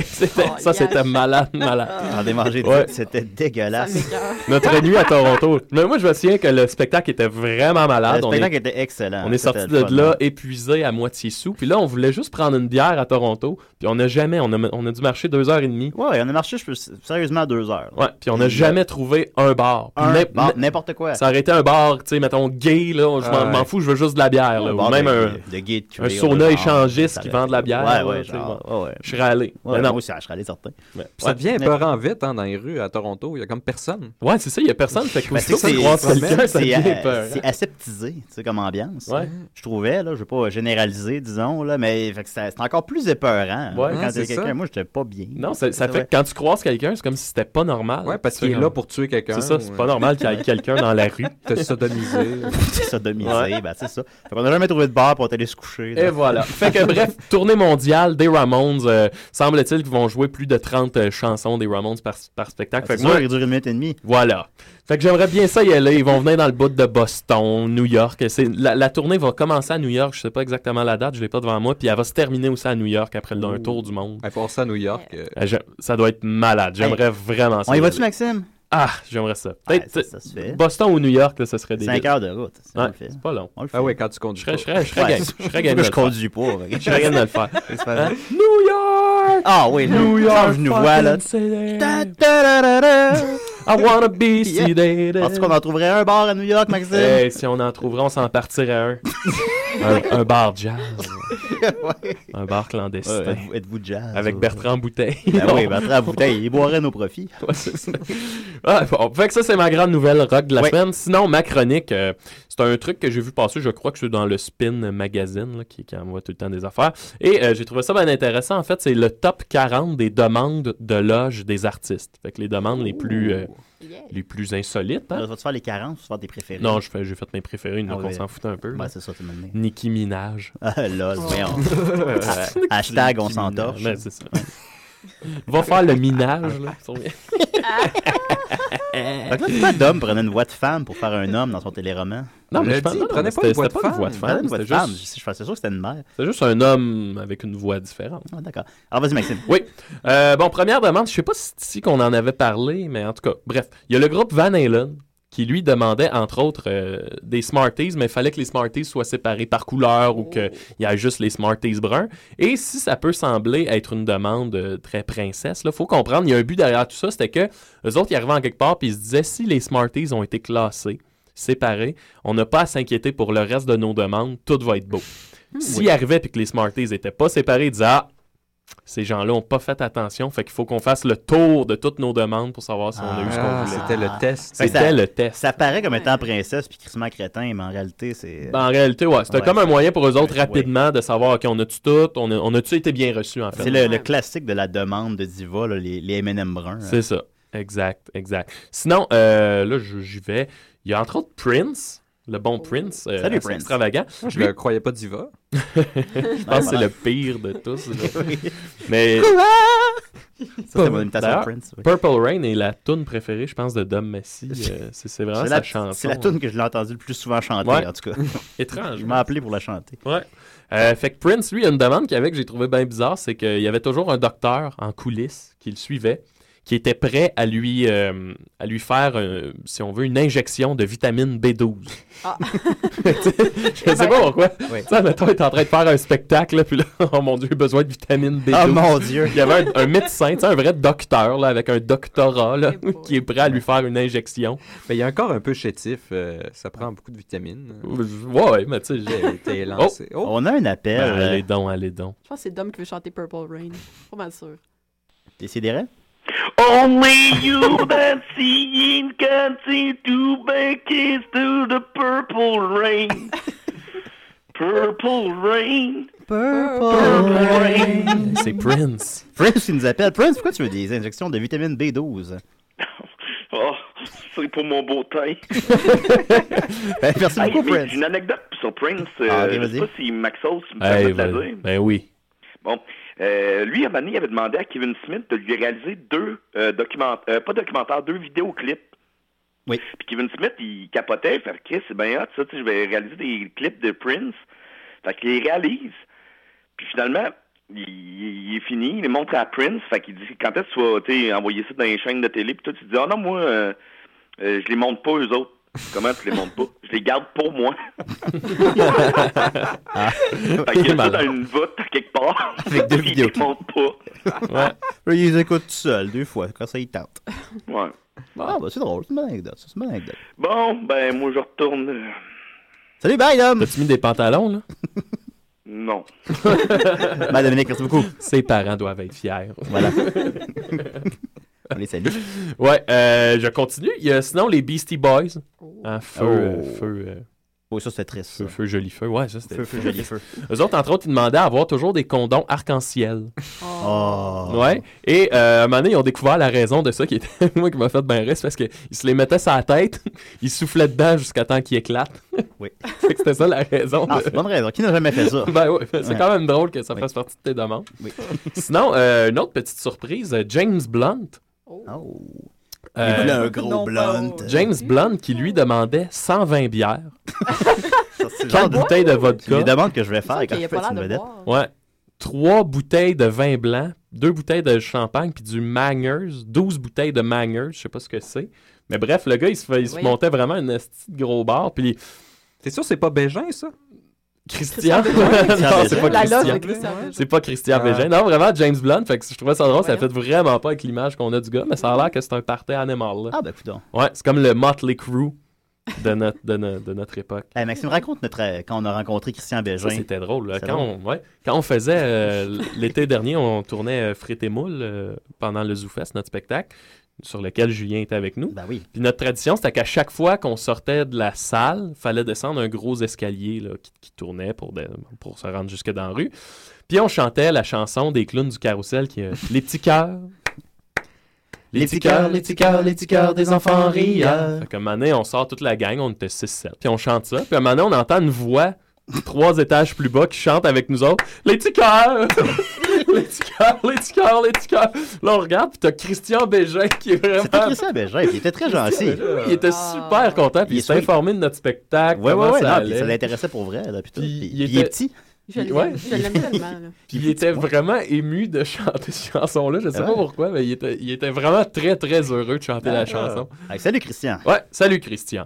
[SPEAKER 10] ça, c'était malade, malade.
[SPEAKER 8] J'en ai mangé deux,
[SPEAKER 10] Ouais.
[SPEAKER 8] c'était dégueulasse.
[SPEAKER 10] Notre nuit à Toronto. Mais moi, je me souviens que le spectacle était vraiment malade.
[SPEAKER 8] Le
[SPEAKER 10] On
[SPEAKER 8] spectacle
[SPEAKER 10] est-
[SPEAKER 8] était excellent.
[SPEAKER 10] On est
[SPEAKER 8] C'était
[SPEAKER 10] sorti
[SPEAKER 8] le
[SPEAKER 10] de
[SPEAKER 8] fun,
[SPEAKER 10] là
[SPEAKER 8] hein.
[SPEAKER 10] épuisé à moitié sous. Puis là, on voulait juste prendre une bière à Toronto. Puis on n'a jamais, on a, on a dû marcher deux heures et demie.
[SPEAKER 8] Ouais, on a marché je peux- sérieusement deux heures.
[SPEAKER 10] Ouais, puis on n'a jamais trouvé un bar. Puis
[SPEAKER 8] Un
[SPEAKER 10] n'im-
[SPEAKER 8] bar,
[SPEAKER 10] n'im-
[SPEAKER 8] n'importe quoi.
[SPEAKER 10] Ça aurait été un bar, tu sais, mettons gay, là. Je m'en
[SPEAKER 8] Ouais.
[SPEAKER 10] m'en fous, je veux juste de la bière, là.
[SPEAKER 8] Un
[SPEAKER 10] Ou
[SPEAKER 8] bar
[SPEAKER 10] même
[SPEAKER 8] de-
[SPEAKER 10] un,
[SPEAKER 8] de gay de cuir,
[SPEAKER 10] un
[SPEAKER 8] là,
[SPEAKER 10] sauna
[SPEAKER 8] genre,
[SPEAKER 10] échangiste
[SPEAKER 8] ça
[SPEAKER 10] qui
[SPEAKER 8] aurait-
[SPEAKER 10] vend de la bière.
[SPEAKER 8] Ouais,
[SPEAKER 10] là,
[SPEAKER 8] ouais,
[SPEAKER 10] tu sais,
[SPEAKER 8] genre,
[SPEAKER 10] bon.
[SPEAKER 8] ouais, ouais.
[SPEAKER 10] Je serais allé.
[SPEAKER 8] Ouais,
[SPEAKER 10] Mais non.
[SPEAKER 8] moi aussi, je serais allé certain.
[SPEAKER 10] Ouais.
[SPEAKER 11] Puis ça devient
[SPEAKER 10] Ouais.
[SPEAKER 11] épeurant vite hein, dans les rues à Toronto. Il y a comme personne.
[SPEAKER 10] Ouais, c'est ça, il y a personne. Fait que
[SPEAKER 8] Ben,
[SPEAKER 10] aussitôt
[SPEAKER 8] c'est-
[SPEAKER 10] que tu croises
[SPEAKER 8] c'est-
[SPEAKER 10] quelqu'un, ça
[SPEAKER 8] c'est,
[SPEAKER 10] devient
[SPEAKER 8] euh,
[SPEAKER 10] épeurant.
[SPEAKER 8] C'est aseptisé, tu sais, comme ambiance.
[SPEAKER 10] Ouais.
[SPEAKER 8] Je trouvais, là, je vais pas généraliser, disons, là, mais fait que ça- c'est encore plus épeurant. hein,
[SPEAKER 10] Ouais,
[SPEAKER 8] quand
[SPEAKER 10] hein,
[SPEAKER 8] il y a
[SPEAKER 10] c'est
[SPEAKER 8] quelqu'un,
[SPEAKER 10] ça.
[SPEAKER 8] moi, j'étais pas bien.
[SPEAKER 10] Non, ça, ça
[SPEAKER 8] C'est
[SPEAKER 10] fait
[SPEAKER 8] vrai.
[SPEAKER 10] que quand tu croises quelqu'un, c'est comme si c'était pas normal.
[SPEAKER 11] Ouais, parce
[SPEAKER 10] Tu sais,
[SPEAKER 11] qu'il est
[SPEAKER 10] comme-
[SPEAKER 11] là pour tuer quelqu'un,
[SPEAKER 10] C'est ça, c'est
[SPEAKER 11] ouais.
[SPEAKER 10] pas normal qu'il y ait quelqu'un dans la rue.
[SPEAKER 11] T'as sodomisé.
[SPEAKER 8] sodomisé,
[SPEAKER 10] Ouais.
[SPEAKER 8] ben, c'est ça. Fait qu'on a jamais trouvé de bar pour aller se coucher.
[SPEAKER 10] Et
[SPEAKER 8] donc.
[SPEAKER 10] voilà. Fait que bref, tournée mondiale des Ramones. euh, Semble-t-il qu'ils vont jouer plus de 30 euh, chansons des Ramones par, par spectacle. Fait
[SPEAKER 8] Ah, C'est
[SPEAKER 10] que
[SPEAKER 8] sûr,
[SPEAKER 10] moi,
[SPEAKER 8] il dure une minute et demie.
[SPEAKER 10] voilà. Fait que j'aimerais bien ça y aller. Ils vont venir dans le bout de Boston, New York. C'est- La, la tournée va commencer à New York. Je sais pas exactement la date, je l'ai pas devant moi. Puis elle va se terminer aussi à New York après un
[SPEAKER 11] Ouh.
[SPEAKER 10] tour du monde.
[SPEAKER 11] Elle passe à New York. euh,
[SPEAKER 10] Ça doit être malade. J'aimerais
[SPEAKER 11] Hey,
[SPEAKER 10] vraiment ça.
[SPEAKER 8] On y va-tu,
[SPEAKER 10] aller.
[SPEAKER 8] Maxime?
[SPEAKER 10] Ah, j'aimerais ça. Peut-être
[SPEAKER 8] ça se fait.
[SPEAKER 10] Boston ou New York, là, ce serait des.
[SPEAKER 8] Cinq heures de route, ça, on
[SPEAKER 10] Ouais,
[SPEAKER 8] le fait.
[SPEAKER 10] c'est pas long.
[SPEAKER 8] On le
[SPEAKER 11] Ah ouais, quand tu conduis.
[SPEAKER 10] Je serais,
[SPEAKER 11] pas.
[SPEAKER 10] je serais, je serais
[SPEAKER 8] Ouais.
[SPEAKER 10] game. Je serais game de
[SPEAKER 8] Moi,
[SPEAKER 10] le
[SPEAKER 8] je
[SPEAKER 10] faire.
[SPEAKER 8] conduis pas. fait que-
[SPEAKER 10] Je serais game de le faire.
[SPEAKER 8] C'est pas-
[SPEAKER 10] Hein? New York!
[SPEAKER 8] Ah oui, là,
[SPEAKER 10] New York!
[SPEAKER 8] change je nous vois, là.
[SPEAKER 10] fucking
[SPEAKER 8] city. Ta-ta-ra-ra-ra.
[SPEAKER 10] I wanna be
[SPEAKER 8] Yeah.
[SPEAKER 10] sedated.
[SPEAKER 8] Penses-tu qu'on en trouverait un bar à New York, Maxime?
[SPEAKER 10] Hey, si on en trouverait, on s'en partirait un. un, un bar jazz. Un bar clandestin.
[SPEAKER 8] Ouais, êtes-vous- êtes-vous jazz,
[SPEAKER 10] Avec
[SPEAKER 8] ou-
[SPEAKER 10] Bertrand Bouteille.
[SPEAKER 8] Ben oui,
[SPEAKER 10] Non.
[SPEAKER 8] Bertrand Bouteille, il boirait nos profits.
[SPEAKER 10] Ouais, c'est ça. Ah, bon, fait que ça, c'est ma grande nouvelle rock de la
[SPEAKER 8] Oui.
[SPEAKER 10] semaine. Sinon, ma chronique, euh, c'est un truc que j'ai vu passer, je crois que c'est dans le Spin Magazine, là, qui, qui envoie tout le temps des affaires. Et euh, j'ai trouvé ça bien intéressant. En fait, c'est le top 40 des demandes de loge des artistes. Fait que les demandes les plus, euh, les plus insolites. hein.
[SPEAKER 8] Alors, vas-tu faire les 40 ou vas-tu faire tes préférés?
[SPEAKER 10] Non, je fais- j'ai fait mes préférés, donc
[SPEAKER 8] Ah
[SPEAKER 10] on
[SPEAKER 8] ouais.
[SPEAKER 10] s'en fout un peu.
[SPEAKER 8] Ben,
[SPEAKER 10] là.
[SPEAKER 8] c'est ça, tout le monde.
[SPEAKER 10] Nicki Minaj.
[SPEAKER 8] Ah, lol, voyons.
[SPEAKER 10] Ouais.
[SPEAKER 8] Hashtag, on
[SPEAKER 10] Nicki
[SPEAKER 8] s'entorche.
[SPEAKER 10] Minaj, ben, c'est ça. Va faire le minage, là.
[SPEAKER 8] Euh, Fait que là, pourquoi Dom prenait une voix de femme pour faire un homme dans son téléroman?
[SPEAKER 10] Non, mais je pense- non, mais c'était- c'était pas une voix de
[SPEAKER 8] Il
[SPEAKER 10] femme,
[SPEAKER 8] prenait une voix de
[SPEAKER 10] c'était
[SPEAKER 8] femme.
[SPEAKER 10] juste-
[SPEAKER 8] Je je pensais sûr que c'était une mère.
[SPEAKER 10] C'est juste un homme avec une voix différente.
[SPEAKER 8] Ah, d'accord. Alors, vas-y, Maxime.
[SPEAKER 10] Oui. Euh, bon, première demande, je sais pas si c'est ici qu'on en avait parlé, mais en tout cas, bref. Il y a le groupe Van Halen qui, lui, demandait, entre autres, euh, des Smarties, mais il fallait que les Smarties soient séparés par couleur ou qu'il y ait juste les Smarties bruns. Et si ça peut sembler être une demande euh, très princesse, il faut comprendre, il y a un but derrière tout ça, c'était que eux autres, ils arrivaient en quelque part puis ils se disaient, si les Smarties ont été classés, séparés, on n'a pas à s'inquiéter pour le reste de nos demandes, tout va être beau.
[SPEAKER 8] Hmm.
[SPEAKER 10] S'ils
[SPEAKER 15] Oui.
[SPEAKER 10] arrivaient puis que les Smarties n'étaient pas séparés, ils disaient, ah, ces gens-là n'ont pas fait attention. Fait qu'il faut qu'on fasse le tour de toutes nos demandes pour savoir si on a eu ce qu'on
[SPEAKER 11] Ah,
[SPEAKER 10] voulait.
[SPEAKER 11] c'était le test.
[SPEAKER 10] C'était
[SPEAKER 8] Ça-
[SPEAKER 10] le test.
[SPEAKER 8] Ça paraît comme étant princesse puis crissement crétin, mais en réalité, c'est.
[SPEAKER 10] Ben, en réalité, ouais. C'était
[SPEAKER 8] Ouais,
[SPEAKER 10] comme un moyen pour eux autres
[SPEAKER 8] ouais.
[SPEAKER 10] rapidement de savoir, OK, on a-tu tout, on a- on a-tu été bien reçu en fait.
[SPEAKER 8] C'est le, le classique de la demande de Diva, là, les, les MM bruns.
[SPEAKER 10] C'est ça. Exact, exact. Sinon, euh, là, je- j'y vais. Il y a entre autres Prince, le bon Prince, euh,
[SPEAKER 11] Salut,
[SPEAKER 10] assez
[SPEAKER 11] Prince.
[SPEAKER 10] extravagant.
[SPEAKER 11] Ah, Je
[SPEAKER 10] Lui-
[SPEAKER 11] le croyais pas diva.
[SPEAKER 10] je pense que c'est
[SPEAKER 11] voilà.
[SPEAKER 10] le pire de tous. là. Mais.
[SPEAKER 8] Ça, c'était mon imitation de
[SPEAKER 10] D'ailleurs,
[SPEAKER 8] Prince, oui.
[SPEAKER 10] Purple Rain est la tune préférée, je pense, de Dom Messi. Euh, c'est c'est vraiment
[SPEAKER 8] C'est
[SPEAKER 10] sa
[SPEAKER 8] la,
[SPEAKER 10] chanson.
[SPEAKER 8] c'est la tune que je l'ai entendue le plus souvent chanter,
[SPEAKER 10] Ouais.
[SPEAKER 8] en tout cas.
[SPEAKER 10] Étrange.
[SPEAKER 8] Je m'ai appelé pour la chanter.
[SPEAKER 10] Ouais. Euh, fait que Prince, lui, il y a une demande qu'il avait que j'ai trouvé bien bizarre, c'est qu'il y avait toujours un docteur en coulisses qui le suivait, qui était prêt à lui, euh, à lui faire, euh, si on veut, une injection de vitamine B12. Je sais pas pourquoi.
[SPEAKER 8] Oui.
[SPEAKER 10] Tu sais, mettons, il est en train de faire un spectacle, là, puis là, oh mon Dieu, besoin de vitamine B12.
[SPEAKER 8] Ah, mon Dieu.
[SPEAKER 10] Il y avait un, un médecin, tu sais, un vrai docteur, là, avec un doctorat, là, qui est prêt à lui faire une injection.
[SPEAKER 11] Mais il y a un corps un peu chétif. euh, ça prend beaucoup de vitamines.
[SPEAKER 10] Ouais, ouais, mais tu sais, j'ai
[SPEAKER 11] T'es lancé. Oh.
[SPEAKER 8] On a un appel. euh,
[SPEAKER 10] Ben, allez donc, allez donc.
[SPEAKER 9] Je pense que c'est Dom qui veut chanter Purple Rain. Pas mal sûr.
[SPEAKER 8] Décidérez?
[SPEAKER 17] Only you that seeing can see to make kiss to the purple rain. Purple rain. Purple rain.
[SPEAKER 10] C'est Prince.
[SPEAKER 8] Prince qui nous appelle. Prince, pourquoi tu veux des injections de vitamine B12?
[SPEAKER 17] Oh, c'est pour mon beau teint.
[SPEAKER 8] Ben, merci
[SPEAKER 17] Hey,
[SPEAKER 8] beaucoup,
[SPEAKER 17] puis,
[SPEAKER 8] Prince.
[SPEAKER 17] Une anecdote sur Prince. euh,
[SPEAKER 8] Ah, ok,
[SPEAKER 17] je
[SPEAKER 8] vas-y.
[SPEAKER 17] sais pas si Maxos me
[SPEAKER 10] Hey,
[SPEAKER 17] permet de la
[SPEAKER 10] vas-y.
[SPEAKER 17] dire.
[SPEAKER 10] Ben oui.
[SPEAKER 17] Bon, euh, lui, à un moment donné, il avait demandé à Kevin Smith de lui réaliser deux euh, documentaires, pas documentaires, deux vidéoclips.
[SPEAKER 8] Oui.
[SPEAKER 17] Puis Kevin Smith, il capotait, il fait Chris, c'est bien hot, ça, tu sais, je vais réaliser des clips de Prince. Fait qu'il les réalise. Puis finalement, il, il- il est fini, il les montre à Prince. Fait qu'il dit quand est-ce que tu vas tu sais, envoyer ça dans les chaînes de télé? Puis toi, tu dis Ah non, moi, euh, euh, je les montre pas eux autres. Comment tu les montres pas? Je les garde pour moi. fait qu'il y a ça dans une voûte à quelque part.
[SPEAKER 8] Avec deux
[SPEAKER 17] Puis il
[SPEAKER 8] vidéos.
[SPEAKER 17] les montre pas.
[SPEAKER 8] Eux, Ils les écoutent tout seuls, deux fois, quand ça, ils tentent.
[SPEAKER 17] Ouais.
[SPEAKER 8] Ah, bah, c'est drôle, c'est une bonne anecdote. ça, C'est une bonne anecdote.
[SPEAKER 17] Bon, ben moi je retourne. euh,
[SPEAKER 8] Salut, bye, Dom!
[SPEAKER 10] T'as-tu mis des pantalons, là?
[SPEAKER 17] Non.
[SPEAKER 8] Bye, Bah, Dominique, merci beaucoup.
[SPEAKER 10] Ses parents doivent être fiers.
[SPEAKER 8] Voilà. On les salue.
[SPEAKER 10] Ouais, euh, je continue. Il y a sinon les Beastie Boys. Hein, feu,
[SPEAKER 8] Oh.
[SPEAKER 10] euh, feu.
[SPEAKER 8] Oui, ça c'était triste.
[SPEAKER 10] Feu, feu, joli feu. Ouais, ça c'était.
[SPEAKER 8] Feu, feu, joli feu.
[SPEAKER 10] Eux autres, entre autres, ils demandaient à avoir toujours des condons arc-en-ciel.
[SPEAKER 8] Oh.
[SPEAKER 10] Ouais. Et euh, à un moment donné, ils ont découvert la raison de ça qui était moi qui m'a fait ben reste parce qu'ils se les mettaient sur la tête, ils soufflaient dedans jusqu'à temps qu'ils éclatent.
[SPEAKER 8] Oui.
[SPEAKER 10] Fait que c'était ça la raison.
[SPEAKER 8] Ah,
[SPEAKER 10] de-
[SPEAKER 8] c'est une bonne raison. Qui n'a jamais fait ça?
[SPEAKER 10] ben ouais, c'est
[SPEAKER 8] Ouais.
[SPEAKER 10] quand même drôle que ça fasse partie de tes demandes. Sinon, euh, une autre petite surprise, euh, James Blunt.
[SPEAKER 8] Oh. Il voulait un gros Non, Blunt. pas.
[SPEAKER 10] Euh, James Blunt qui lui demandait 120 bières.
[SPEAKER 8] c'est genre
[SPEAKER 10] Quatre
[SPEAKER 8] de-
[SPEAKER 10] bouteilles de vodka.
[SPEAKER 8] C'est les demandes que je vais faire quand
[SPEAKER 10] il
[SPEAKER 8] je fais une vedette.
[SPEAKER 10] Ouais. Trois bouteilles de vin blanc, deux bouteilles de champagne, puis du Mangers, 12 bouteilles de Mangers, je sais pas ce que c'est. Mais bref, le gars, il se, fait- il se
[SPEAKER 11] Oui.
[SPEAKER 10] montait vraiment une esti de gros bar, puis... T'es sûr c'est pas Bégin, ça? Christian?
[SPEAKER 11] Christian Bégin.
[SPEAKER 10] non, c'est pas
[SPEAKER 11] La loge de
[SPEAKER 10] Christian.
[SPEAKER 11] Christian Bégin.
[SPEAKER 10] C'est pas Christian
[SPEAKER 11] Ah.
[SPEAKER 10] Bégin. Non, vraiment, James Blunt, fait que je trouvais ça drôle, ça fait vraiment pas avec l'image qu'on a du gars, mais ça a l'air que c'est un party animal, là.
[SPEAKER 8] Ah, ben, coudonc.
[SPEAKER 10] Ouais, c'est comme le Motley Crue de notre, de no- de notre époque.
[SPEAKER 11] Ah,
[SPEAKER 8] Hey, Maxime, raconte notre, euh, quand on a rencontré Christian Bégin.
[SPEAKER 10] Ça, c'était drôle. là.
[SPEAKER 8] C'est
[SPEAKER 10] Quand,
[SPEAKER 8] drôle.
[SPEAKER 10] on, ouais, quand on faisait euh, l'été dernier, on tournait euh, Frites et Moules euh, pendant le ZooFest, notre spectacle, sur lequel Julien était avec nous.
[SPEAKER 11] Ben
[SPEAKER 10] Puis notre tradition, c'était qu'à chaque fois qu'on sortait de la salle, fallait descendre un gros escalier là, qui, qui tournait pour, de- pour se rendre jusque dans la rue. Puis on chantait la chanson des clowns du carrousel qui est euh, Les petits cœurs.
[SPEAKER 11] Les petits cœurs, les petits cœurs, les petits cœurs des enfants rieurs.
[SPEAKER 10] Fait qu'à un moment donné, on sort toute la gang, on était 6-7, puis on chante ça. Puis à un moment donné, on entend une voix trois étages plus bas qui chante avec nous autres Les petits cœurs Les petits cœurs, les petits cœurs, les petits cœurs. Là, on regarde, puis t'as Christian Bégin qui est vraiment.
[SPEAKER 8] C'était Christian Bégin, puis il était très gentil.
[SPEAKER 10] Christian Bégin, oui, Il était super content, puis
[SPEAKER 8] Il
[SPEAKER 10] il
[SPEAKER 8] est
[SPEAKER 10] s'est
[SPEAKER 8] sweet.
[SPEAKER 10] informé de notre spectacle.
[SPEAKER 8] Ouais, ouais,
[SPEAKER 10] comment
[SPEAKER 8] ouais.
[SPEAKER 10] ça
[SPEAKER 8] non, puis
[SPEAKER 10] allait.
[SPEAKER 8] ça l'intéressait pour vrai. Là, puis tout. Puis il,
[SPEAKER 10] était-
[SPEAKER 8] est petit.
[SPEAKER 10] Je l'aime- je
[SPEAKER 9] l'aime tellement, là.
[SPEAKER 10] Puis il était vraiment ému de chanter cette chanson-là. Je sais
[SPEAKER 8] C'est
[SPEAKER 10] pas
[SPEAKER 8] vrai?
[SPEAKER 10] pourquoi, mais il était, il était vraiment très, très heureux de chanter la
[SPEAKER 8] Ah.
[SPEAKER 10] chanson.
[SPEAKER 8] Hey, salut, Christian.
[SPEAKER 10] Ouais, salut, Christian.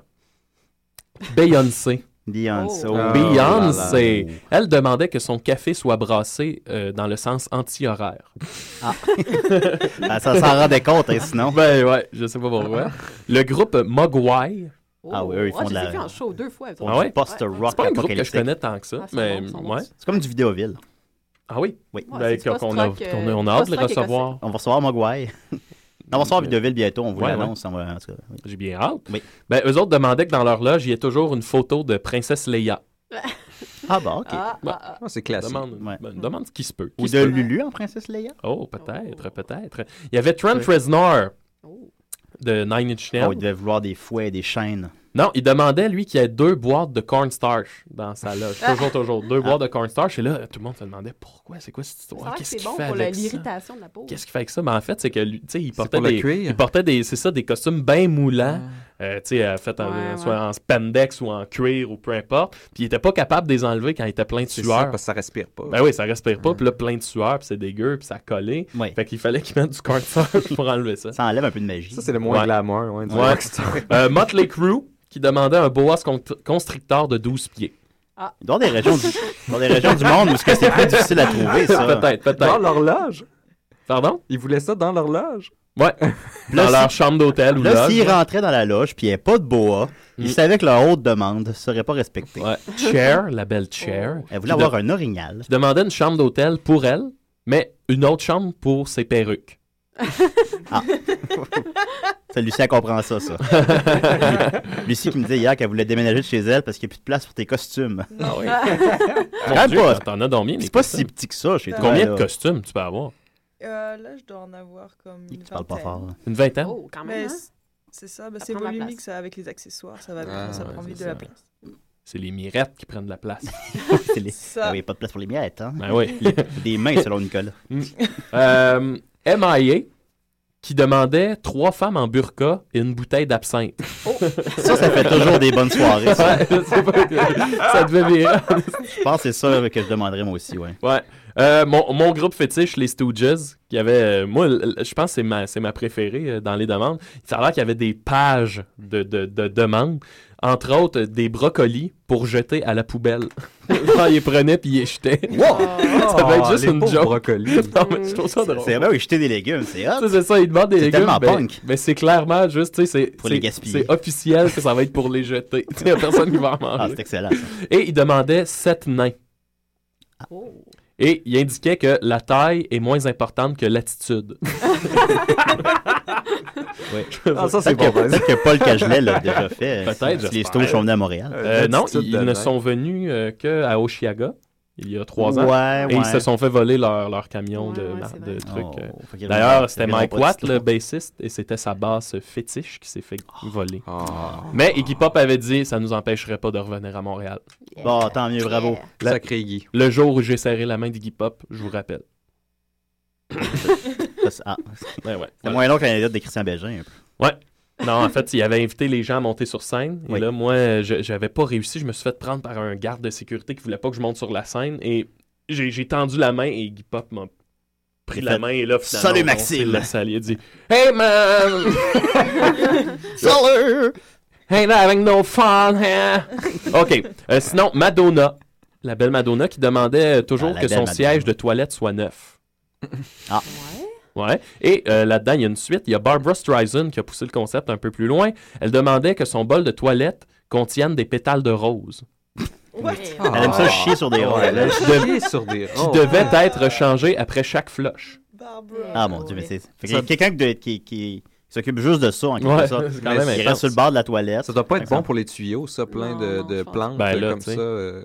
[SPEAKER 10] Beyoncé.
[SPEAKER 8] Beyoncé.
[SPEAKER 10] Oh.
[SPEAKER 8] Oh,
[SPEAKER 10] Beyoncé. Elle demandait que son café soit brassé euh, dans le sens anti-horaire.
[SPEAKER 8] Ah, ça s'en rendait compte, hein, sinon.
[SPEAKER 10] Ben ouais, je sais pas pourquoi. Le groupe Mogwai.
[SPEAKER 8] Ah oui, eux, ils font de
[SPEAKER 9] Je l'ai
[SPEAKER 8] la.
[SPEAKER 9] vu en show deux fois.
[SPEAKER 10] Ah ouais?
[SPEAKER 8] post-rock
[SPEAKER 10] C'est pas un groupe que je
[SPEAKER 8] apocalyptique.
[SPEAKER 10] connais tant que ça,
[SPEAKER 9] Ah, c'est
[SPEAKER 10] mais
[SPEAKER 9] bon, ils sont bons,
[SPEAKER 10] ouais.
[SPEAKER 8] C'est comme du Vidéoville.
[SPEAKER 10] Ah oui?
[SPEAKER 8] Oui.
[SPEAKER 10] Ouais, Ben, c'est du qu'on- qu'on a- post-rock, qu'on a- on a euh, hâte de les post-rock recevoir. Euh, écossais.
[SPEAKER 8] On va recevoir Mogwai. on va recevoir Vidéoville bientôt, on vous
[SPEAKER 10] Ouais,
[SPEAKER 8] l'annonce. on va- en tout cas, oui.
[SPEAKER 10] J'ai bien hâte. Ben, eux autres demandaient que dans leur loge, il y ait toujours une photo de Princesse Leia.
[SPEAKER 8] Ah bah, ok.
[SPEAKER 10] Ouais.
[SPEAKER 11] c'est classique.
[SPEAKER 10] Demande, ben, demande ce qui se peut.
[SPEAKER 8] Ou
[SPEAKER 10] Qui se
[SPEAKER 8] de
[SPEAKER 10] peut.
[SPEAKER 8] Lulu en Princesse Leia.
[SPEAKER 10] Oh, peut-être, peut-être. Il y avait Trent Reznor
[SPEAKER 9] Oh.
[SPEAKER 10] de Nine Inch Nails.
[SPEAKER 8] Oh, il devait vouloir des fouets, des chaînes.
[SPEAKER 10] Non, il demandait, lui, qu'il y ait deux boîtes de cornstarch dans sa loge. toujours, toujours.
[SPEAKER 8] Ah.
[SPEAKER 10] Deux boîtes de cornstarch. Et là, tout le monde se demandait pourquoi, c'est quoi cette
[SPEAKER 9] Ça a
[SPEAKER 10] histoire?
[SPEAKER 9] l'air que
[SPEAKER 10] Qu'est-ce
[SPEAKER 9] c'est
[SPEAKER 10] qu'il
[SPEAKER 9] bon
[SPEAKER 10] fait
[SPEAKER 9] pour le-
[SPEAKER 10] avec ça?
[SPEAKER 9] l'irritation de la peau.
[SPEAKER 10] Qu'est-ce qu'il fait avec ça? Ben, en fait, c'est que lui, tu sais, il portait
[SPEAKER 11] pour le
[SPEAKER 10] des,
[SPEAKER 11] cuir.
[SPEAKER 10] il portait des, c'est ça, des costumes bien moulants, euh, tu sais, euh, fait en,
[SPEAKER 11] Ouais,
[SPEAKER 10] soit en spandex ou en cuir ou peu importe. Puis il était pas capable de les enlever quand il était plein de
[SPEAKER 11] C'est
[SPEAKER 10] sueur.
[SPEAKER 11] ça, parce que ça respire pas.
[SPEAKER 10] Ben oui, ça respire pas, puis là, plein de sueur, puis c'est dégueu, puis ça a collé. Fait qu'il fallait qu'il mette du cornstarch pour enlever ça.
[SPEAKER 8] Ça enlève un peu de magie.
[SPEAKER 11] Ça, c'est le moins
[SPEAKER 10] Ouais.
[SPEAKER 11] glamour. Ouais, du
[SPEAKER 10] Ouais.
[SPEAKER 11] rockstar.
[SPEAKER 10] Euh, Motley Crue qui demandait un boas con- constrictor de 12 pieds.
[SPEAKER 11] Ah.
[SPEAKER 8] Il doit y avoir des régions du, il doit y avoir des régions du monde où est-ce que c'est plus difficile à trouver, ça.
[SPEAKER 10] Peut-être, peut-être.
[SPEAKER 11] Dans l'horloge.
[SPEAKER 10] Pardon?
[SPEAKER 11] Ils voulaient ça dans l'horloge.
[SPEAKER 10] Ouais.
[SPEAKER 8] Là,
[SPEAKER 10] dans
[SPEAKER 8] si-
[SPEAKER 10] leur chambre d'hôtel ou
[SPEAKER 8] Là,
[SPEAKER 10] loge,
[SPEAKER 8] s'ils
[SPEAKER 10] là. Mm.
[SPEAKER 8] rentraient dans la loge puis il n'y avait pas de boa, ils savaient que leur haute demande ne serait pas respectée. Oh.
[SPEAKER 10] Chair, la belle Chair.
[SPEAKER 8] Elle
[SPEAKER 10] qui
[SPEAKER 8] voulait avoir
[SPEAKER 10] de-
[SPEAKER 8] un orignal.
[SPEAKER 10] Qui demandait une chambre d'hôtel pour elle, mais une autre chambre pour ses perruques.
[SPEAKER 8] Ça, Lucie, elle comprend ça, ça. Lucie qui me disait hier qu'elle voulait déménager de chez elle parce qu'il n'y a plus de place pour tes costumes.
[SPEAKER 10] Ah oui.
[SPEAKER 8] Quand
[SPEAKER 10] Mon
[SPEAKER 8] même
[SPEAKER 10] Dieu,
[SPEAKER 8] pas.
[SPEAKER 10] T'en as dormi.
[SPEAKER 8] C'est pas si petit que ça chez toi.
[SPEAKER 10] Combien
[SPEAKER 8] là.
[SPEAKER 10] de costumes tu peux avoir?
[SPEAKER 12] Euh, là, je dois en avoir comme une
[SPEAKER 8] parles pas
[SPEAKER 12] vingtaine.
[SPEAKER 8] fort, là.
[SPEAKER 10] Une vingtaine?
[SPEAKER 12] Mais c- C'est ça, ben, c'est
[SPEAKER 9] prend la
[SPEAKER 12] volumique,
[SPEAKER 9] place.
[SPEAKER 12] ça, avec les accessoires, ça va bien,
[SPEAKER 10] Ah,
[SPEAKER 12] ça
[SPEAKER 10] ouais,
[SPEAKER 12] prend vite
[SPEAKER 10] c'est
[SPEAKER 12] de la
[SPEAKER 10] ça.
[SPEAKER 12] place.
[SPEAKER 10] C'est les mirettes qui prennent de la place.
[SPEAKER 8] C'est les-
[SPEAKER 12] Ça.
[SPEAKER 8] Ah oui, pas de place pour les miettes, hein?
[SPEAKER 10] Ben oui.
[SPEAKER 8] Les- Des mains, selon Nicolas.
[SPEAKER 10] Mm. Euh, MIA qui demandait trois femmes en burqa et une bouteille d'absinthe.
[SPEAKER 12] Oh.
[SPEAKER 8] Ça, ça fait toujours des bonnes soirées, ça.
[SPEAKER 10] Ouais, c'est pas- ça devait virer.
[SPEAKER 8] Je pense que c'est ça que je demanderais moi aussi, ouais.
[SPEAKER 10] Ouais. Euh, mon, mon groupe fétiche, les Stooges, qui avait. euh, moi, l- l- je pense que c'est ma, c'est ma préférée euh, dans les demandes. Ça a l'air qu'il y avait des pages de, de, de demandes. Entre autres, euh, des brocolis pour jeter à la poubelle. Genre, ils les prenaient puis ils les jetaient. ça va être juste
[SPEAKER 8] Ah, les
[SPEAKER 10] une
[SPEAKER 8] pauvres
[SPEAKER 10] joke.
[SPEAKER 8] brocolis.
[SPEAKER 10] non, mais je trouve ça drôle.
[SPEAKER 8] C'est vrai, oui, jeter des légumes, c'est hot.
[SPEAKER 10] Tu sais, C'est ça, ils demandent des
[SPEAKER 8] C'est
[SPEAKER 10] légumes.
[SPEAKER 8] tellement
[SPEAKER 10] ben-
[SPEAKER 8] punk.
[SPEAKER 10] Mais c'est clairement juste, tu sais, c'est-
[SPEAKER 8] Pour les
[SPEAKER 10] c'est
[SPEAKER 8] gaspiller.
[SPEAKER 10] c'est officiel que ça va être pour les jeter. Tu sais, y a personne qui va en manger.
[SPEAKER 8] Ah, c'est excellent, ça.
[SPEAKER 10] Et ils demandaient sept nains.
[SPEAKER 8] Oh.
[SPEAKER 10] Et il indiquait que la taille est moins importante que l'attitude.
[SPEAKER 8] Ouais. Ah, ça, c'est Peut-être bon, que- vas-y. peut-être que Paul Cagelet l'a déjà fait, si- si
[SPEAKER 10] Peut-être.
[SPEAKER 8] les
[SPEAKER 10] j'espère.
[SPEAKER 8] Stooges sont venus à Montréal.
[SPEAKER 10] Euh, non,
[SPEAKER 8] L'attitude
[SPEAKER 10] ils,
[SPEAKER 8] de
[SPEAKER 10] ils ne
[SPEAKER 8] nain.
[SPEAKER 10] sont venus euh, que à Oshiaga il y a trois ans.
[SPEAKER 8] Ouais,
[SPEAKER 10] et ils
[SPEAKER 8] ouais.
[SPEAKER 10] se sont fait voler leur, leur camion de, mar- de trucs.
[SPEAKER 8] Oh,
[SPEAKER 10] euh. D'ailleurs, c'était
[SPEAKER 8] ils reviendront
[SPEAKER 10] Mike
[SPEAKER 8] pas d'ici
[SPEAKER 10] Watt,
[SPEAKER 8] trois
[SPEAKER 10] le bassiste, et c'était sa basse fétiche qui s'est fait
[SPEAKER 8] Ah.
[SPEAKER 10] voler. Mais Iggy Pop avait dit ça nous empêcherait pas de revenir à Montréal.
[SPEAKER 8] Bon, tant mieux, bravo.
[SPEAKER 10] Le-
[SPEAKER 11] Sacré Iggy.
[SPEAKER 10] Le jour où j'ai serré la main d'Iggy Pop, je vous rappelle.
[SPEAKER 8] Ça, c'est- ah.
[SPEAKER 10] Ouais, ouais.
[SPEAKER 8] C'est moins long que l'anecdote de Christian Bégin. un peu.
[SPEAKER 10] Ouais. Non, en fait, il avait invité les gens à monter sur scène. Et là, moi, je- j'avais pas réussi. Je me suis fait prendre par un garde de sécurité qui voulait pas que je monte sur la scène. Et j'ai j'ai tendu la main et Guy Pop m'a pris
[SPEAKER 8] Il
[SPEAKER 10] la
[SPEAKER 8] fait,
[SPEAKER 10] main. Et là, finalement,
[SPEAKER 8] Salut,
[SPEAKER 10] on
[SPEAKER 8] Maxime.
[SPEAKER 10] s'est laissé aller. Il a dit Hey, man!
[SPEAKER 8] Salut!
[SPEAKER 10] Ain't having no fun, hein? OK. Euh, sinon, Madonna. La belle Madonna qui demandait euh, toujours
[SPEAKER 8] Ah, la
[SPEAKER 10] que
[SPEAKER 8] belle
[SPEAKER 10] son
[SPEAKER 8] Madonna.
[SPEAKER 10] siège de toilette soit neuf.
[SPEAKER 8] Ah.
[SPEAKER 10] Ouais. Et euh, là-dedans, il y a une suite. Il y a Barbara Streisand qui a poussé le concept un peu plus loin. Elle demandait que son bol de toilette contienne des pétales de rose.
[SPEAKER 8] Elle aime ça
[SPEAKER 10] Ah.
[SPEAKER 8] chier sur des roses.
[SPEAKER 10] Elle aime chier sur
[SPEAKER 11] des
[SPEAKER 10] Qui devait être changé après chaque flush.
[SPEAKER 8] Ah mon dieu, mais c'est. fait que
[SPEAKER 10] Ça-
[SPEAKER 8] Quelqu'un qui, doit être- qui, qui s'occupe juste de ça, en quelque
[SPEAKER 10] Ouais,
[SPEAKER 8] sorte.
[SPEAKER 10] c'est quand même
[SPEAKER 8] Il
[SPEAKER 10] intense.
[SPEAKER 8] reste sur le bord de la toilette.
[SPEAKER 11] Ça doit pas être
[SPEAKER 8] Par
[SPEAKER 11] bon pour les tuyaux, ça, plein de, de plantes
[SPEAKER 10] Ben
[SPEAKER 11] euh,
[SPEAKER 10] là,
[SPEAKER 11] comme
[SPEAKER 10] tu sais.
[SPEAKER 11] ça. euh.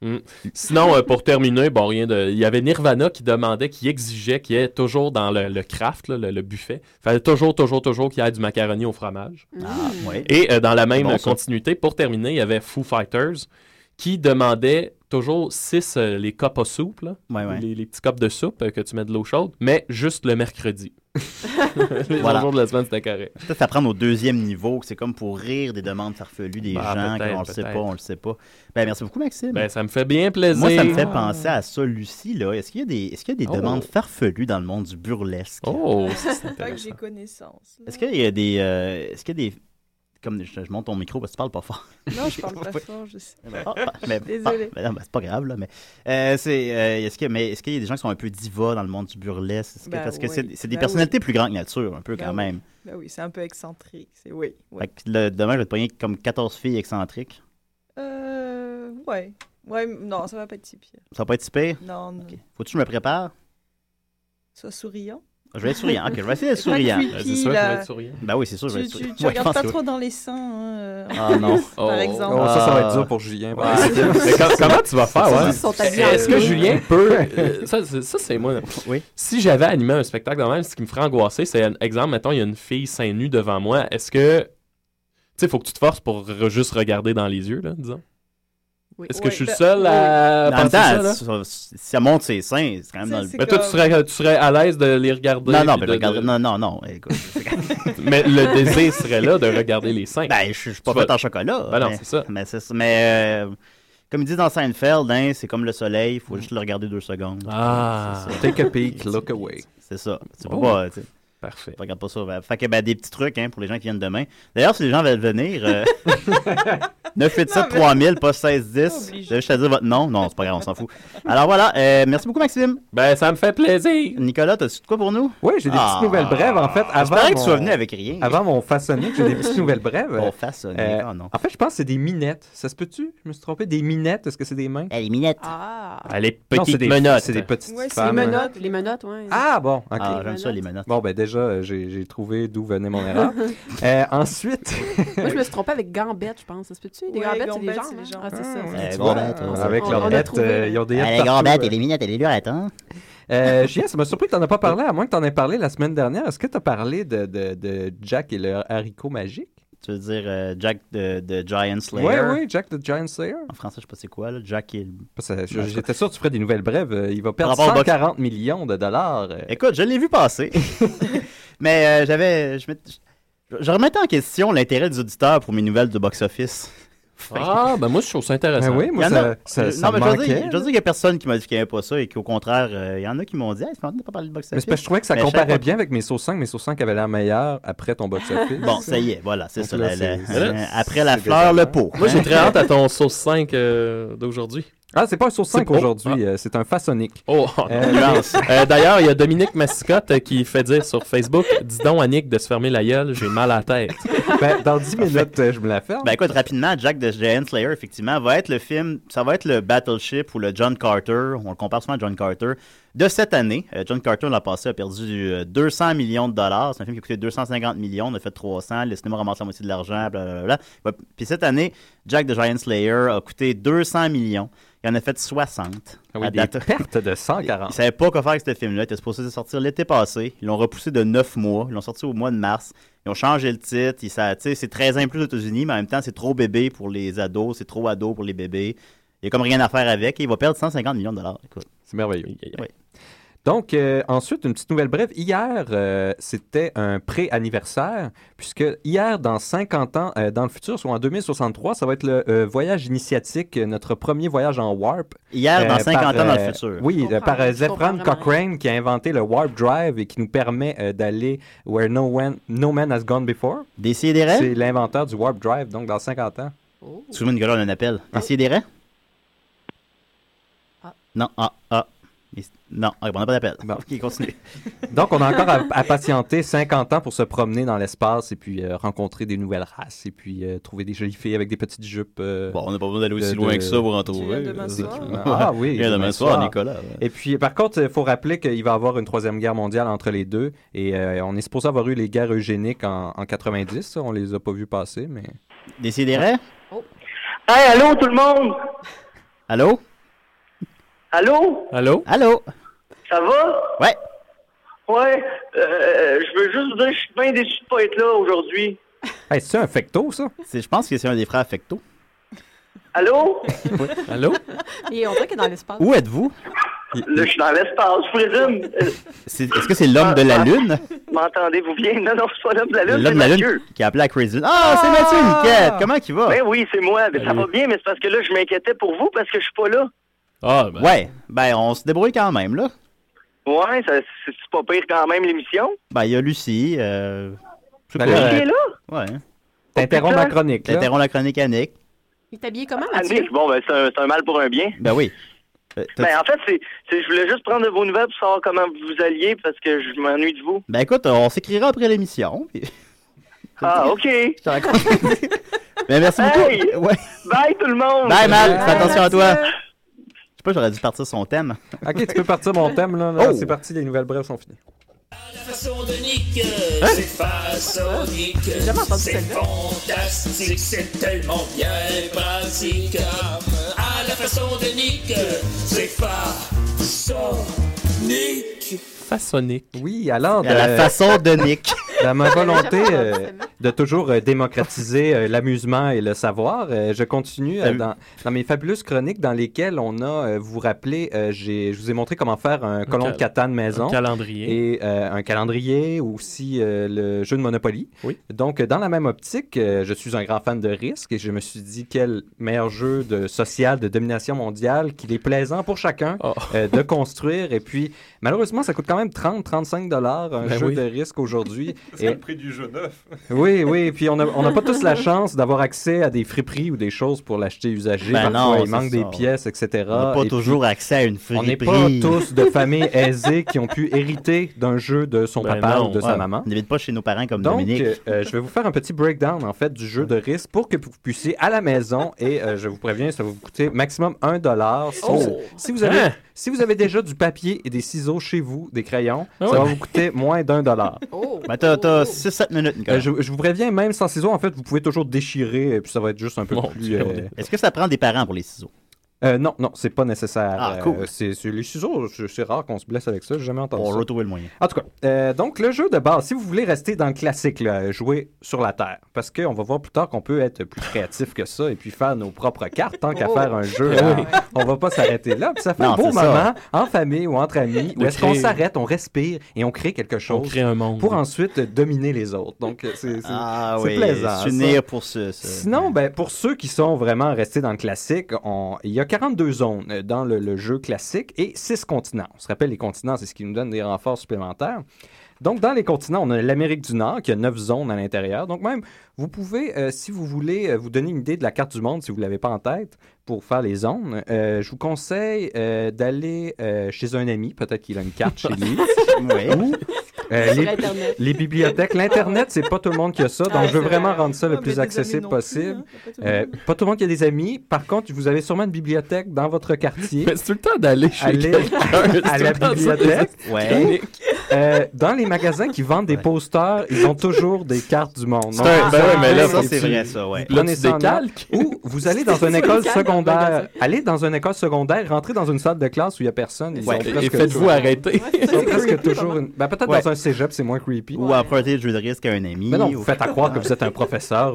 [SPEAKER 10] Mm. Sinon, euh, pour terminer, bon, rien de. Il y avait Nirvana qui demandait, qui exigeait, qui est toujours dans le, le craft, là, le, le buffet. Fallait toujours, toujours, toujours qu'il y ait du macaroni au fromage.
[SPEAKER 8] Ah, ouais.
[SPEAKER 10] Et euh, dans la même
[SPEAKER 8] Bon, ça.
[SPEAKER 10] continuité, pour terminer, il y avait Foo Fighters qui demandait toujours 6 les copes à soupe, là,
[SPEAKER 8] Ouais, ouais.
[SPEAKER 10] Les, les petits copes de soupe euh, que tu mets de l'eau chaude, mais juste le mercredi. les
[SPEAKER 8] Voilà.
[SPEAKER 10] autres jours de la semaine, c'était carré.
[SPEAKER 8] exemple. Peut-être apprendre au deuxième niveau, que c'est comme pour rire des demandes farfelues des
[SPEAKER 10] Bah,
[SPEAKER 8] gens,
[SPEAKER 10] peut-être,
[SPEAKER 8] qu'on le sait
[SPEAKER 10] peut-être.
[SPEAKER 8] pas, on le sait pas. Ben, merci beaucoup, Maxime.
[SPEAKER 10] Ben, ça me fait bien plaisir.
[SPEAKER 8] Moi, ça me fait
[SPEAKER 10] Ah.
[SPEAKER 8] penser à ça, Lucie, là. Est-ce qu'il y a des, est-ce qu'il y a des
[SPEAKER 10] Oh.
[SPEAKER 8] demandes farfelues dans le monde du burlesque?
[SPEAKER 10] Oh,
[SPEAKER 12] Pas que j'ai connaissance.
[SPEAKER 8] Est-ce qu'il y a des, euh, est-ce qu'il y a des, comme, je, je monte ton micro parce que tu parles pas fort.
[SPEAKER 12] Non, je parle pas fort, je sais.
[SPEAKER 8] Ah, bah, mais,
[SPEAKER 12] Désolée.
[SPEAKER 8] ah, ben non, ben, c'est pas grave, là, mais euh, c'est, euh, est-ce qu'il y, est qu'il y a des gens qui sont un peu divas dans le monde du burlesque? Est-ce que-
[SPEAKER 12] Ben
[SPEAKER 8] parce que c'est
[SPEAKER 12] oui.
[SPEAKER 8] c'est des
[SPEAKER 12] Ben
[SPEAKER 8] personnalités
[SPEAKER 12] oui.
[SPEAKER 8] plus grandes que nature, un peu
[SPEAKER 12] Ben
[SPEAKER 8] quand
[SPEAKER 12] oui.
[SPEAKER 8] même.
[SPEAKER 12] Ben oui, c'est un peu excentrique. C'est oui. oui.
[SPEAKER 8] Fait que le- demain, je vais te pogner comme 14 filles excentriques.
[SPEAKER 12] Euh, ouais. Ouais, m- non, ça va pas être si pire.
[SPEAKER 8] Ça va pas être si pire?
[SPEAKER 12] Non, non.
[SPEAKER 8] Faut-tu que je me prépare?
[SPEAKER 12] Sois souriant.
[SPEAKER 8] Je vais être souriant. Ok, Ah, je vais essayer d'être
[SPEAKER 12] Pas
[SPEAKER 8] souriant.
[SPEAKER 12] creepy,
[SPEAKER 8] Ben,
[SPEAKER 12] c'est sûr que je vais être là.
[SPEAKER 10] souriant.
[SPEAKER 8] Ben oui, c'est sûr, je vais
[SPEAKER 12] Tu,
[SPEAKER 8] être souriant.
[SPEAKER 12] tu, tu
[SPEAKER 8] Ouais, je
[SPEAKER 12] regardes
[SPEAKER 8] pense
[SPEAKER 12] pas
[SPEAKER 8] que oui.
[SPEAKER 12] trop dans les seins, hein, euh,
[SPEAKER 8] Ah non.
[SPEAKER 12] par exemple.
[SPEAKER 11] Oh, ça, ça va être dur pour Julien.
[SPEAKER 10] Ah. Ouais. Mais com- comment tu vas faire? ouais?
[SPEAKER 12] Ils sont habillés en
[SPEAKER 10] Est-ce que
[SPEAKER 12] bleu.
[SPEAKER 10] Julien peut. euh, ça, c'est- ça, c'est moi. Si j'avais animé un spectacle de même, ce qui me ferait angoisser, c'est, un exemple, mettons, il y a une fille seins nus devant moi. Est-ce que. Tu sais, faut que tu te forces pour re- juste regarder dans les yeux, là, disons. Est-ce que je suis le seul
[SPEAKER 8] ben,
[SPEAKER 10] à
[SPEAKER 8] En même
[SPEAKER 10] penser
[SPEAKER 8] temps,
[SPEAKER 10] ça, là?
[SPEAKER 8] si ça- si ça monte ses seins, c'est quand même dans le.
[SPEAKER 10] Mais toi, tu serais, tu serais à l'aise de les regarder.
[SPEAKER 8] Non, non,
[SPEAKER 10] puis
[SPEAKER 8] ben,
[SPEAKER 10] de-
[SPEAKER 8] je regarderais-
[SPEAKER 10] de-
[SPEAKER 8] non, non, non, écoute,
[SPEAKER 10] Mais le désir serait là de regarder les seins.
[SPEAKER 8] Ben, je suis je suis pas
[SPEAKER 10] Tu vas-
[SPEAKER 8] fait en chocolat.
[SPEAKER 10] Ben non,
[SPEAKER 8] mais-
[SPEAKER 10] c'est ça.
[SPEAKER 8] Mais, c'est ça. mais euh, comme ils disent dans Seinfeld, hein, c'est comme le soleil, il faut juste le regarder deux secondes.
[SPEAKER 10] Ah.
[SPEAKER 11] Take a peek, look away.
[SPEAKER 8] C'est ça. Tu peux
[SPEAKER 11] Oh.
[SPEAKER 8] pas. tu sais,
[SPEAKER 10] Parfait.
[SPEAKER 8] tu regardes pas ça. Ben, fait que ben, des petits trucs hein, pour les gens qui viennent demain. D'ailleurs, si les gens veulent venir, euh, 987 3000, pas 1610. Je vais juste à dire votre nom. Non, c'est pas grave, on s'en fout. Alors voilà, euh, merci beaucoup, Maxime.
[SPEAKER 10] Ben, ça me fait plaisir.
[SPEAKER 8] Nicolas, t'as-tu de quoi pour nous?
[SPEAKER 11] Oui, j'ai des petites nouvelles brèves, en fait. Avant
[SPEAKER 8] J'espérais que tu
[SPEAKER 11] mon-
[SPEAKER 8] sois venu avec rien.
[SPEAKER 11] Avant mon façonnier, j'ai des petites nouvelles brèves. Euh,
[SPEAKER 8] Mon façonnier, ah non.
[SPEAKER 11] En fait, je pense que c'est des minettes. Ça se peut-tu? Je me suis trompé. Des minettes, est-ce que c'est des mains?
[SPEAKER 8] Eh, les minettes.
[SPEAKER 9] Ah.
[SPEAKER 10] Ah, les
[SPEAKER 11] Non, c'est
[SPEAKER 10] petites
[SPEAKER 11] des-
[SPEAKER 10] menottes.
[SPEAKER 11] C'est des petites
[SPEAKER 9] Ouais, c'est les
[SPEAKER 11] femmes.
[SPEAKER 9] menottes, les menottes, ouais.
[SPEAKER 11] Ah bon, ok.
[SPEAKER 9] Ah, j'aime ça, les
[SPEAKER 8] menottes.
[SPEAKER 11] Bon, ben déjà, euh, j'ai j'ai trouvé d'où venait mon erreur. Euh, ensuite...
[SPEAKER 9] Moi, je me suis trompée avec gambettes, je pense. Ça se peut-tu? Des
[SPEAKER 12] Ouais,
[SPEAKER 9] gambettes, c'est
[SPEAKER 12] gambettes,
[SPEAKER 9] les jambes.
[SPEAKER 12] c'est les
[SPEAKER 9] hein?
[SPEAKER 12] jambes.
[SPEAKER 21] Mmh.
[SPEAKER 9] Ah, c'est ça.
[SPEAKER 11] Tu
[SPEAKER 8] les
[SPEAKER 21] Eh
[SPEAKER 11] vois,
[SPEAKER 8] gambettes,
[SPEAKER 11] euh,
[SPEAKER 8] ouais.
[SPEAKER 11] Avec
[SPEAKER 8] On-
[SPEAKER 11] leurs
[SPEAKER 8] on a
[SPEAKER 11] bêtes,
[SPEAKER 8] trouvé,
[SPEAKER 11] euh, ils ont des
[SPEAKER 8] Ah,
[SPEAKER 11] bêtes
[SPEAKER 8] les
[SPEAKER 11] partout,
[SPEAKER 8] gambettes et
[SPEAKER 11] euh.
[SPEAKER 8] les minettes et les lurettes, hein?
[SPEAKER 11] Euh, Julien, ça m'a surpris que tu n'en as pas parlé, à moins que tu en aies parlé la semaine dernière. Est-ce que tu as parlé de, de- de Jack et le haricot magique?
[SPEAKER 8] Tu veux dire euh, Jack de, de Giant Slayer?
[SPEAKER 11] Oui, oui, Jack the Giant Slayer.
[SPEAKER 8] En français, je sais pas c'est quoi, là. Jack il...
[SPEAKER 11] Je- J'étais sûr que tu ferais des nouvelles brèves. Euh, Il va
[SPEAKER 8] Par
[SPEAKER 11] perdre
[SPEAKER 8] rapport au box-
[SPEAKER 11] 140 millions de dollars. euh.
[SPEAKER 8] Écoute, je l'ai vu passer. Mais euh, j'avais. Je, m'étais- je- je remettais en question l'intérêt des auditeurs pour mes nouvelles de box-office.
[SPEAKER 10] Ah, ben moi, je trouve ça intéressant.
[SPEAKER 11] Ben oui, moi,
[SPEAKER 8] Il y en
[SPEAKER 11] ça-
[SPEAKER 8] a-
[SPEAKER 11] ça-
[SPEAKER 8] euh,
[SPEAKER 11] ça
[SPEAKER 8] non,
[SPEAKER 11] me
[SPEAKER 8] mais je veux
[SPEAKER 11] manquait,
[SPEAKER 8] dire- je veux dire qu'il n'y a personne qui m'a dit qu'il n'y avait pas ça et qu'au contraire, euh, il y en a qui m'ont dit Hey, tu m'entends pas parler de box-office
[SPEAKER 11] Mais c'est parce que je trouvais que ça
[SPEAKER 8] Mais chaque
[SPEAKER 11] comparait
[SPEAKER 8] fois-
[SPEAKER 11] bien avec mes sauces 5, mes sauces 5 avaient l'air meilleures après ton box-office.
[SPEAKER 8] Bon, ça y est, voilà, c'est
[SPEAKER 11] Donc
[SPEAKER 8] ça,
[SPEAKER 11] là,
[SPEAKER 8] la-
[SPEAKER 11] c'est-
[SPEAKER 8] la-
[SPEAKER 11] c'est-
[SPEAKER 8] euh,
[SPEAKER 11] c'est
[SPEAKER 8] après la
[SPEAKER 11] dégueulasse.
[SPEAKER 8] fleur, le pot.
[SPEAKER 10] Moi, j'ai très hâte à ton sauce 5 euh, d'aujourd'hui. Ah.
[SPEAKER 11] Ah, c'est pas un sauce 5 aujourd'hui, euh, c'est un façonnique.
[SPEAKER 10] Oh,
[SPEAKER 11] Euh,
[SPEAKER 10] nuance. Euh, D'ailleurs, il y a Dominique Mascotte euh, qui fait dire sur Facebook Dis donc à Nick de se fermer la gueule, j'ai mal à la tête.
[SPEAKER 11] dans 10 minutes, euh, je me la ferme.
[SPEAKER 8] Ben écoute, rapidement, Jack de Giant Slayer, effectivement, va être le film, ça va être le Battleship ou le John Carter, on le compare souvent à John Carter, de cette année. Euh, John Carter, l'an passé, a perdu euh, 200 millions de dollars. C'est un film qui a coûté 250 millions, on a fait 300, le cinéma ramasse la moitié de l'argent, blablabla. Ouais, Puis cette année, Jack de Giant Slayer a coûté 200 millions. Il en a fait 60.
[SPEAKER 11] Ah oui,
[SPEAKER 8] à
[SPEAKER 11] des
[SPEAKER 8] date.
[SPEAKER 11] pertes de 140.
[SPEAKER 8] Ils savaient pas quoi faire avec ce film-là. Il était supposé sortir l'été passé. Ils l'ont repoussé de 9 mois. Ils l'ont sorti au mois de mars. Ils ont changé le titre. Ils sa- tu sais, C'est 13 ans et plus aux États-Unis, mais en même temps, c'est trop bébé pour les ados. C'est trop ado pour les bébés. Il n'y a comme rien à faire avec. Et il va perdre 150 millions de dollars. Écoute.
[SPEAKER 11] C'est merveilleux. Donc, euh, ensuite, une petite nouvelle brève. Hier, euh, c'était un pré-anniversaire, puisque hier, dans 50 ans, euh, dans le futur, soit en 2063, ça va être le euh, voyage initiatique, euh, notre premier voyage en warp.
[SPEAKER 8] Hier, dans 50 ans dans le
[SPEAKER 11] euh,
[SPEAKER 8] futur.
[SPEAKER 11] Oui,
[SPEAKER 8] Je
[SPEAKER 11] euh, par euh,
[SPEAKER 8] je comprends
[SPEAKER 11] Zefran
[SPEAKER 8] vraiment
[SPEAKER 11] Cochrane, qui a inventé le warp drive et qui nous permet euh, d'aller where no, one- no man has gone before.
[SPEAKER 8] Décidérez.
[SPEAKER 11] C'est l'inventeur du warp drive, donc dans 50 ans.
[SPEAKER 8] Souviens une gueule, on a un appel. Décidérez. Non, Ah. ah, ah. Mais- Non, Ah, on n'a pas d'appel. Ok, continue.
[SPEAKER 11] Donc, on a encore à, à patienter 50 ans pour se promener dans l'espace et puis euh, rencontrer des nouvelles races et puis euh, trouver des jolies filles avec des petites jupes. euh,
[SPEAKER 8] Bon, on n'a pas besoin d'aller aussi loin que ça pour en Tu trouver. viens demain soir.
[SPEAKER 11] Ah oui.
[SPEAKER 8] Viens demain soir, Nicolas, ouais.
[SPEAKER 11] Et puis, par contre, il faut rappeler qu'il va y avoir une troisième guerre mondiale entre les deux et euh, on est supposé avoir eu les guerres eugéniques en, en 90. ça, on les a pas vues passer, mais.
[SPEAKER 8] Décidérez.
[SPEAKER 17] Hey, allô tout le monde!
[SPEAKER 8] Allô?
[SPEAKER 17] Allô?
[SPEAKER 10] Allô?
[SPEAKER 8] Allô?
[SPEAKER 17] Ça va?
[SPEAKER 8] Ouais.
[SPEAKER 17] Ouais, euh, je veux juste vous dire que je suis bien déçu de pas être là aujourd'hui.
[SPEAKER 11] Hey, c'est un fecto, ça?
[SPEAKER 8] Je pense que c'est un des frères fecto.
[SPEAKER 17] Allô?
[SPEAKER 10] Allô?
[SPEAKER 9] Et on dirait qu'il est dans l'espace.
[SPEAKER 8] Où êtes-vous?
[SPEAKER 17] Là, je suis dans l'espace, je présume. Euh,
[SPEAKER 8] C'est- Est-ce que c'est l'homme de la Lune?
[SPEAKER 17] M'entendez-vous bien? Non, non, c'est pas Ah, l'homme de la Lune, c'est
[SPEAKER 8] L'homme de la
[SPEAKER 17] Mathieu.
[SPEAKER 8] Lune qui a appelé à Crazy Lune. Ah, c'est Mathieu Niquette! Comment qu'il va?
[SPEAKER 17] Ben oui, c'est moi. Ben, ça va bien, mais c'est parce que là, je m'inquiétais pour vous parce que je suis pas là.
[SPEAKER 10] Ah,
[SPEAKER 8] Ouais, ben on se débrouille quand même, là.
[SPEAKER 17] Ouais, ça- c'est c'est pas pire quand même l'émission.
[SPEAKER 8] Ben, il y a Lucie. Euh... je sais
[SPEAKER 17] Ben,
[SPEAKER 8] pas.
[SPEAKER 17] Lucie est là?
[SPEAKER 8] Ouais.
[SPEAKER 11] T'interromps ma chronique, là.
[SPEAKER 8] T'interromps la chronique à Nick.
[SPEAKER 9] Il est habillé comment,
[SPEAKER 17] Ah,
[SPEAKER 9] Mathieu?
[SPEAKER 17] Nick, bon, ben c'est un, c'est un mal pour un bien.
[SPEAKER 8] Ben oui. Euh, t'as-
[SPEAKER 17] Ben en fait, c'est, c'est- je voulais juste prendre de vos nouvelles pour savoir comment vous alliez parce que je m'ennuie de vous.
[SPEAKER 8] Ben écoute, on s'écrira après l'émission. puis-
[SPEAKER 17] Ah, OK. Je
[SPEAKER 8] te raconte. Ben, merci
[SPEAKER 17] Hey!
[SPEAKER 8] beaucoup. Ouais.
[SPEAKER 17] Bye tout le monde!
[SPEAKER 8] Bye, Mal. Fais attention à toi. Je sais pas, j'aurais dû partir son thème.
[SPEAKER 11] Ok, tu peux partir mon thème, là. là.
[SPEAKER 8] Oh!
[SPEAKER 11] C'est parti, les nouvelles brèves sont finies.
[SPEAKER 16] La façon de Nick,
[SPEAKER 11] Hein?
[SPEAKER 16] c'est façonique.
[SPEAKER 11] J'ai jamais entendu
[SPEAKER 16] C'est
[SPEAKER 11] celle-là.
[SPEAKER 16] fantastique, c'est tellement bien pratique. À la façon de Nick, c'est façonique.
[SPEAKER 10] Façonnique.
[SPEAKER 11] Oui, alors.
[SPEAKER 8] À la façon de Nick.
[SPEAKER 11] euh, Dans ma volonté euh, de toujours euh, démocratiser euh, l'amusement et le savoir, euh, je continue euh, dans, dans mes fabuleuses chroniques dans lesquelles on a, euh, vous vous rappelez, euh, j'ai- je vous ai montré comment faire un colon
[SPEAKER 10] cal-
[SPEAKER 11] de catane maison.
[SPEAKER 10] un calendrier.
[SPEAKER 11] Et euh, un calendrier, ou aussi euh, le jeu de Monopoly.
[SPEAKER 10] Oui.
[SPEAKER 11] Donc, euh, dans la même optique, euh, je suis un grand fan de risque et je me suis dit quel meilleur jeu de social, de domination mondiale, qu'il est plaisant pour chacun
[SPEAKER 10] Oh.
[SPEAKER 11] euh, de construire. Et puis, malheureusement, ça coûte quand même 30-35 dollars un
[SPEAKER 10] Ben
[SPEAKER 11] jeu
[SPEAKER 10] oui.
[SPEAKER 11] de risque aujourd'hui.
[SPEAKER 21] C'est
[SPEAKER 11] Et-
[SPEAKER 21] le prix du jeu neuf.
[SPEAKER 11] oui, oui, puis on n'a on n'a pas tous la chance d'avoir accès à des friperies ou des choses pour l'acheter usagé.
[SPEAKER 8] Ben
[SPEAKER 11] Parfois,
[SPEAKER 8] non,
[SPEAKER 11] il
[SPEAKER 8] c'est
[SPEAKER 11] manque des
[SPEAKER 8] ça.
[SPEAKER 11] pièces, etc.
[SPEAKER 8] On n'a pas
[SPEAKER 11] Et
[SPEAKER 8] toujours
[SPEAKER 11] puis,
[SPEAKER 8] accès à une
[SPEAKER 11] On n'est pas
[SPEAKER 8] friperie.
[SPEAKER 11] tous de familles aisées qui ont pu hériter d'un jeu de son
[SPEAKER 8] Ben
[SPEAKER 11] papa
[SPEAKER 8] non,
[SPEAKER 11] ou de sa
[SPEAKER 8] ouais.
[SPEAKER 11] maman.
[SPEAKER 8] On n'habite pas chez nos parents comme
[SPEAKER 11] Donc,
[SPEAKER 8] Dominique.
[SPEAKER 11] euh, euh, je vais vous faire un petit breakdown en fait du jeu de risque pour que vous puissiez à la maison et euh, je vous préviens, ça va vous coûter maximum 1 dollar. Si, vous-
[SPEAKER 10] Oh!
[SPEAKER 11] si vous avez
[SPEAKER 10] Hein?
[SPEAKER 11] si vous avez déjà du papier et des ciseaux chez vous, des crayons,
[SPEAKER 8] Ah
[SPEAKER 11] ça va
[SPEAKER 8] ouais.
[SPEAKER 11] vous coûter moins d'un dollar.
[SPEAKER 8] Ben, t'as- t'as 6-7 minutes, Nicolas.
[SPEAKER 11] Euh, je, je vous préviens, même sans ciseaux, en fait, vous pouvez toujours déchirer et puis ça va être juste un peu plus. euh,
[SPEAKER 8] Est-ce que ça prend des parents pour les ciseaux?
[SPEAKER 11] Euh, non, non, c'est pas nécessaire.
[SPEAKER 8] Ah, cool.
[SPEAKER 11] Euh, c'est, c'est- les ciseaux, c'est c'est rare qu'on se blesse avec ça, j'ai jamais entendu
[SPEAKER 8] On
[SPEAKER 11] ça.
[SPEAKER 8] va retrouver le moyen.
[SPEAKER 11] En tout cas, euh, donc le jeu de base, si vous voulez rester dans le classique, là, jouer sur la Terre, parce qu'on va voir plus tard qu'on peut être plus créatif que ça et puis faire nos propres cartes, tant qu'à
[SPEAKER 8] Oh.
[SPEAKER 11] faire un jeu,
[SPEAKER 8] Ah oui.
[SPEAKER 11] hein, on va pas s'arrêter là. Puis ça fait
[SPEAKER 8] Non,
[SPEAKER 11] un beau
[SPEAKER 8] c'est ça.
[SPEAKER 11] moment en famille ou entre amis, où
[SPEAKER 10] De
[SPEAKER 11] est-ce qu'on
[SPEAKER 10] créer.
[SPEAKER 11] s'arrête, on respire et on crée quelque chose
[SPEAKER 10] crée un monde.
[SPEAKER 11] pour ensuite dominer les autres. Donc euh, c'est, c'est,
[SPEAKER 8] Ah
[SPEAKER 11] c'est
[SPEAKER 8] oui,
[SPEAKER 11] plaisant.
[SPEAKER 8] s'unir
[SPEAKER 11] ça.
[SPEAKER 8] pour ce- ce-
[SPEAKER 11] Sinon, ben, pour ceux qui sont vraiment restés dans le classique, on- il y a 42 zones euh, dans le, le jeu classique et 6 continents. On se rappelle, les continents, c'est ce qui nous donne des renforts supplémentaires. Donc, dans les continents, on a l'Amérique du Nord qui a 9 zones à l'intérieur. Donc, même, vous pouvez, euh, si vous voulez, euh, vous donner une idée de la carte du monde si vous ne l'avez pas en tête pour faire les zones. Euh, je vous conseille euh, d'aller euh, chez un ami, peut-être qu'il a une carte chez lui. Ou, euh,
[SPEAKER 8] Sur
[SPEAKER 11] les-
[SPEAKER 8] Internet.
[SPEAKER 11] les bibliothèques. L'Internet, c'est pas tout le monde qui a ça. Donc,
[SPEAKER 8] Ah,
[SPEAKER 11] je veux
[SPEAKER 8] c'est
[SPEAKER 11] vraiment
[SPEAKER 8] vrai.
[SPEAKER 11] rendre ça le
[SPEAKER 8] Ah, mais
[SPEAKER 11] plus
[SPEAKER 8] des amis
[SPEAKER 11] accessible
[SPEAKER 8] non plus,
[SPEAKER 11] possible.
[SPEAKER 8] hein.
[SPEAKER 11] Euh, pas tout le monde qui a des amis. Par contre, vous avez sûrement une bibliothèque dans votre quartier.
[SPEAKER 10] Mais c'est tout le temps d'aller chez
[SPEAKER 11] Allez
[SPEAKER 10] quelqu'un, c'est
[SPEAKER 11] à
[SPEAKER 10] tout
[SPEAKER 11] la
[SPEAKER 10] le temps ça,
[SPEAKER 11] bibliothèque.
[SPEAKER 10] les Ouais.
[SPEAKER 11] Euh, dans les magasins qui vendent des posters, ils ont toujours des cartes du monde.
[SPEAKER 8] C'est un-
[SPEAKER 11] Donc,
[SPEAKER 8] ben
[SPEAKER 11] vous
[SPEAKER 8] ouais,
[SPEAKER 11] en
[SPEAKER 8] mais là,
[SPEAKER 11] avez,
[SPEAKER 8] ça,
[SPEAKER 11] vous
[SPEAKER 8] c'est
[SPEAKER 11] prenez
[SPEAKER 8] vrai, ça, ouais.
[SPEAKER 11] vous prenez
[SPEAKER 8] Là, tu
[SPEAKER 11] ça en note.
[SPEAKER 8] décales.
[SPEAKER 11] Ou vous allez dans une
[SPEAKER 8] Tu
[SPEAKER 11] école
[SPEAKER 8] décales dans le
[SPEAKER 11] secondaire.
[SPEAKER 8] magasin.
[SPEAKER 11] Allez dans une école secondaire, rentrez dans une salle de classe où il n'y a personne. ils
[SPEAKER 8] Ouais,
[SPEAKER 11] ont
[SPEAKER 8] et- et
[SPEAKER 11] presque
[SPEAKER 8] faites-vous
[SPEAKER 11] tout.
[SPEAKER 8] arrêter.
[SPEAKER 11] Ils ont presque toujours
[SPEAKER 8] vraiment.
[SPEAKER 11] une... ben, peut-être
[SPEAKER 8] Ouais.
[SPEAKER 11] dans un cégep, c'est moins creepy.
[SPEAKER 8] Ou emprunter le jeu de risque à un ami.
[SPEAKER 11] Mais non,
[SPEAKER 8] ou-
[SPEAKER 11] vous faites à croire que vous êtes un professeur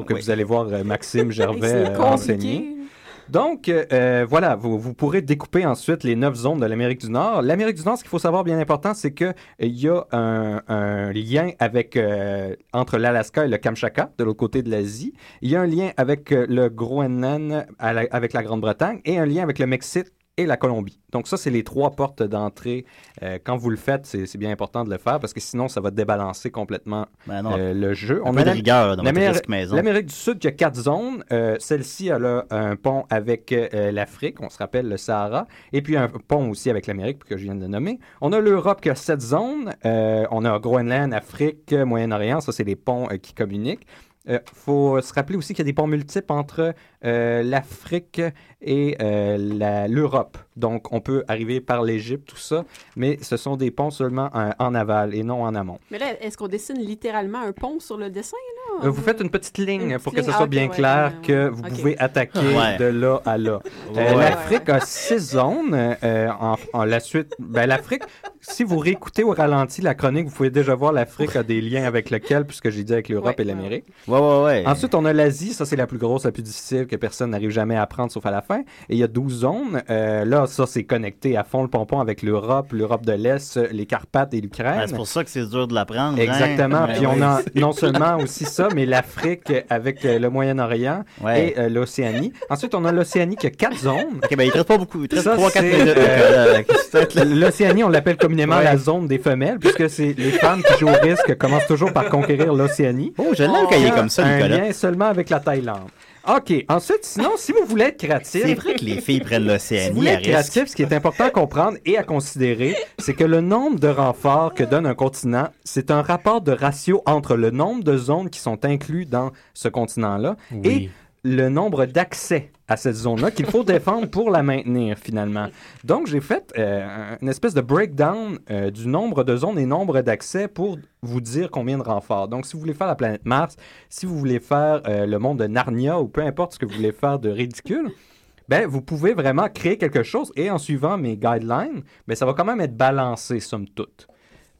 [SPEAKER 11] ou que vous allez voir euh, Maxime Gervais
[SPEAKER 8] C'est
[SPEAKER 11] euh,
[SPEAKER 8] compliqué.
[SPEAKER 11] enseigner. Donc, euh, euh, voilà, vous, vous pourrez découper ensuite les neuf zones de l'Amérique du Nord. L'Amérique du Nord, ce qu'il faut savoir, bien important, c'est qu'il y a un, un lien avec, euh, entre l'Alaska et le Kamchatka, de l'autre côté de l'Asie. Il y a un lien avec euh, le Groenland, à la- avec la Grande-Bretagne, et un lien avec le Mexique et la Colombie. Donc ça, c'est les trois portes d'entrée. Euh, quand vous le faites, c'est c'est bien important de le faire parce que sinon, ça va débalancer complètement
[SPEAKER 8] Ben non.
[SPEAKER 11] euh, le jeu.
[SPEAKER 8] Un peu de
[SPEAKER 11] l'Am-
[SPEAKER 8] rigueur dans votre
[SPEAKER 11] l'Amérique-
[SPEAKER 8] risque maison.
[SPEAKER 11] L'Amérique du Sud, il y a quatre zones. Euh, Celle-ci, elle a un pont avec euh, l'Afrique, on se rappelle le Sahara, et puis un pont aussi avec l'Amérique que je viens de nommer. On a l'Europe qui a sept zones. Euh, on a Groenland, Afrique, euh, Moyen-Orient, ça c'est les ponts euh, qui communiquent. Il faut se rappeler aussi qu'il y a des ponts multiples entre euh, l'Afrique et euh, la- l'Europe. Donc, on peut arriver par l'Égypte, tout ça, mais ce sont des ponts seulement euh, en aval et non en amont.
[SPEAKER 9] Mais là, est-ce qu'on dessine littéralement un pont sur le dessin, là?
[SPEAKER 11] Euh, vous faites une petite ligne
[SPEAKER 9] Une
[SPEAKER 11] pour
[SPEAKER 9] petite
[SPEAKER 11] que ce
[SPEAKER 9] ligne.
[SPEAKER 11] soit
[SPEAKER 9] Ah,
[SPEAKER 11] bien
[SPEAKER 9] ok, ouais,
[SPEAKER 11] clair
[SPEAKER 9] ouais,
[SPEAKER 11] que vous
[SPEAKER 9] Ok.
[SPEAKER 11] pouvez attaquer
[SPEAKER 8] Ouais.
[SPEAKER 11] de là à là. Euh,
[SPEAKER 8] Ouais.
[SPEAKER 11] L'Afrique a six zones. euh, en, en la suite, ben, l'Afrique, si vous réécoutez au ralenti la chronique, vous pouvez déjà voir l'Afrique a des liens avec lequel, puisque j'ai dit avec l'Europe et l'Amérique. Ensuite, on a l'Asie. Ça, c'est la plus grosse, la plus difficile que personne n'arrive jamais à apprendre, sauf à la fin. Et il y a 12 zones. Euh, là, ça, c'est connecté à fond le pompon avec l'Europe, l'Europe de l'Est, les Carpates et l'Ukraine.
[SPEAKER 8] Ah, c'est pour ça que c'est dur de l'apprendre. hein.
[SPEAKER 11] Exactement.
[SPEAKER 8] Ouais,
[SPEAKER 11] Puis on a
[SPEAKER 8] ouais.
[SPEAKER 11] non seulement aussi ça, mais l'Afrique avec euh, le Moyen-Orient
[SPEAKER 8] Ouais.
[SPEAKER 11] et euh, l'Océanie. Ensuite, on a l'Océanie qui a quatre zones.
[SPEAKER 8] OK, ben, il ne reste pas beaucoup. Il te reste
[SPEAKER 11] Ça,
[SPEAKER 8] 3-4
[SPEAKER 11] c'est,
[SPEAKER 8] minutes.
[SPEAKER 11] euh,
[SPEAKER 8] Donc, euh, peut-être là-
[SPEAKER 11] L'Océanie, on l'appelle communément
[SPEAKER 8] Ouais.
[SPEAKER 11] la zone des femelles, puisque c'est les femmes qui jouent au risque commencent toujours par conquérir l'Océanie. Euh,
[SPEAKER 8] Oh, je l'aime quand il est comme ça, Nicolas.
[SPEAKER 11] Un lien seulement avec la Thaïlande. OK. Ensuite, sinon, si vous voulez être créatif...
[SPEAKER 8] C'est vrai que les filles prennent
[SPEAKER 11] Si vous
[SPEAKER 8] l'Océanie
[SPEAKER 11] voulez
[SPEAKER 8] à
[SPEAKER 11] être
[SPEAKER 8] risque.
[SPEAKER 11] créatif, ce qui est important à comprendre et à considérer, c'est que le nombre de renforts que donne un continent, c'est un rapport de ratio entre le nombre de zones qui sont inclus dans ce continent-là
[SPEAKER 10] Oui.
[SPEAKER 11] et le nombre d'accès à cette zone-là qu'il faut défendre pour la maintenir finalement. Donc j'ai fait euh, une espèce de breakdown euh, du nombre de zones et nombre d'accès pour vous dire combien de renforts. Donc si vous voulez faire la planète Mars, si vous voulez faire euh, le monde de Narnia ou peu importe ce que vous voulez faire de ridicule, ben, vous pouvez vraiment créer quelque chose et en suivant mes guidelines, ben, ça va quand même être balancé, somme toute.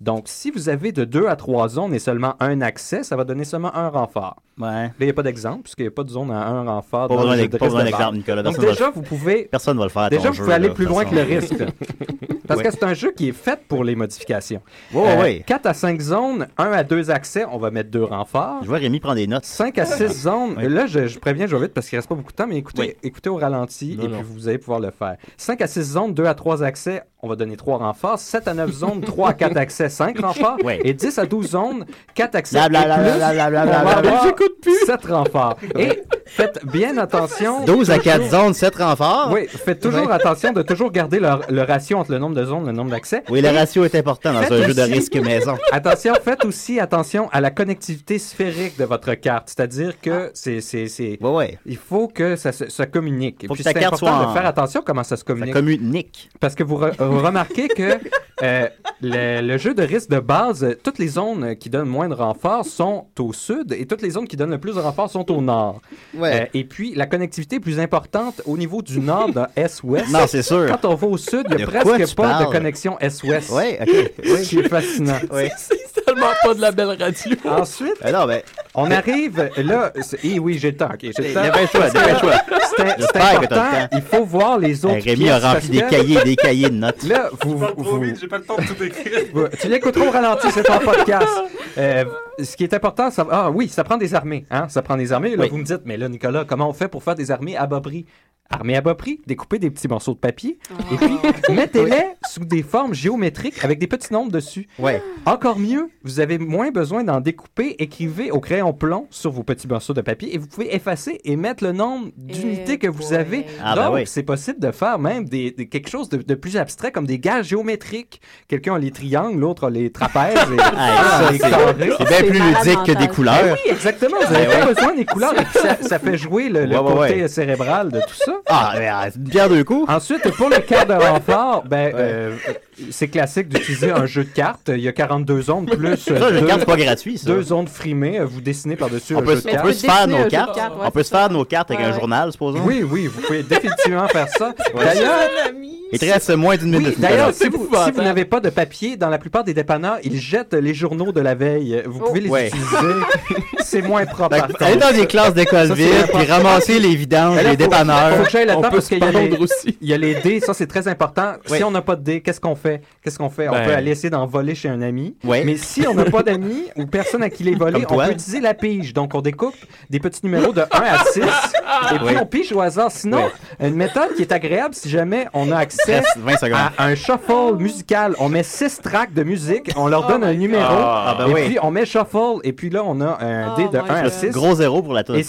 [SPEAKER 11] Donc, si vous avez de deux à trois zones et seulement un accès, ça va donner seulement un renfort.
[SPEAKER 8] Ouais.
[SPEAKER 11] Là, il n'y a pas d'exemple, puisqu'il n'y a pas de zone à un renfort.
[SPEAKER 8] Pas
[SPEAKER 11] dans
[SPEAKER 8] besoin
[SPEAKER 11] le jeu
[SPEAKER 8] d'ex-
[SPEAKER 11] de
[SPEAKER 8] pas
[SPEAKER 11] risque
[SPEAKER 8] besoin
[SPEAKER 11] de
[SPEAKER 8] d'exemple,
[SPEAKER 11] base.
[SPEAKER 8] Nicolas.
[SPEAKER 11] Donc,
[SPEAKER 8] Personne va
[SPEAKER 11] déjà,
[SPEAKER 8] le-
[SPEAKER 11] vous pouvez...
[SPEAKER 8] Personne va le faire à
[SPEAKER 11] Déjà,
[SPEAKER 8] ton
[SPEAKER 11] vous
[SPEAKER 8] jeu,
[SPEAKER 11] pouvez aller
[SPEAKER 8] là,
[SPEAKER 11] plus
[SPEAKER 8] de
[SPEAKER 11] loin
[SPEAKER 8] toute
[SPEAKER 11] que le
[SPEAKER 8] façon.
[SPEAKER 11] risque. Parce
[SPEAKER 8] Ouais.
[SPEAKER 11] que c'est un jeu qui est fait pour les modifications. Euh,
[SPEAKER 8] Ouais, ouais, ouais.
[SPEAKER 11] 4 à 5 zones, 1 à 2 accès, on va mettre 2 renforts. Je
[SPEAKER 8] vois Rémi prendre des notes. Ah.
[SPEAKER 11] 5 à 6 zones,
[SPEAKER 8] Oui.
[SPEAKER 11] là je, je préviens, je vais vite parce qu'il reste pas beaucoup de temps, mais écoutez, écoutez au ralenti et
[SPEAKER 8] non.
[SPEAKER 11] puis vous allez pouvoir le faire. 5 à 6 zones, 2 à 3 accès, on va donner 3 renforts. 7 à 9 zones, 3 à 4 accès, 5 renforts.
[SPEAKER 8] Oui.
[SPEAKER 11] Et 10 à 12 zones, 4 accès.
[SPEAKER 8] Bla, bla,
[SPEAKER 11] et
[SPEAKER 8] bla,
[SPEAKER 11] plus,
[SPEAKER 8] bla, bla, bla,
[SPEAKER 11] on va
[SPEAKER 8] bla, bla.
[SPEAKER 11] avoir 7 renforts. Et faites bien attention.
[SPEAKER 8] 12 à 4
[SPEAKER 11] toujours-
[SPEAKER 8] zones, 7 renforts.
[SPEAKER 11] oui, faites toujours attention de toujours garder le, le ratio entre le nombre de zones et le nombre d'accès.
[SPEAKER 8] Oui, le
[SPEAKER 11] Et
[SPEAKER 8] ratio est important dans
[SPEAKER 11] faites
[SPEAKER 8] un jeu de
[SPEAKER 11] aussi-
[SPEAKER 8] risque maison.
[SPEAKER 11] Attention, faites aussi attention à la connectivité sphérique de votre carte. C'est-à-dire
[SPEAKER 8] Ah.
[SPEAKER 11] que c'est, c'est, c'est- il faut que ça, se- ça communique. Et
[SPEAKER 8] Faut
[SPEAKER 11] puis
[SPEAKER 8] que ta
[SPEAKER 11] c'est
[SPEAKER 8] carte
[SPEAKER 11] important
[SPEAKER 8] soit en-
[SPEAKER 11] de faire attention comment ça se communique.
[SPEAKER 8] communique.
[SPEAKER 11] Parce que vous, re- vous remarquez que euh, le, le jeu de risque de base, euh, toutes les zones qui donnent moins de renforts sont au sud et toutes les zones qui donnent le plus de renforts sont au nord. Euh, et puis, la connectivité est plus importante au niveau du nord de S-Ouest.
[SPEAKER 8] Non, c'est sûr.
[SPEAKER 11] Quand on va au sud, il n'y
[SPEAKER 8] De
[SPEAKER 11] a
[SPEAKER 8] quoi
[SPEAKER 11] presque
[SPEAKER 8] tu
[SPEAKER 11] pas de
[SPEAKER 8] parles?
[SPEAKER 11] connexion S-Ouest.
[SPEAKER 8] Oui, ok.
[SPEAKER 11] Ce qui est fascinant.
[SPEAKER 10] C'est tellement pas de la belle radio.
[SPEAKER 11] Ensuite, Eh on arrive là. c'est- Eh oui, j'ai le temps. ok, j'ai le temps.
[SPEAKER 8] Dépêche-toi, dépêche-toi.
[SPEAKER 11] C'est- C'est
[SPEAKER 8] J'espère que t'as le
[SPEAKER 11] important.
[SPEAKER 8] temps.
[SPEAKER 11] Il faut voir les autres.
[SPEAKER 8] Rémi a
[SPEAKER 11] pièces
[SPEAKER 8] rempli des
[SPEAKER 11] parce que-
[SPEAKER 8] cahiers, des cahiers de notes.
[SPEAKER 11] Là, vous. vous-
[SPEAKER 21] J'ai pas le temps de tout écrire.
[SPEAKER 11] vous- tu l'écouteras au ralenti, c'est un podcast. Euh, ce qui est important, ça, ah oui, ça prend des armées. Hein? Ça prend des armées. Là,
[SPEAKER 8] Oui.
[SPEAKER 11] Vous me dites, mais là, Nicolas, comment on fait pour faire des armées à bas prix? Armées à bas prix, découper des petits morceaux de papier et puis mettez-les sous des formes géométriques avec des petits nombres dessus.
[SPEAKER 8] Ouais.
[SPEAKER 11] Encore mieux, vous avez moins besoin d'en découper. Écrivez au crayon plomb sur vos petits morceaux de papier et vous pouvez effacer et mettre le nombre d'unités que vous avez.
[SPEAKER 8] Ah,
[SPEAKER 11] Donc,
[SPEAKER 8] ben oui.
[SPEAKER 11] c'est possible de faire même des, des- quelque chose de, de plus abstrait, comme des gages géométriques. Quelqu'un a les triangles, l'autre a les trapèzes. Et,
[SPEAKER 8] Ah,
[SPEAKER 11] l'autre a
[SPEAKER 8] ça,
[SPEAKER 11] les
[SPEAKER 8] c'est-
[SPEAKER 11] carrés.
[SPEAKER 8] c'est bien plus C'est ludique que des couleurs.
[SPEAKER 11] Ben oui, exactement. Vous avez
[SPEAKER 8] Ben
[SPEAKER 11] pas
[SPEAKER 8] ouais.
[SPEAKER 11] besoin des couleurs. et puis ça, ça fait jouer le, le
[SPEAKER 8] Ouais, ouais,
[SPEAKER 11] côté
[SPEAKER 8] ouais.
[SPEAKER 11] cérébral de tout ça.
[SPEAKER 8] Ah, mais ah, une pierre deux coups.
[SPEAKER 11] Ensuite, pour le quart de renfort, ben, euh, c'est classique d'utiliser un jeu de cartes. Il y a 42 zones plus.
[SPEAKER 8] Ça, le jeu de cartes, c'est pas gratuit, ça.
[SPEAKER 11] Deux zones frimées. euh, Vous dessinez par-dessus
[SPEAKER 8] On
[SPEAKER 11] un
[SPEAKER 8] peut,
[SPEAKER 11] jeu de
[SPEAKER 8] on
[SPEAKER 11] cartes.
[SPEAKER 8] peut se faire nos cartes. on peut se faire nos cartes avec un
[SPEAKER 11] Ouais.
[SPEAKER 8] journal, supposons.
[SPEAKER 11] Oui, oui, vous pouvez définitivement faire ça.
[SPEAKER 8] Ouais.
[SPEAKER 11] D'ailleurs,
[SPEAKER 8] Il te reste moins d'une minute.
[SPEAKER 11] D'ailleurs,
[SPEAKER 8] Nicolas.
[SPEAKER 11] si vous, si vous n'avez pas de papier, dans la plupart des dépanneurs, ils jettent les journaux de la veille. Vous pouvez les
[SPEAKER 8] Ouais.
[SPEAKER 11] utiliser. C'est moins propre. par
[SPEAKER 8] Oh. allez
[SPEAKER 11] contre.
[SPEAKER 8] dans des classes d'école
[SPEAKER 11] Ça, c'est
[SPEAKER 8] vide,
[SPEAKER 11] important.
[SPEAKER 8] puis ramassez les vidanges,
[SPEAKER 11] Mais là,
[SPEAKER 8] les
[SPEAKER 11] faut-
[SPEAKER 8] dépanneurs.
[SPEAKER 11] Faut que j'aille
[SPEAKER 8] On
[SPEAKER 11] là-dedans
[SPEAKER 8] peut
[SPEAKER 11] parce
[SPEAKER 8] se
[SPEAKER 11] qu'il y, a
[SPEAKER 8] pendre
[SPEAKER 11] les- il y a les dés. Ça, c'est très important.
[SPEAKER 8] Ouais.
[SPEAKER 11] Si on n'a pas de dés, qu'est-ce qu'on fait? Qu'est-ce qu'on fait?
[SPEAKER 8] Ben.
[SPEAKER 11] On peut aller essayer d'en voler chez un ami.
[SPEAKER 8] Ouais.
[SPEAKER 11] Mais si on n'a pas d'amis ou personne à qui les
[SPEAKER 8] Comme
[SPEAKER 11] voler, on
[SPEAKER 8] toi.
[SPEAKER 11] peut utiliser la pige. Donc, on découpe des petits numéros de 1 à 6 et puis
[SPEAKER 8] Ouais.
[SPEAKER 11] on pige au hasard. Sinon, une méthode qui est agréable si jamais on a accès
[SPEAKER 8] Reste 20 secondes.
[SPEAKER 11] à un shuffle musical. On met 6 tracks de musique, on leur
[SPEAKER 8] Oh
[SPEAKER 11] donne un
[SPEAKER 8] my
[SPEAKER 11] numéro
[SPEAKER 8] God. Ah, ben
[SPEAKER 11] et
[SPEAKER 8] oui. Oh
[SPEAKER 11] puis on met shuffle et puis là, on a un dé de 1 à 6.
[SPEAKER 8] Gros zéro pour la tour.
[SPEAKER 11] Et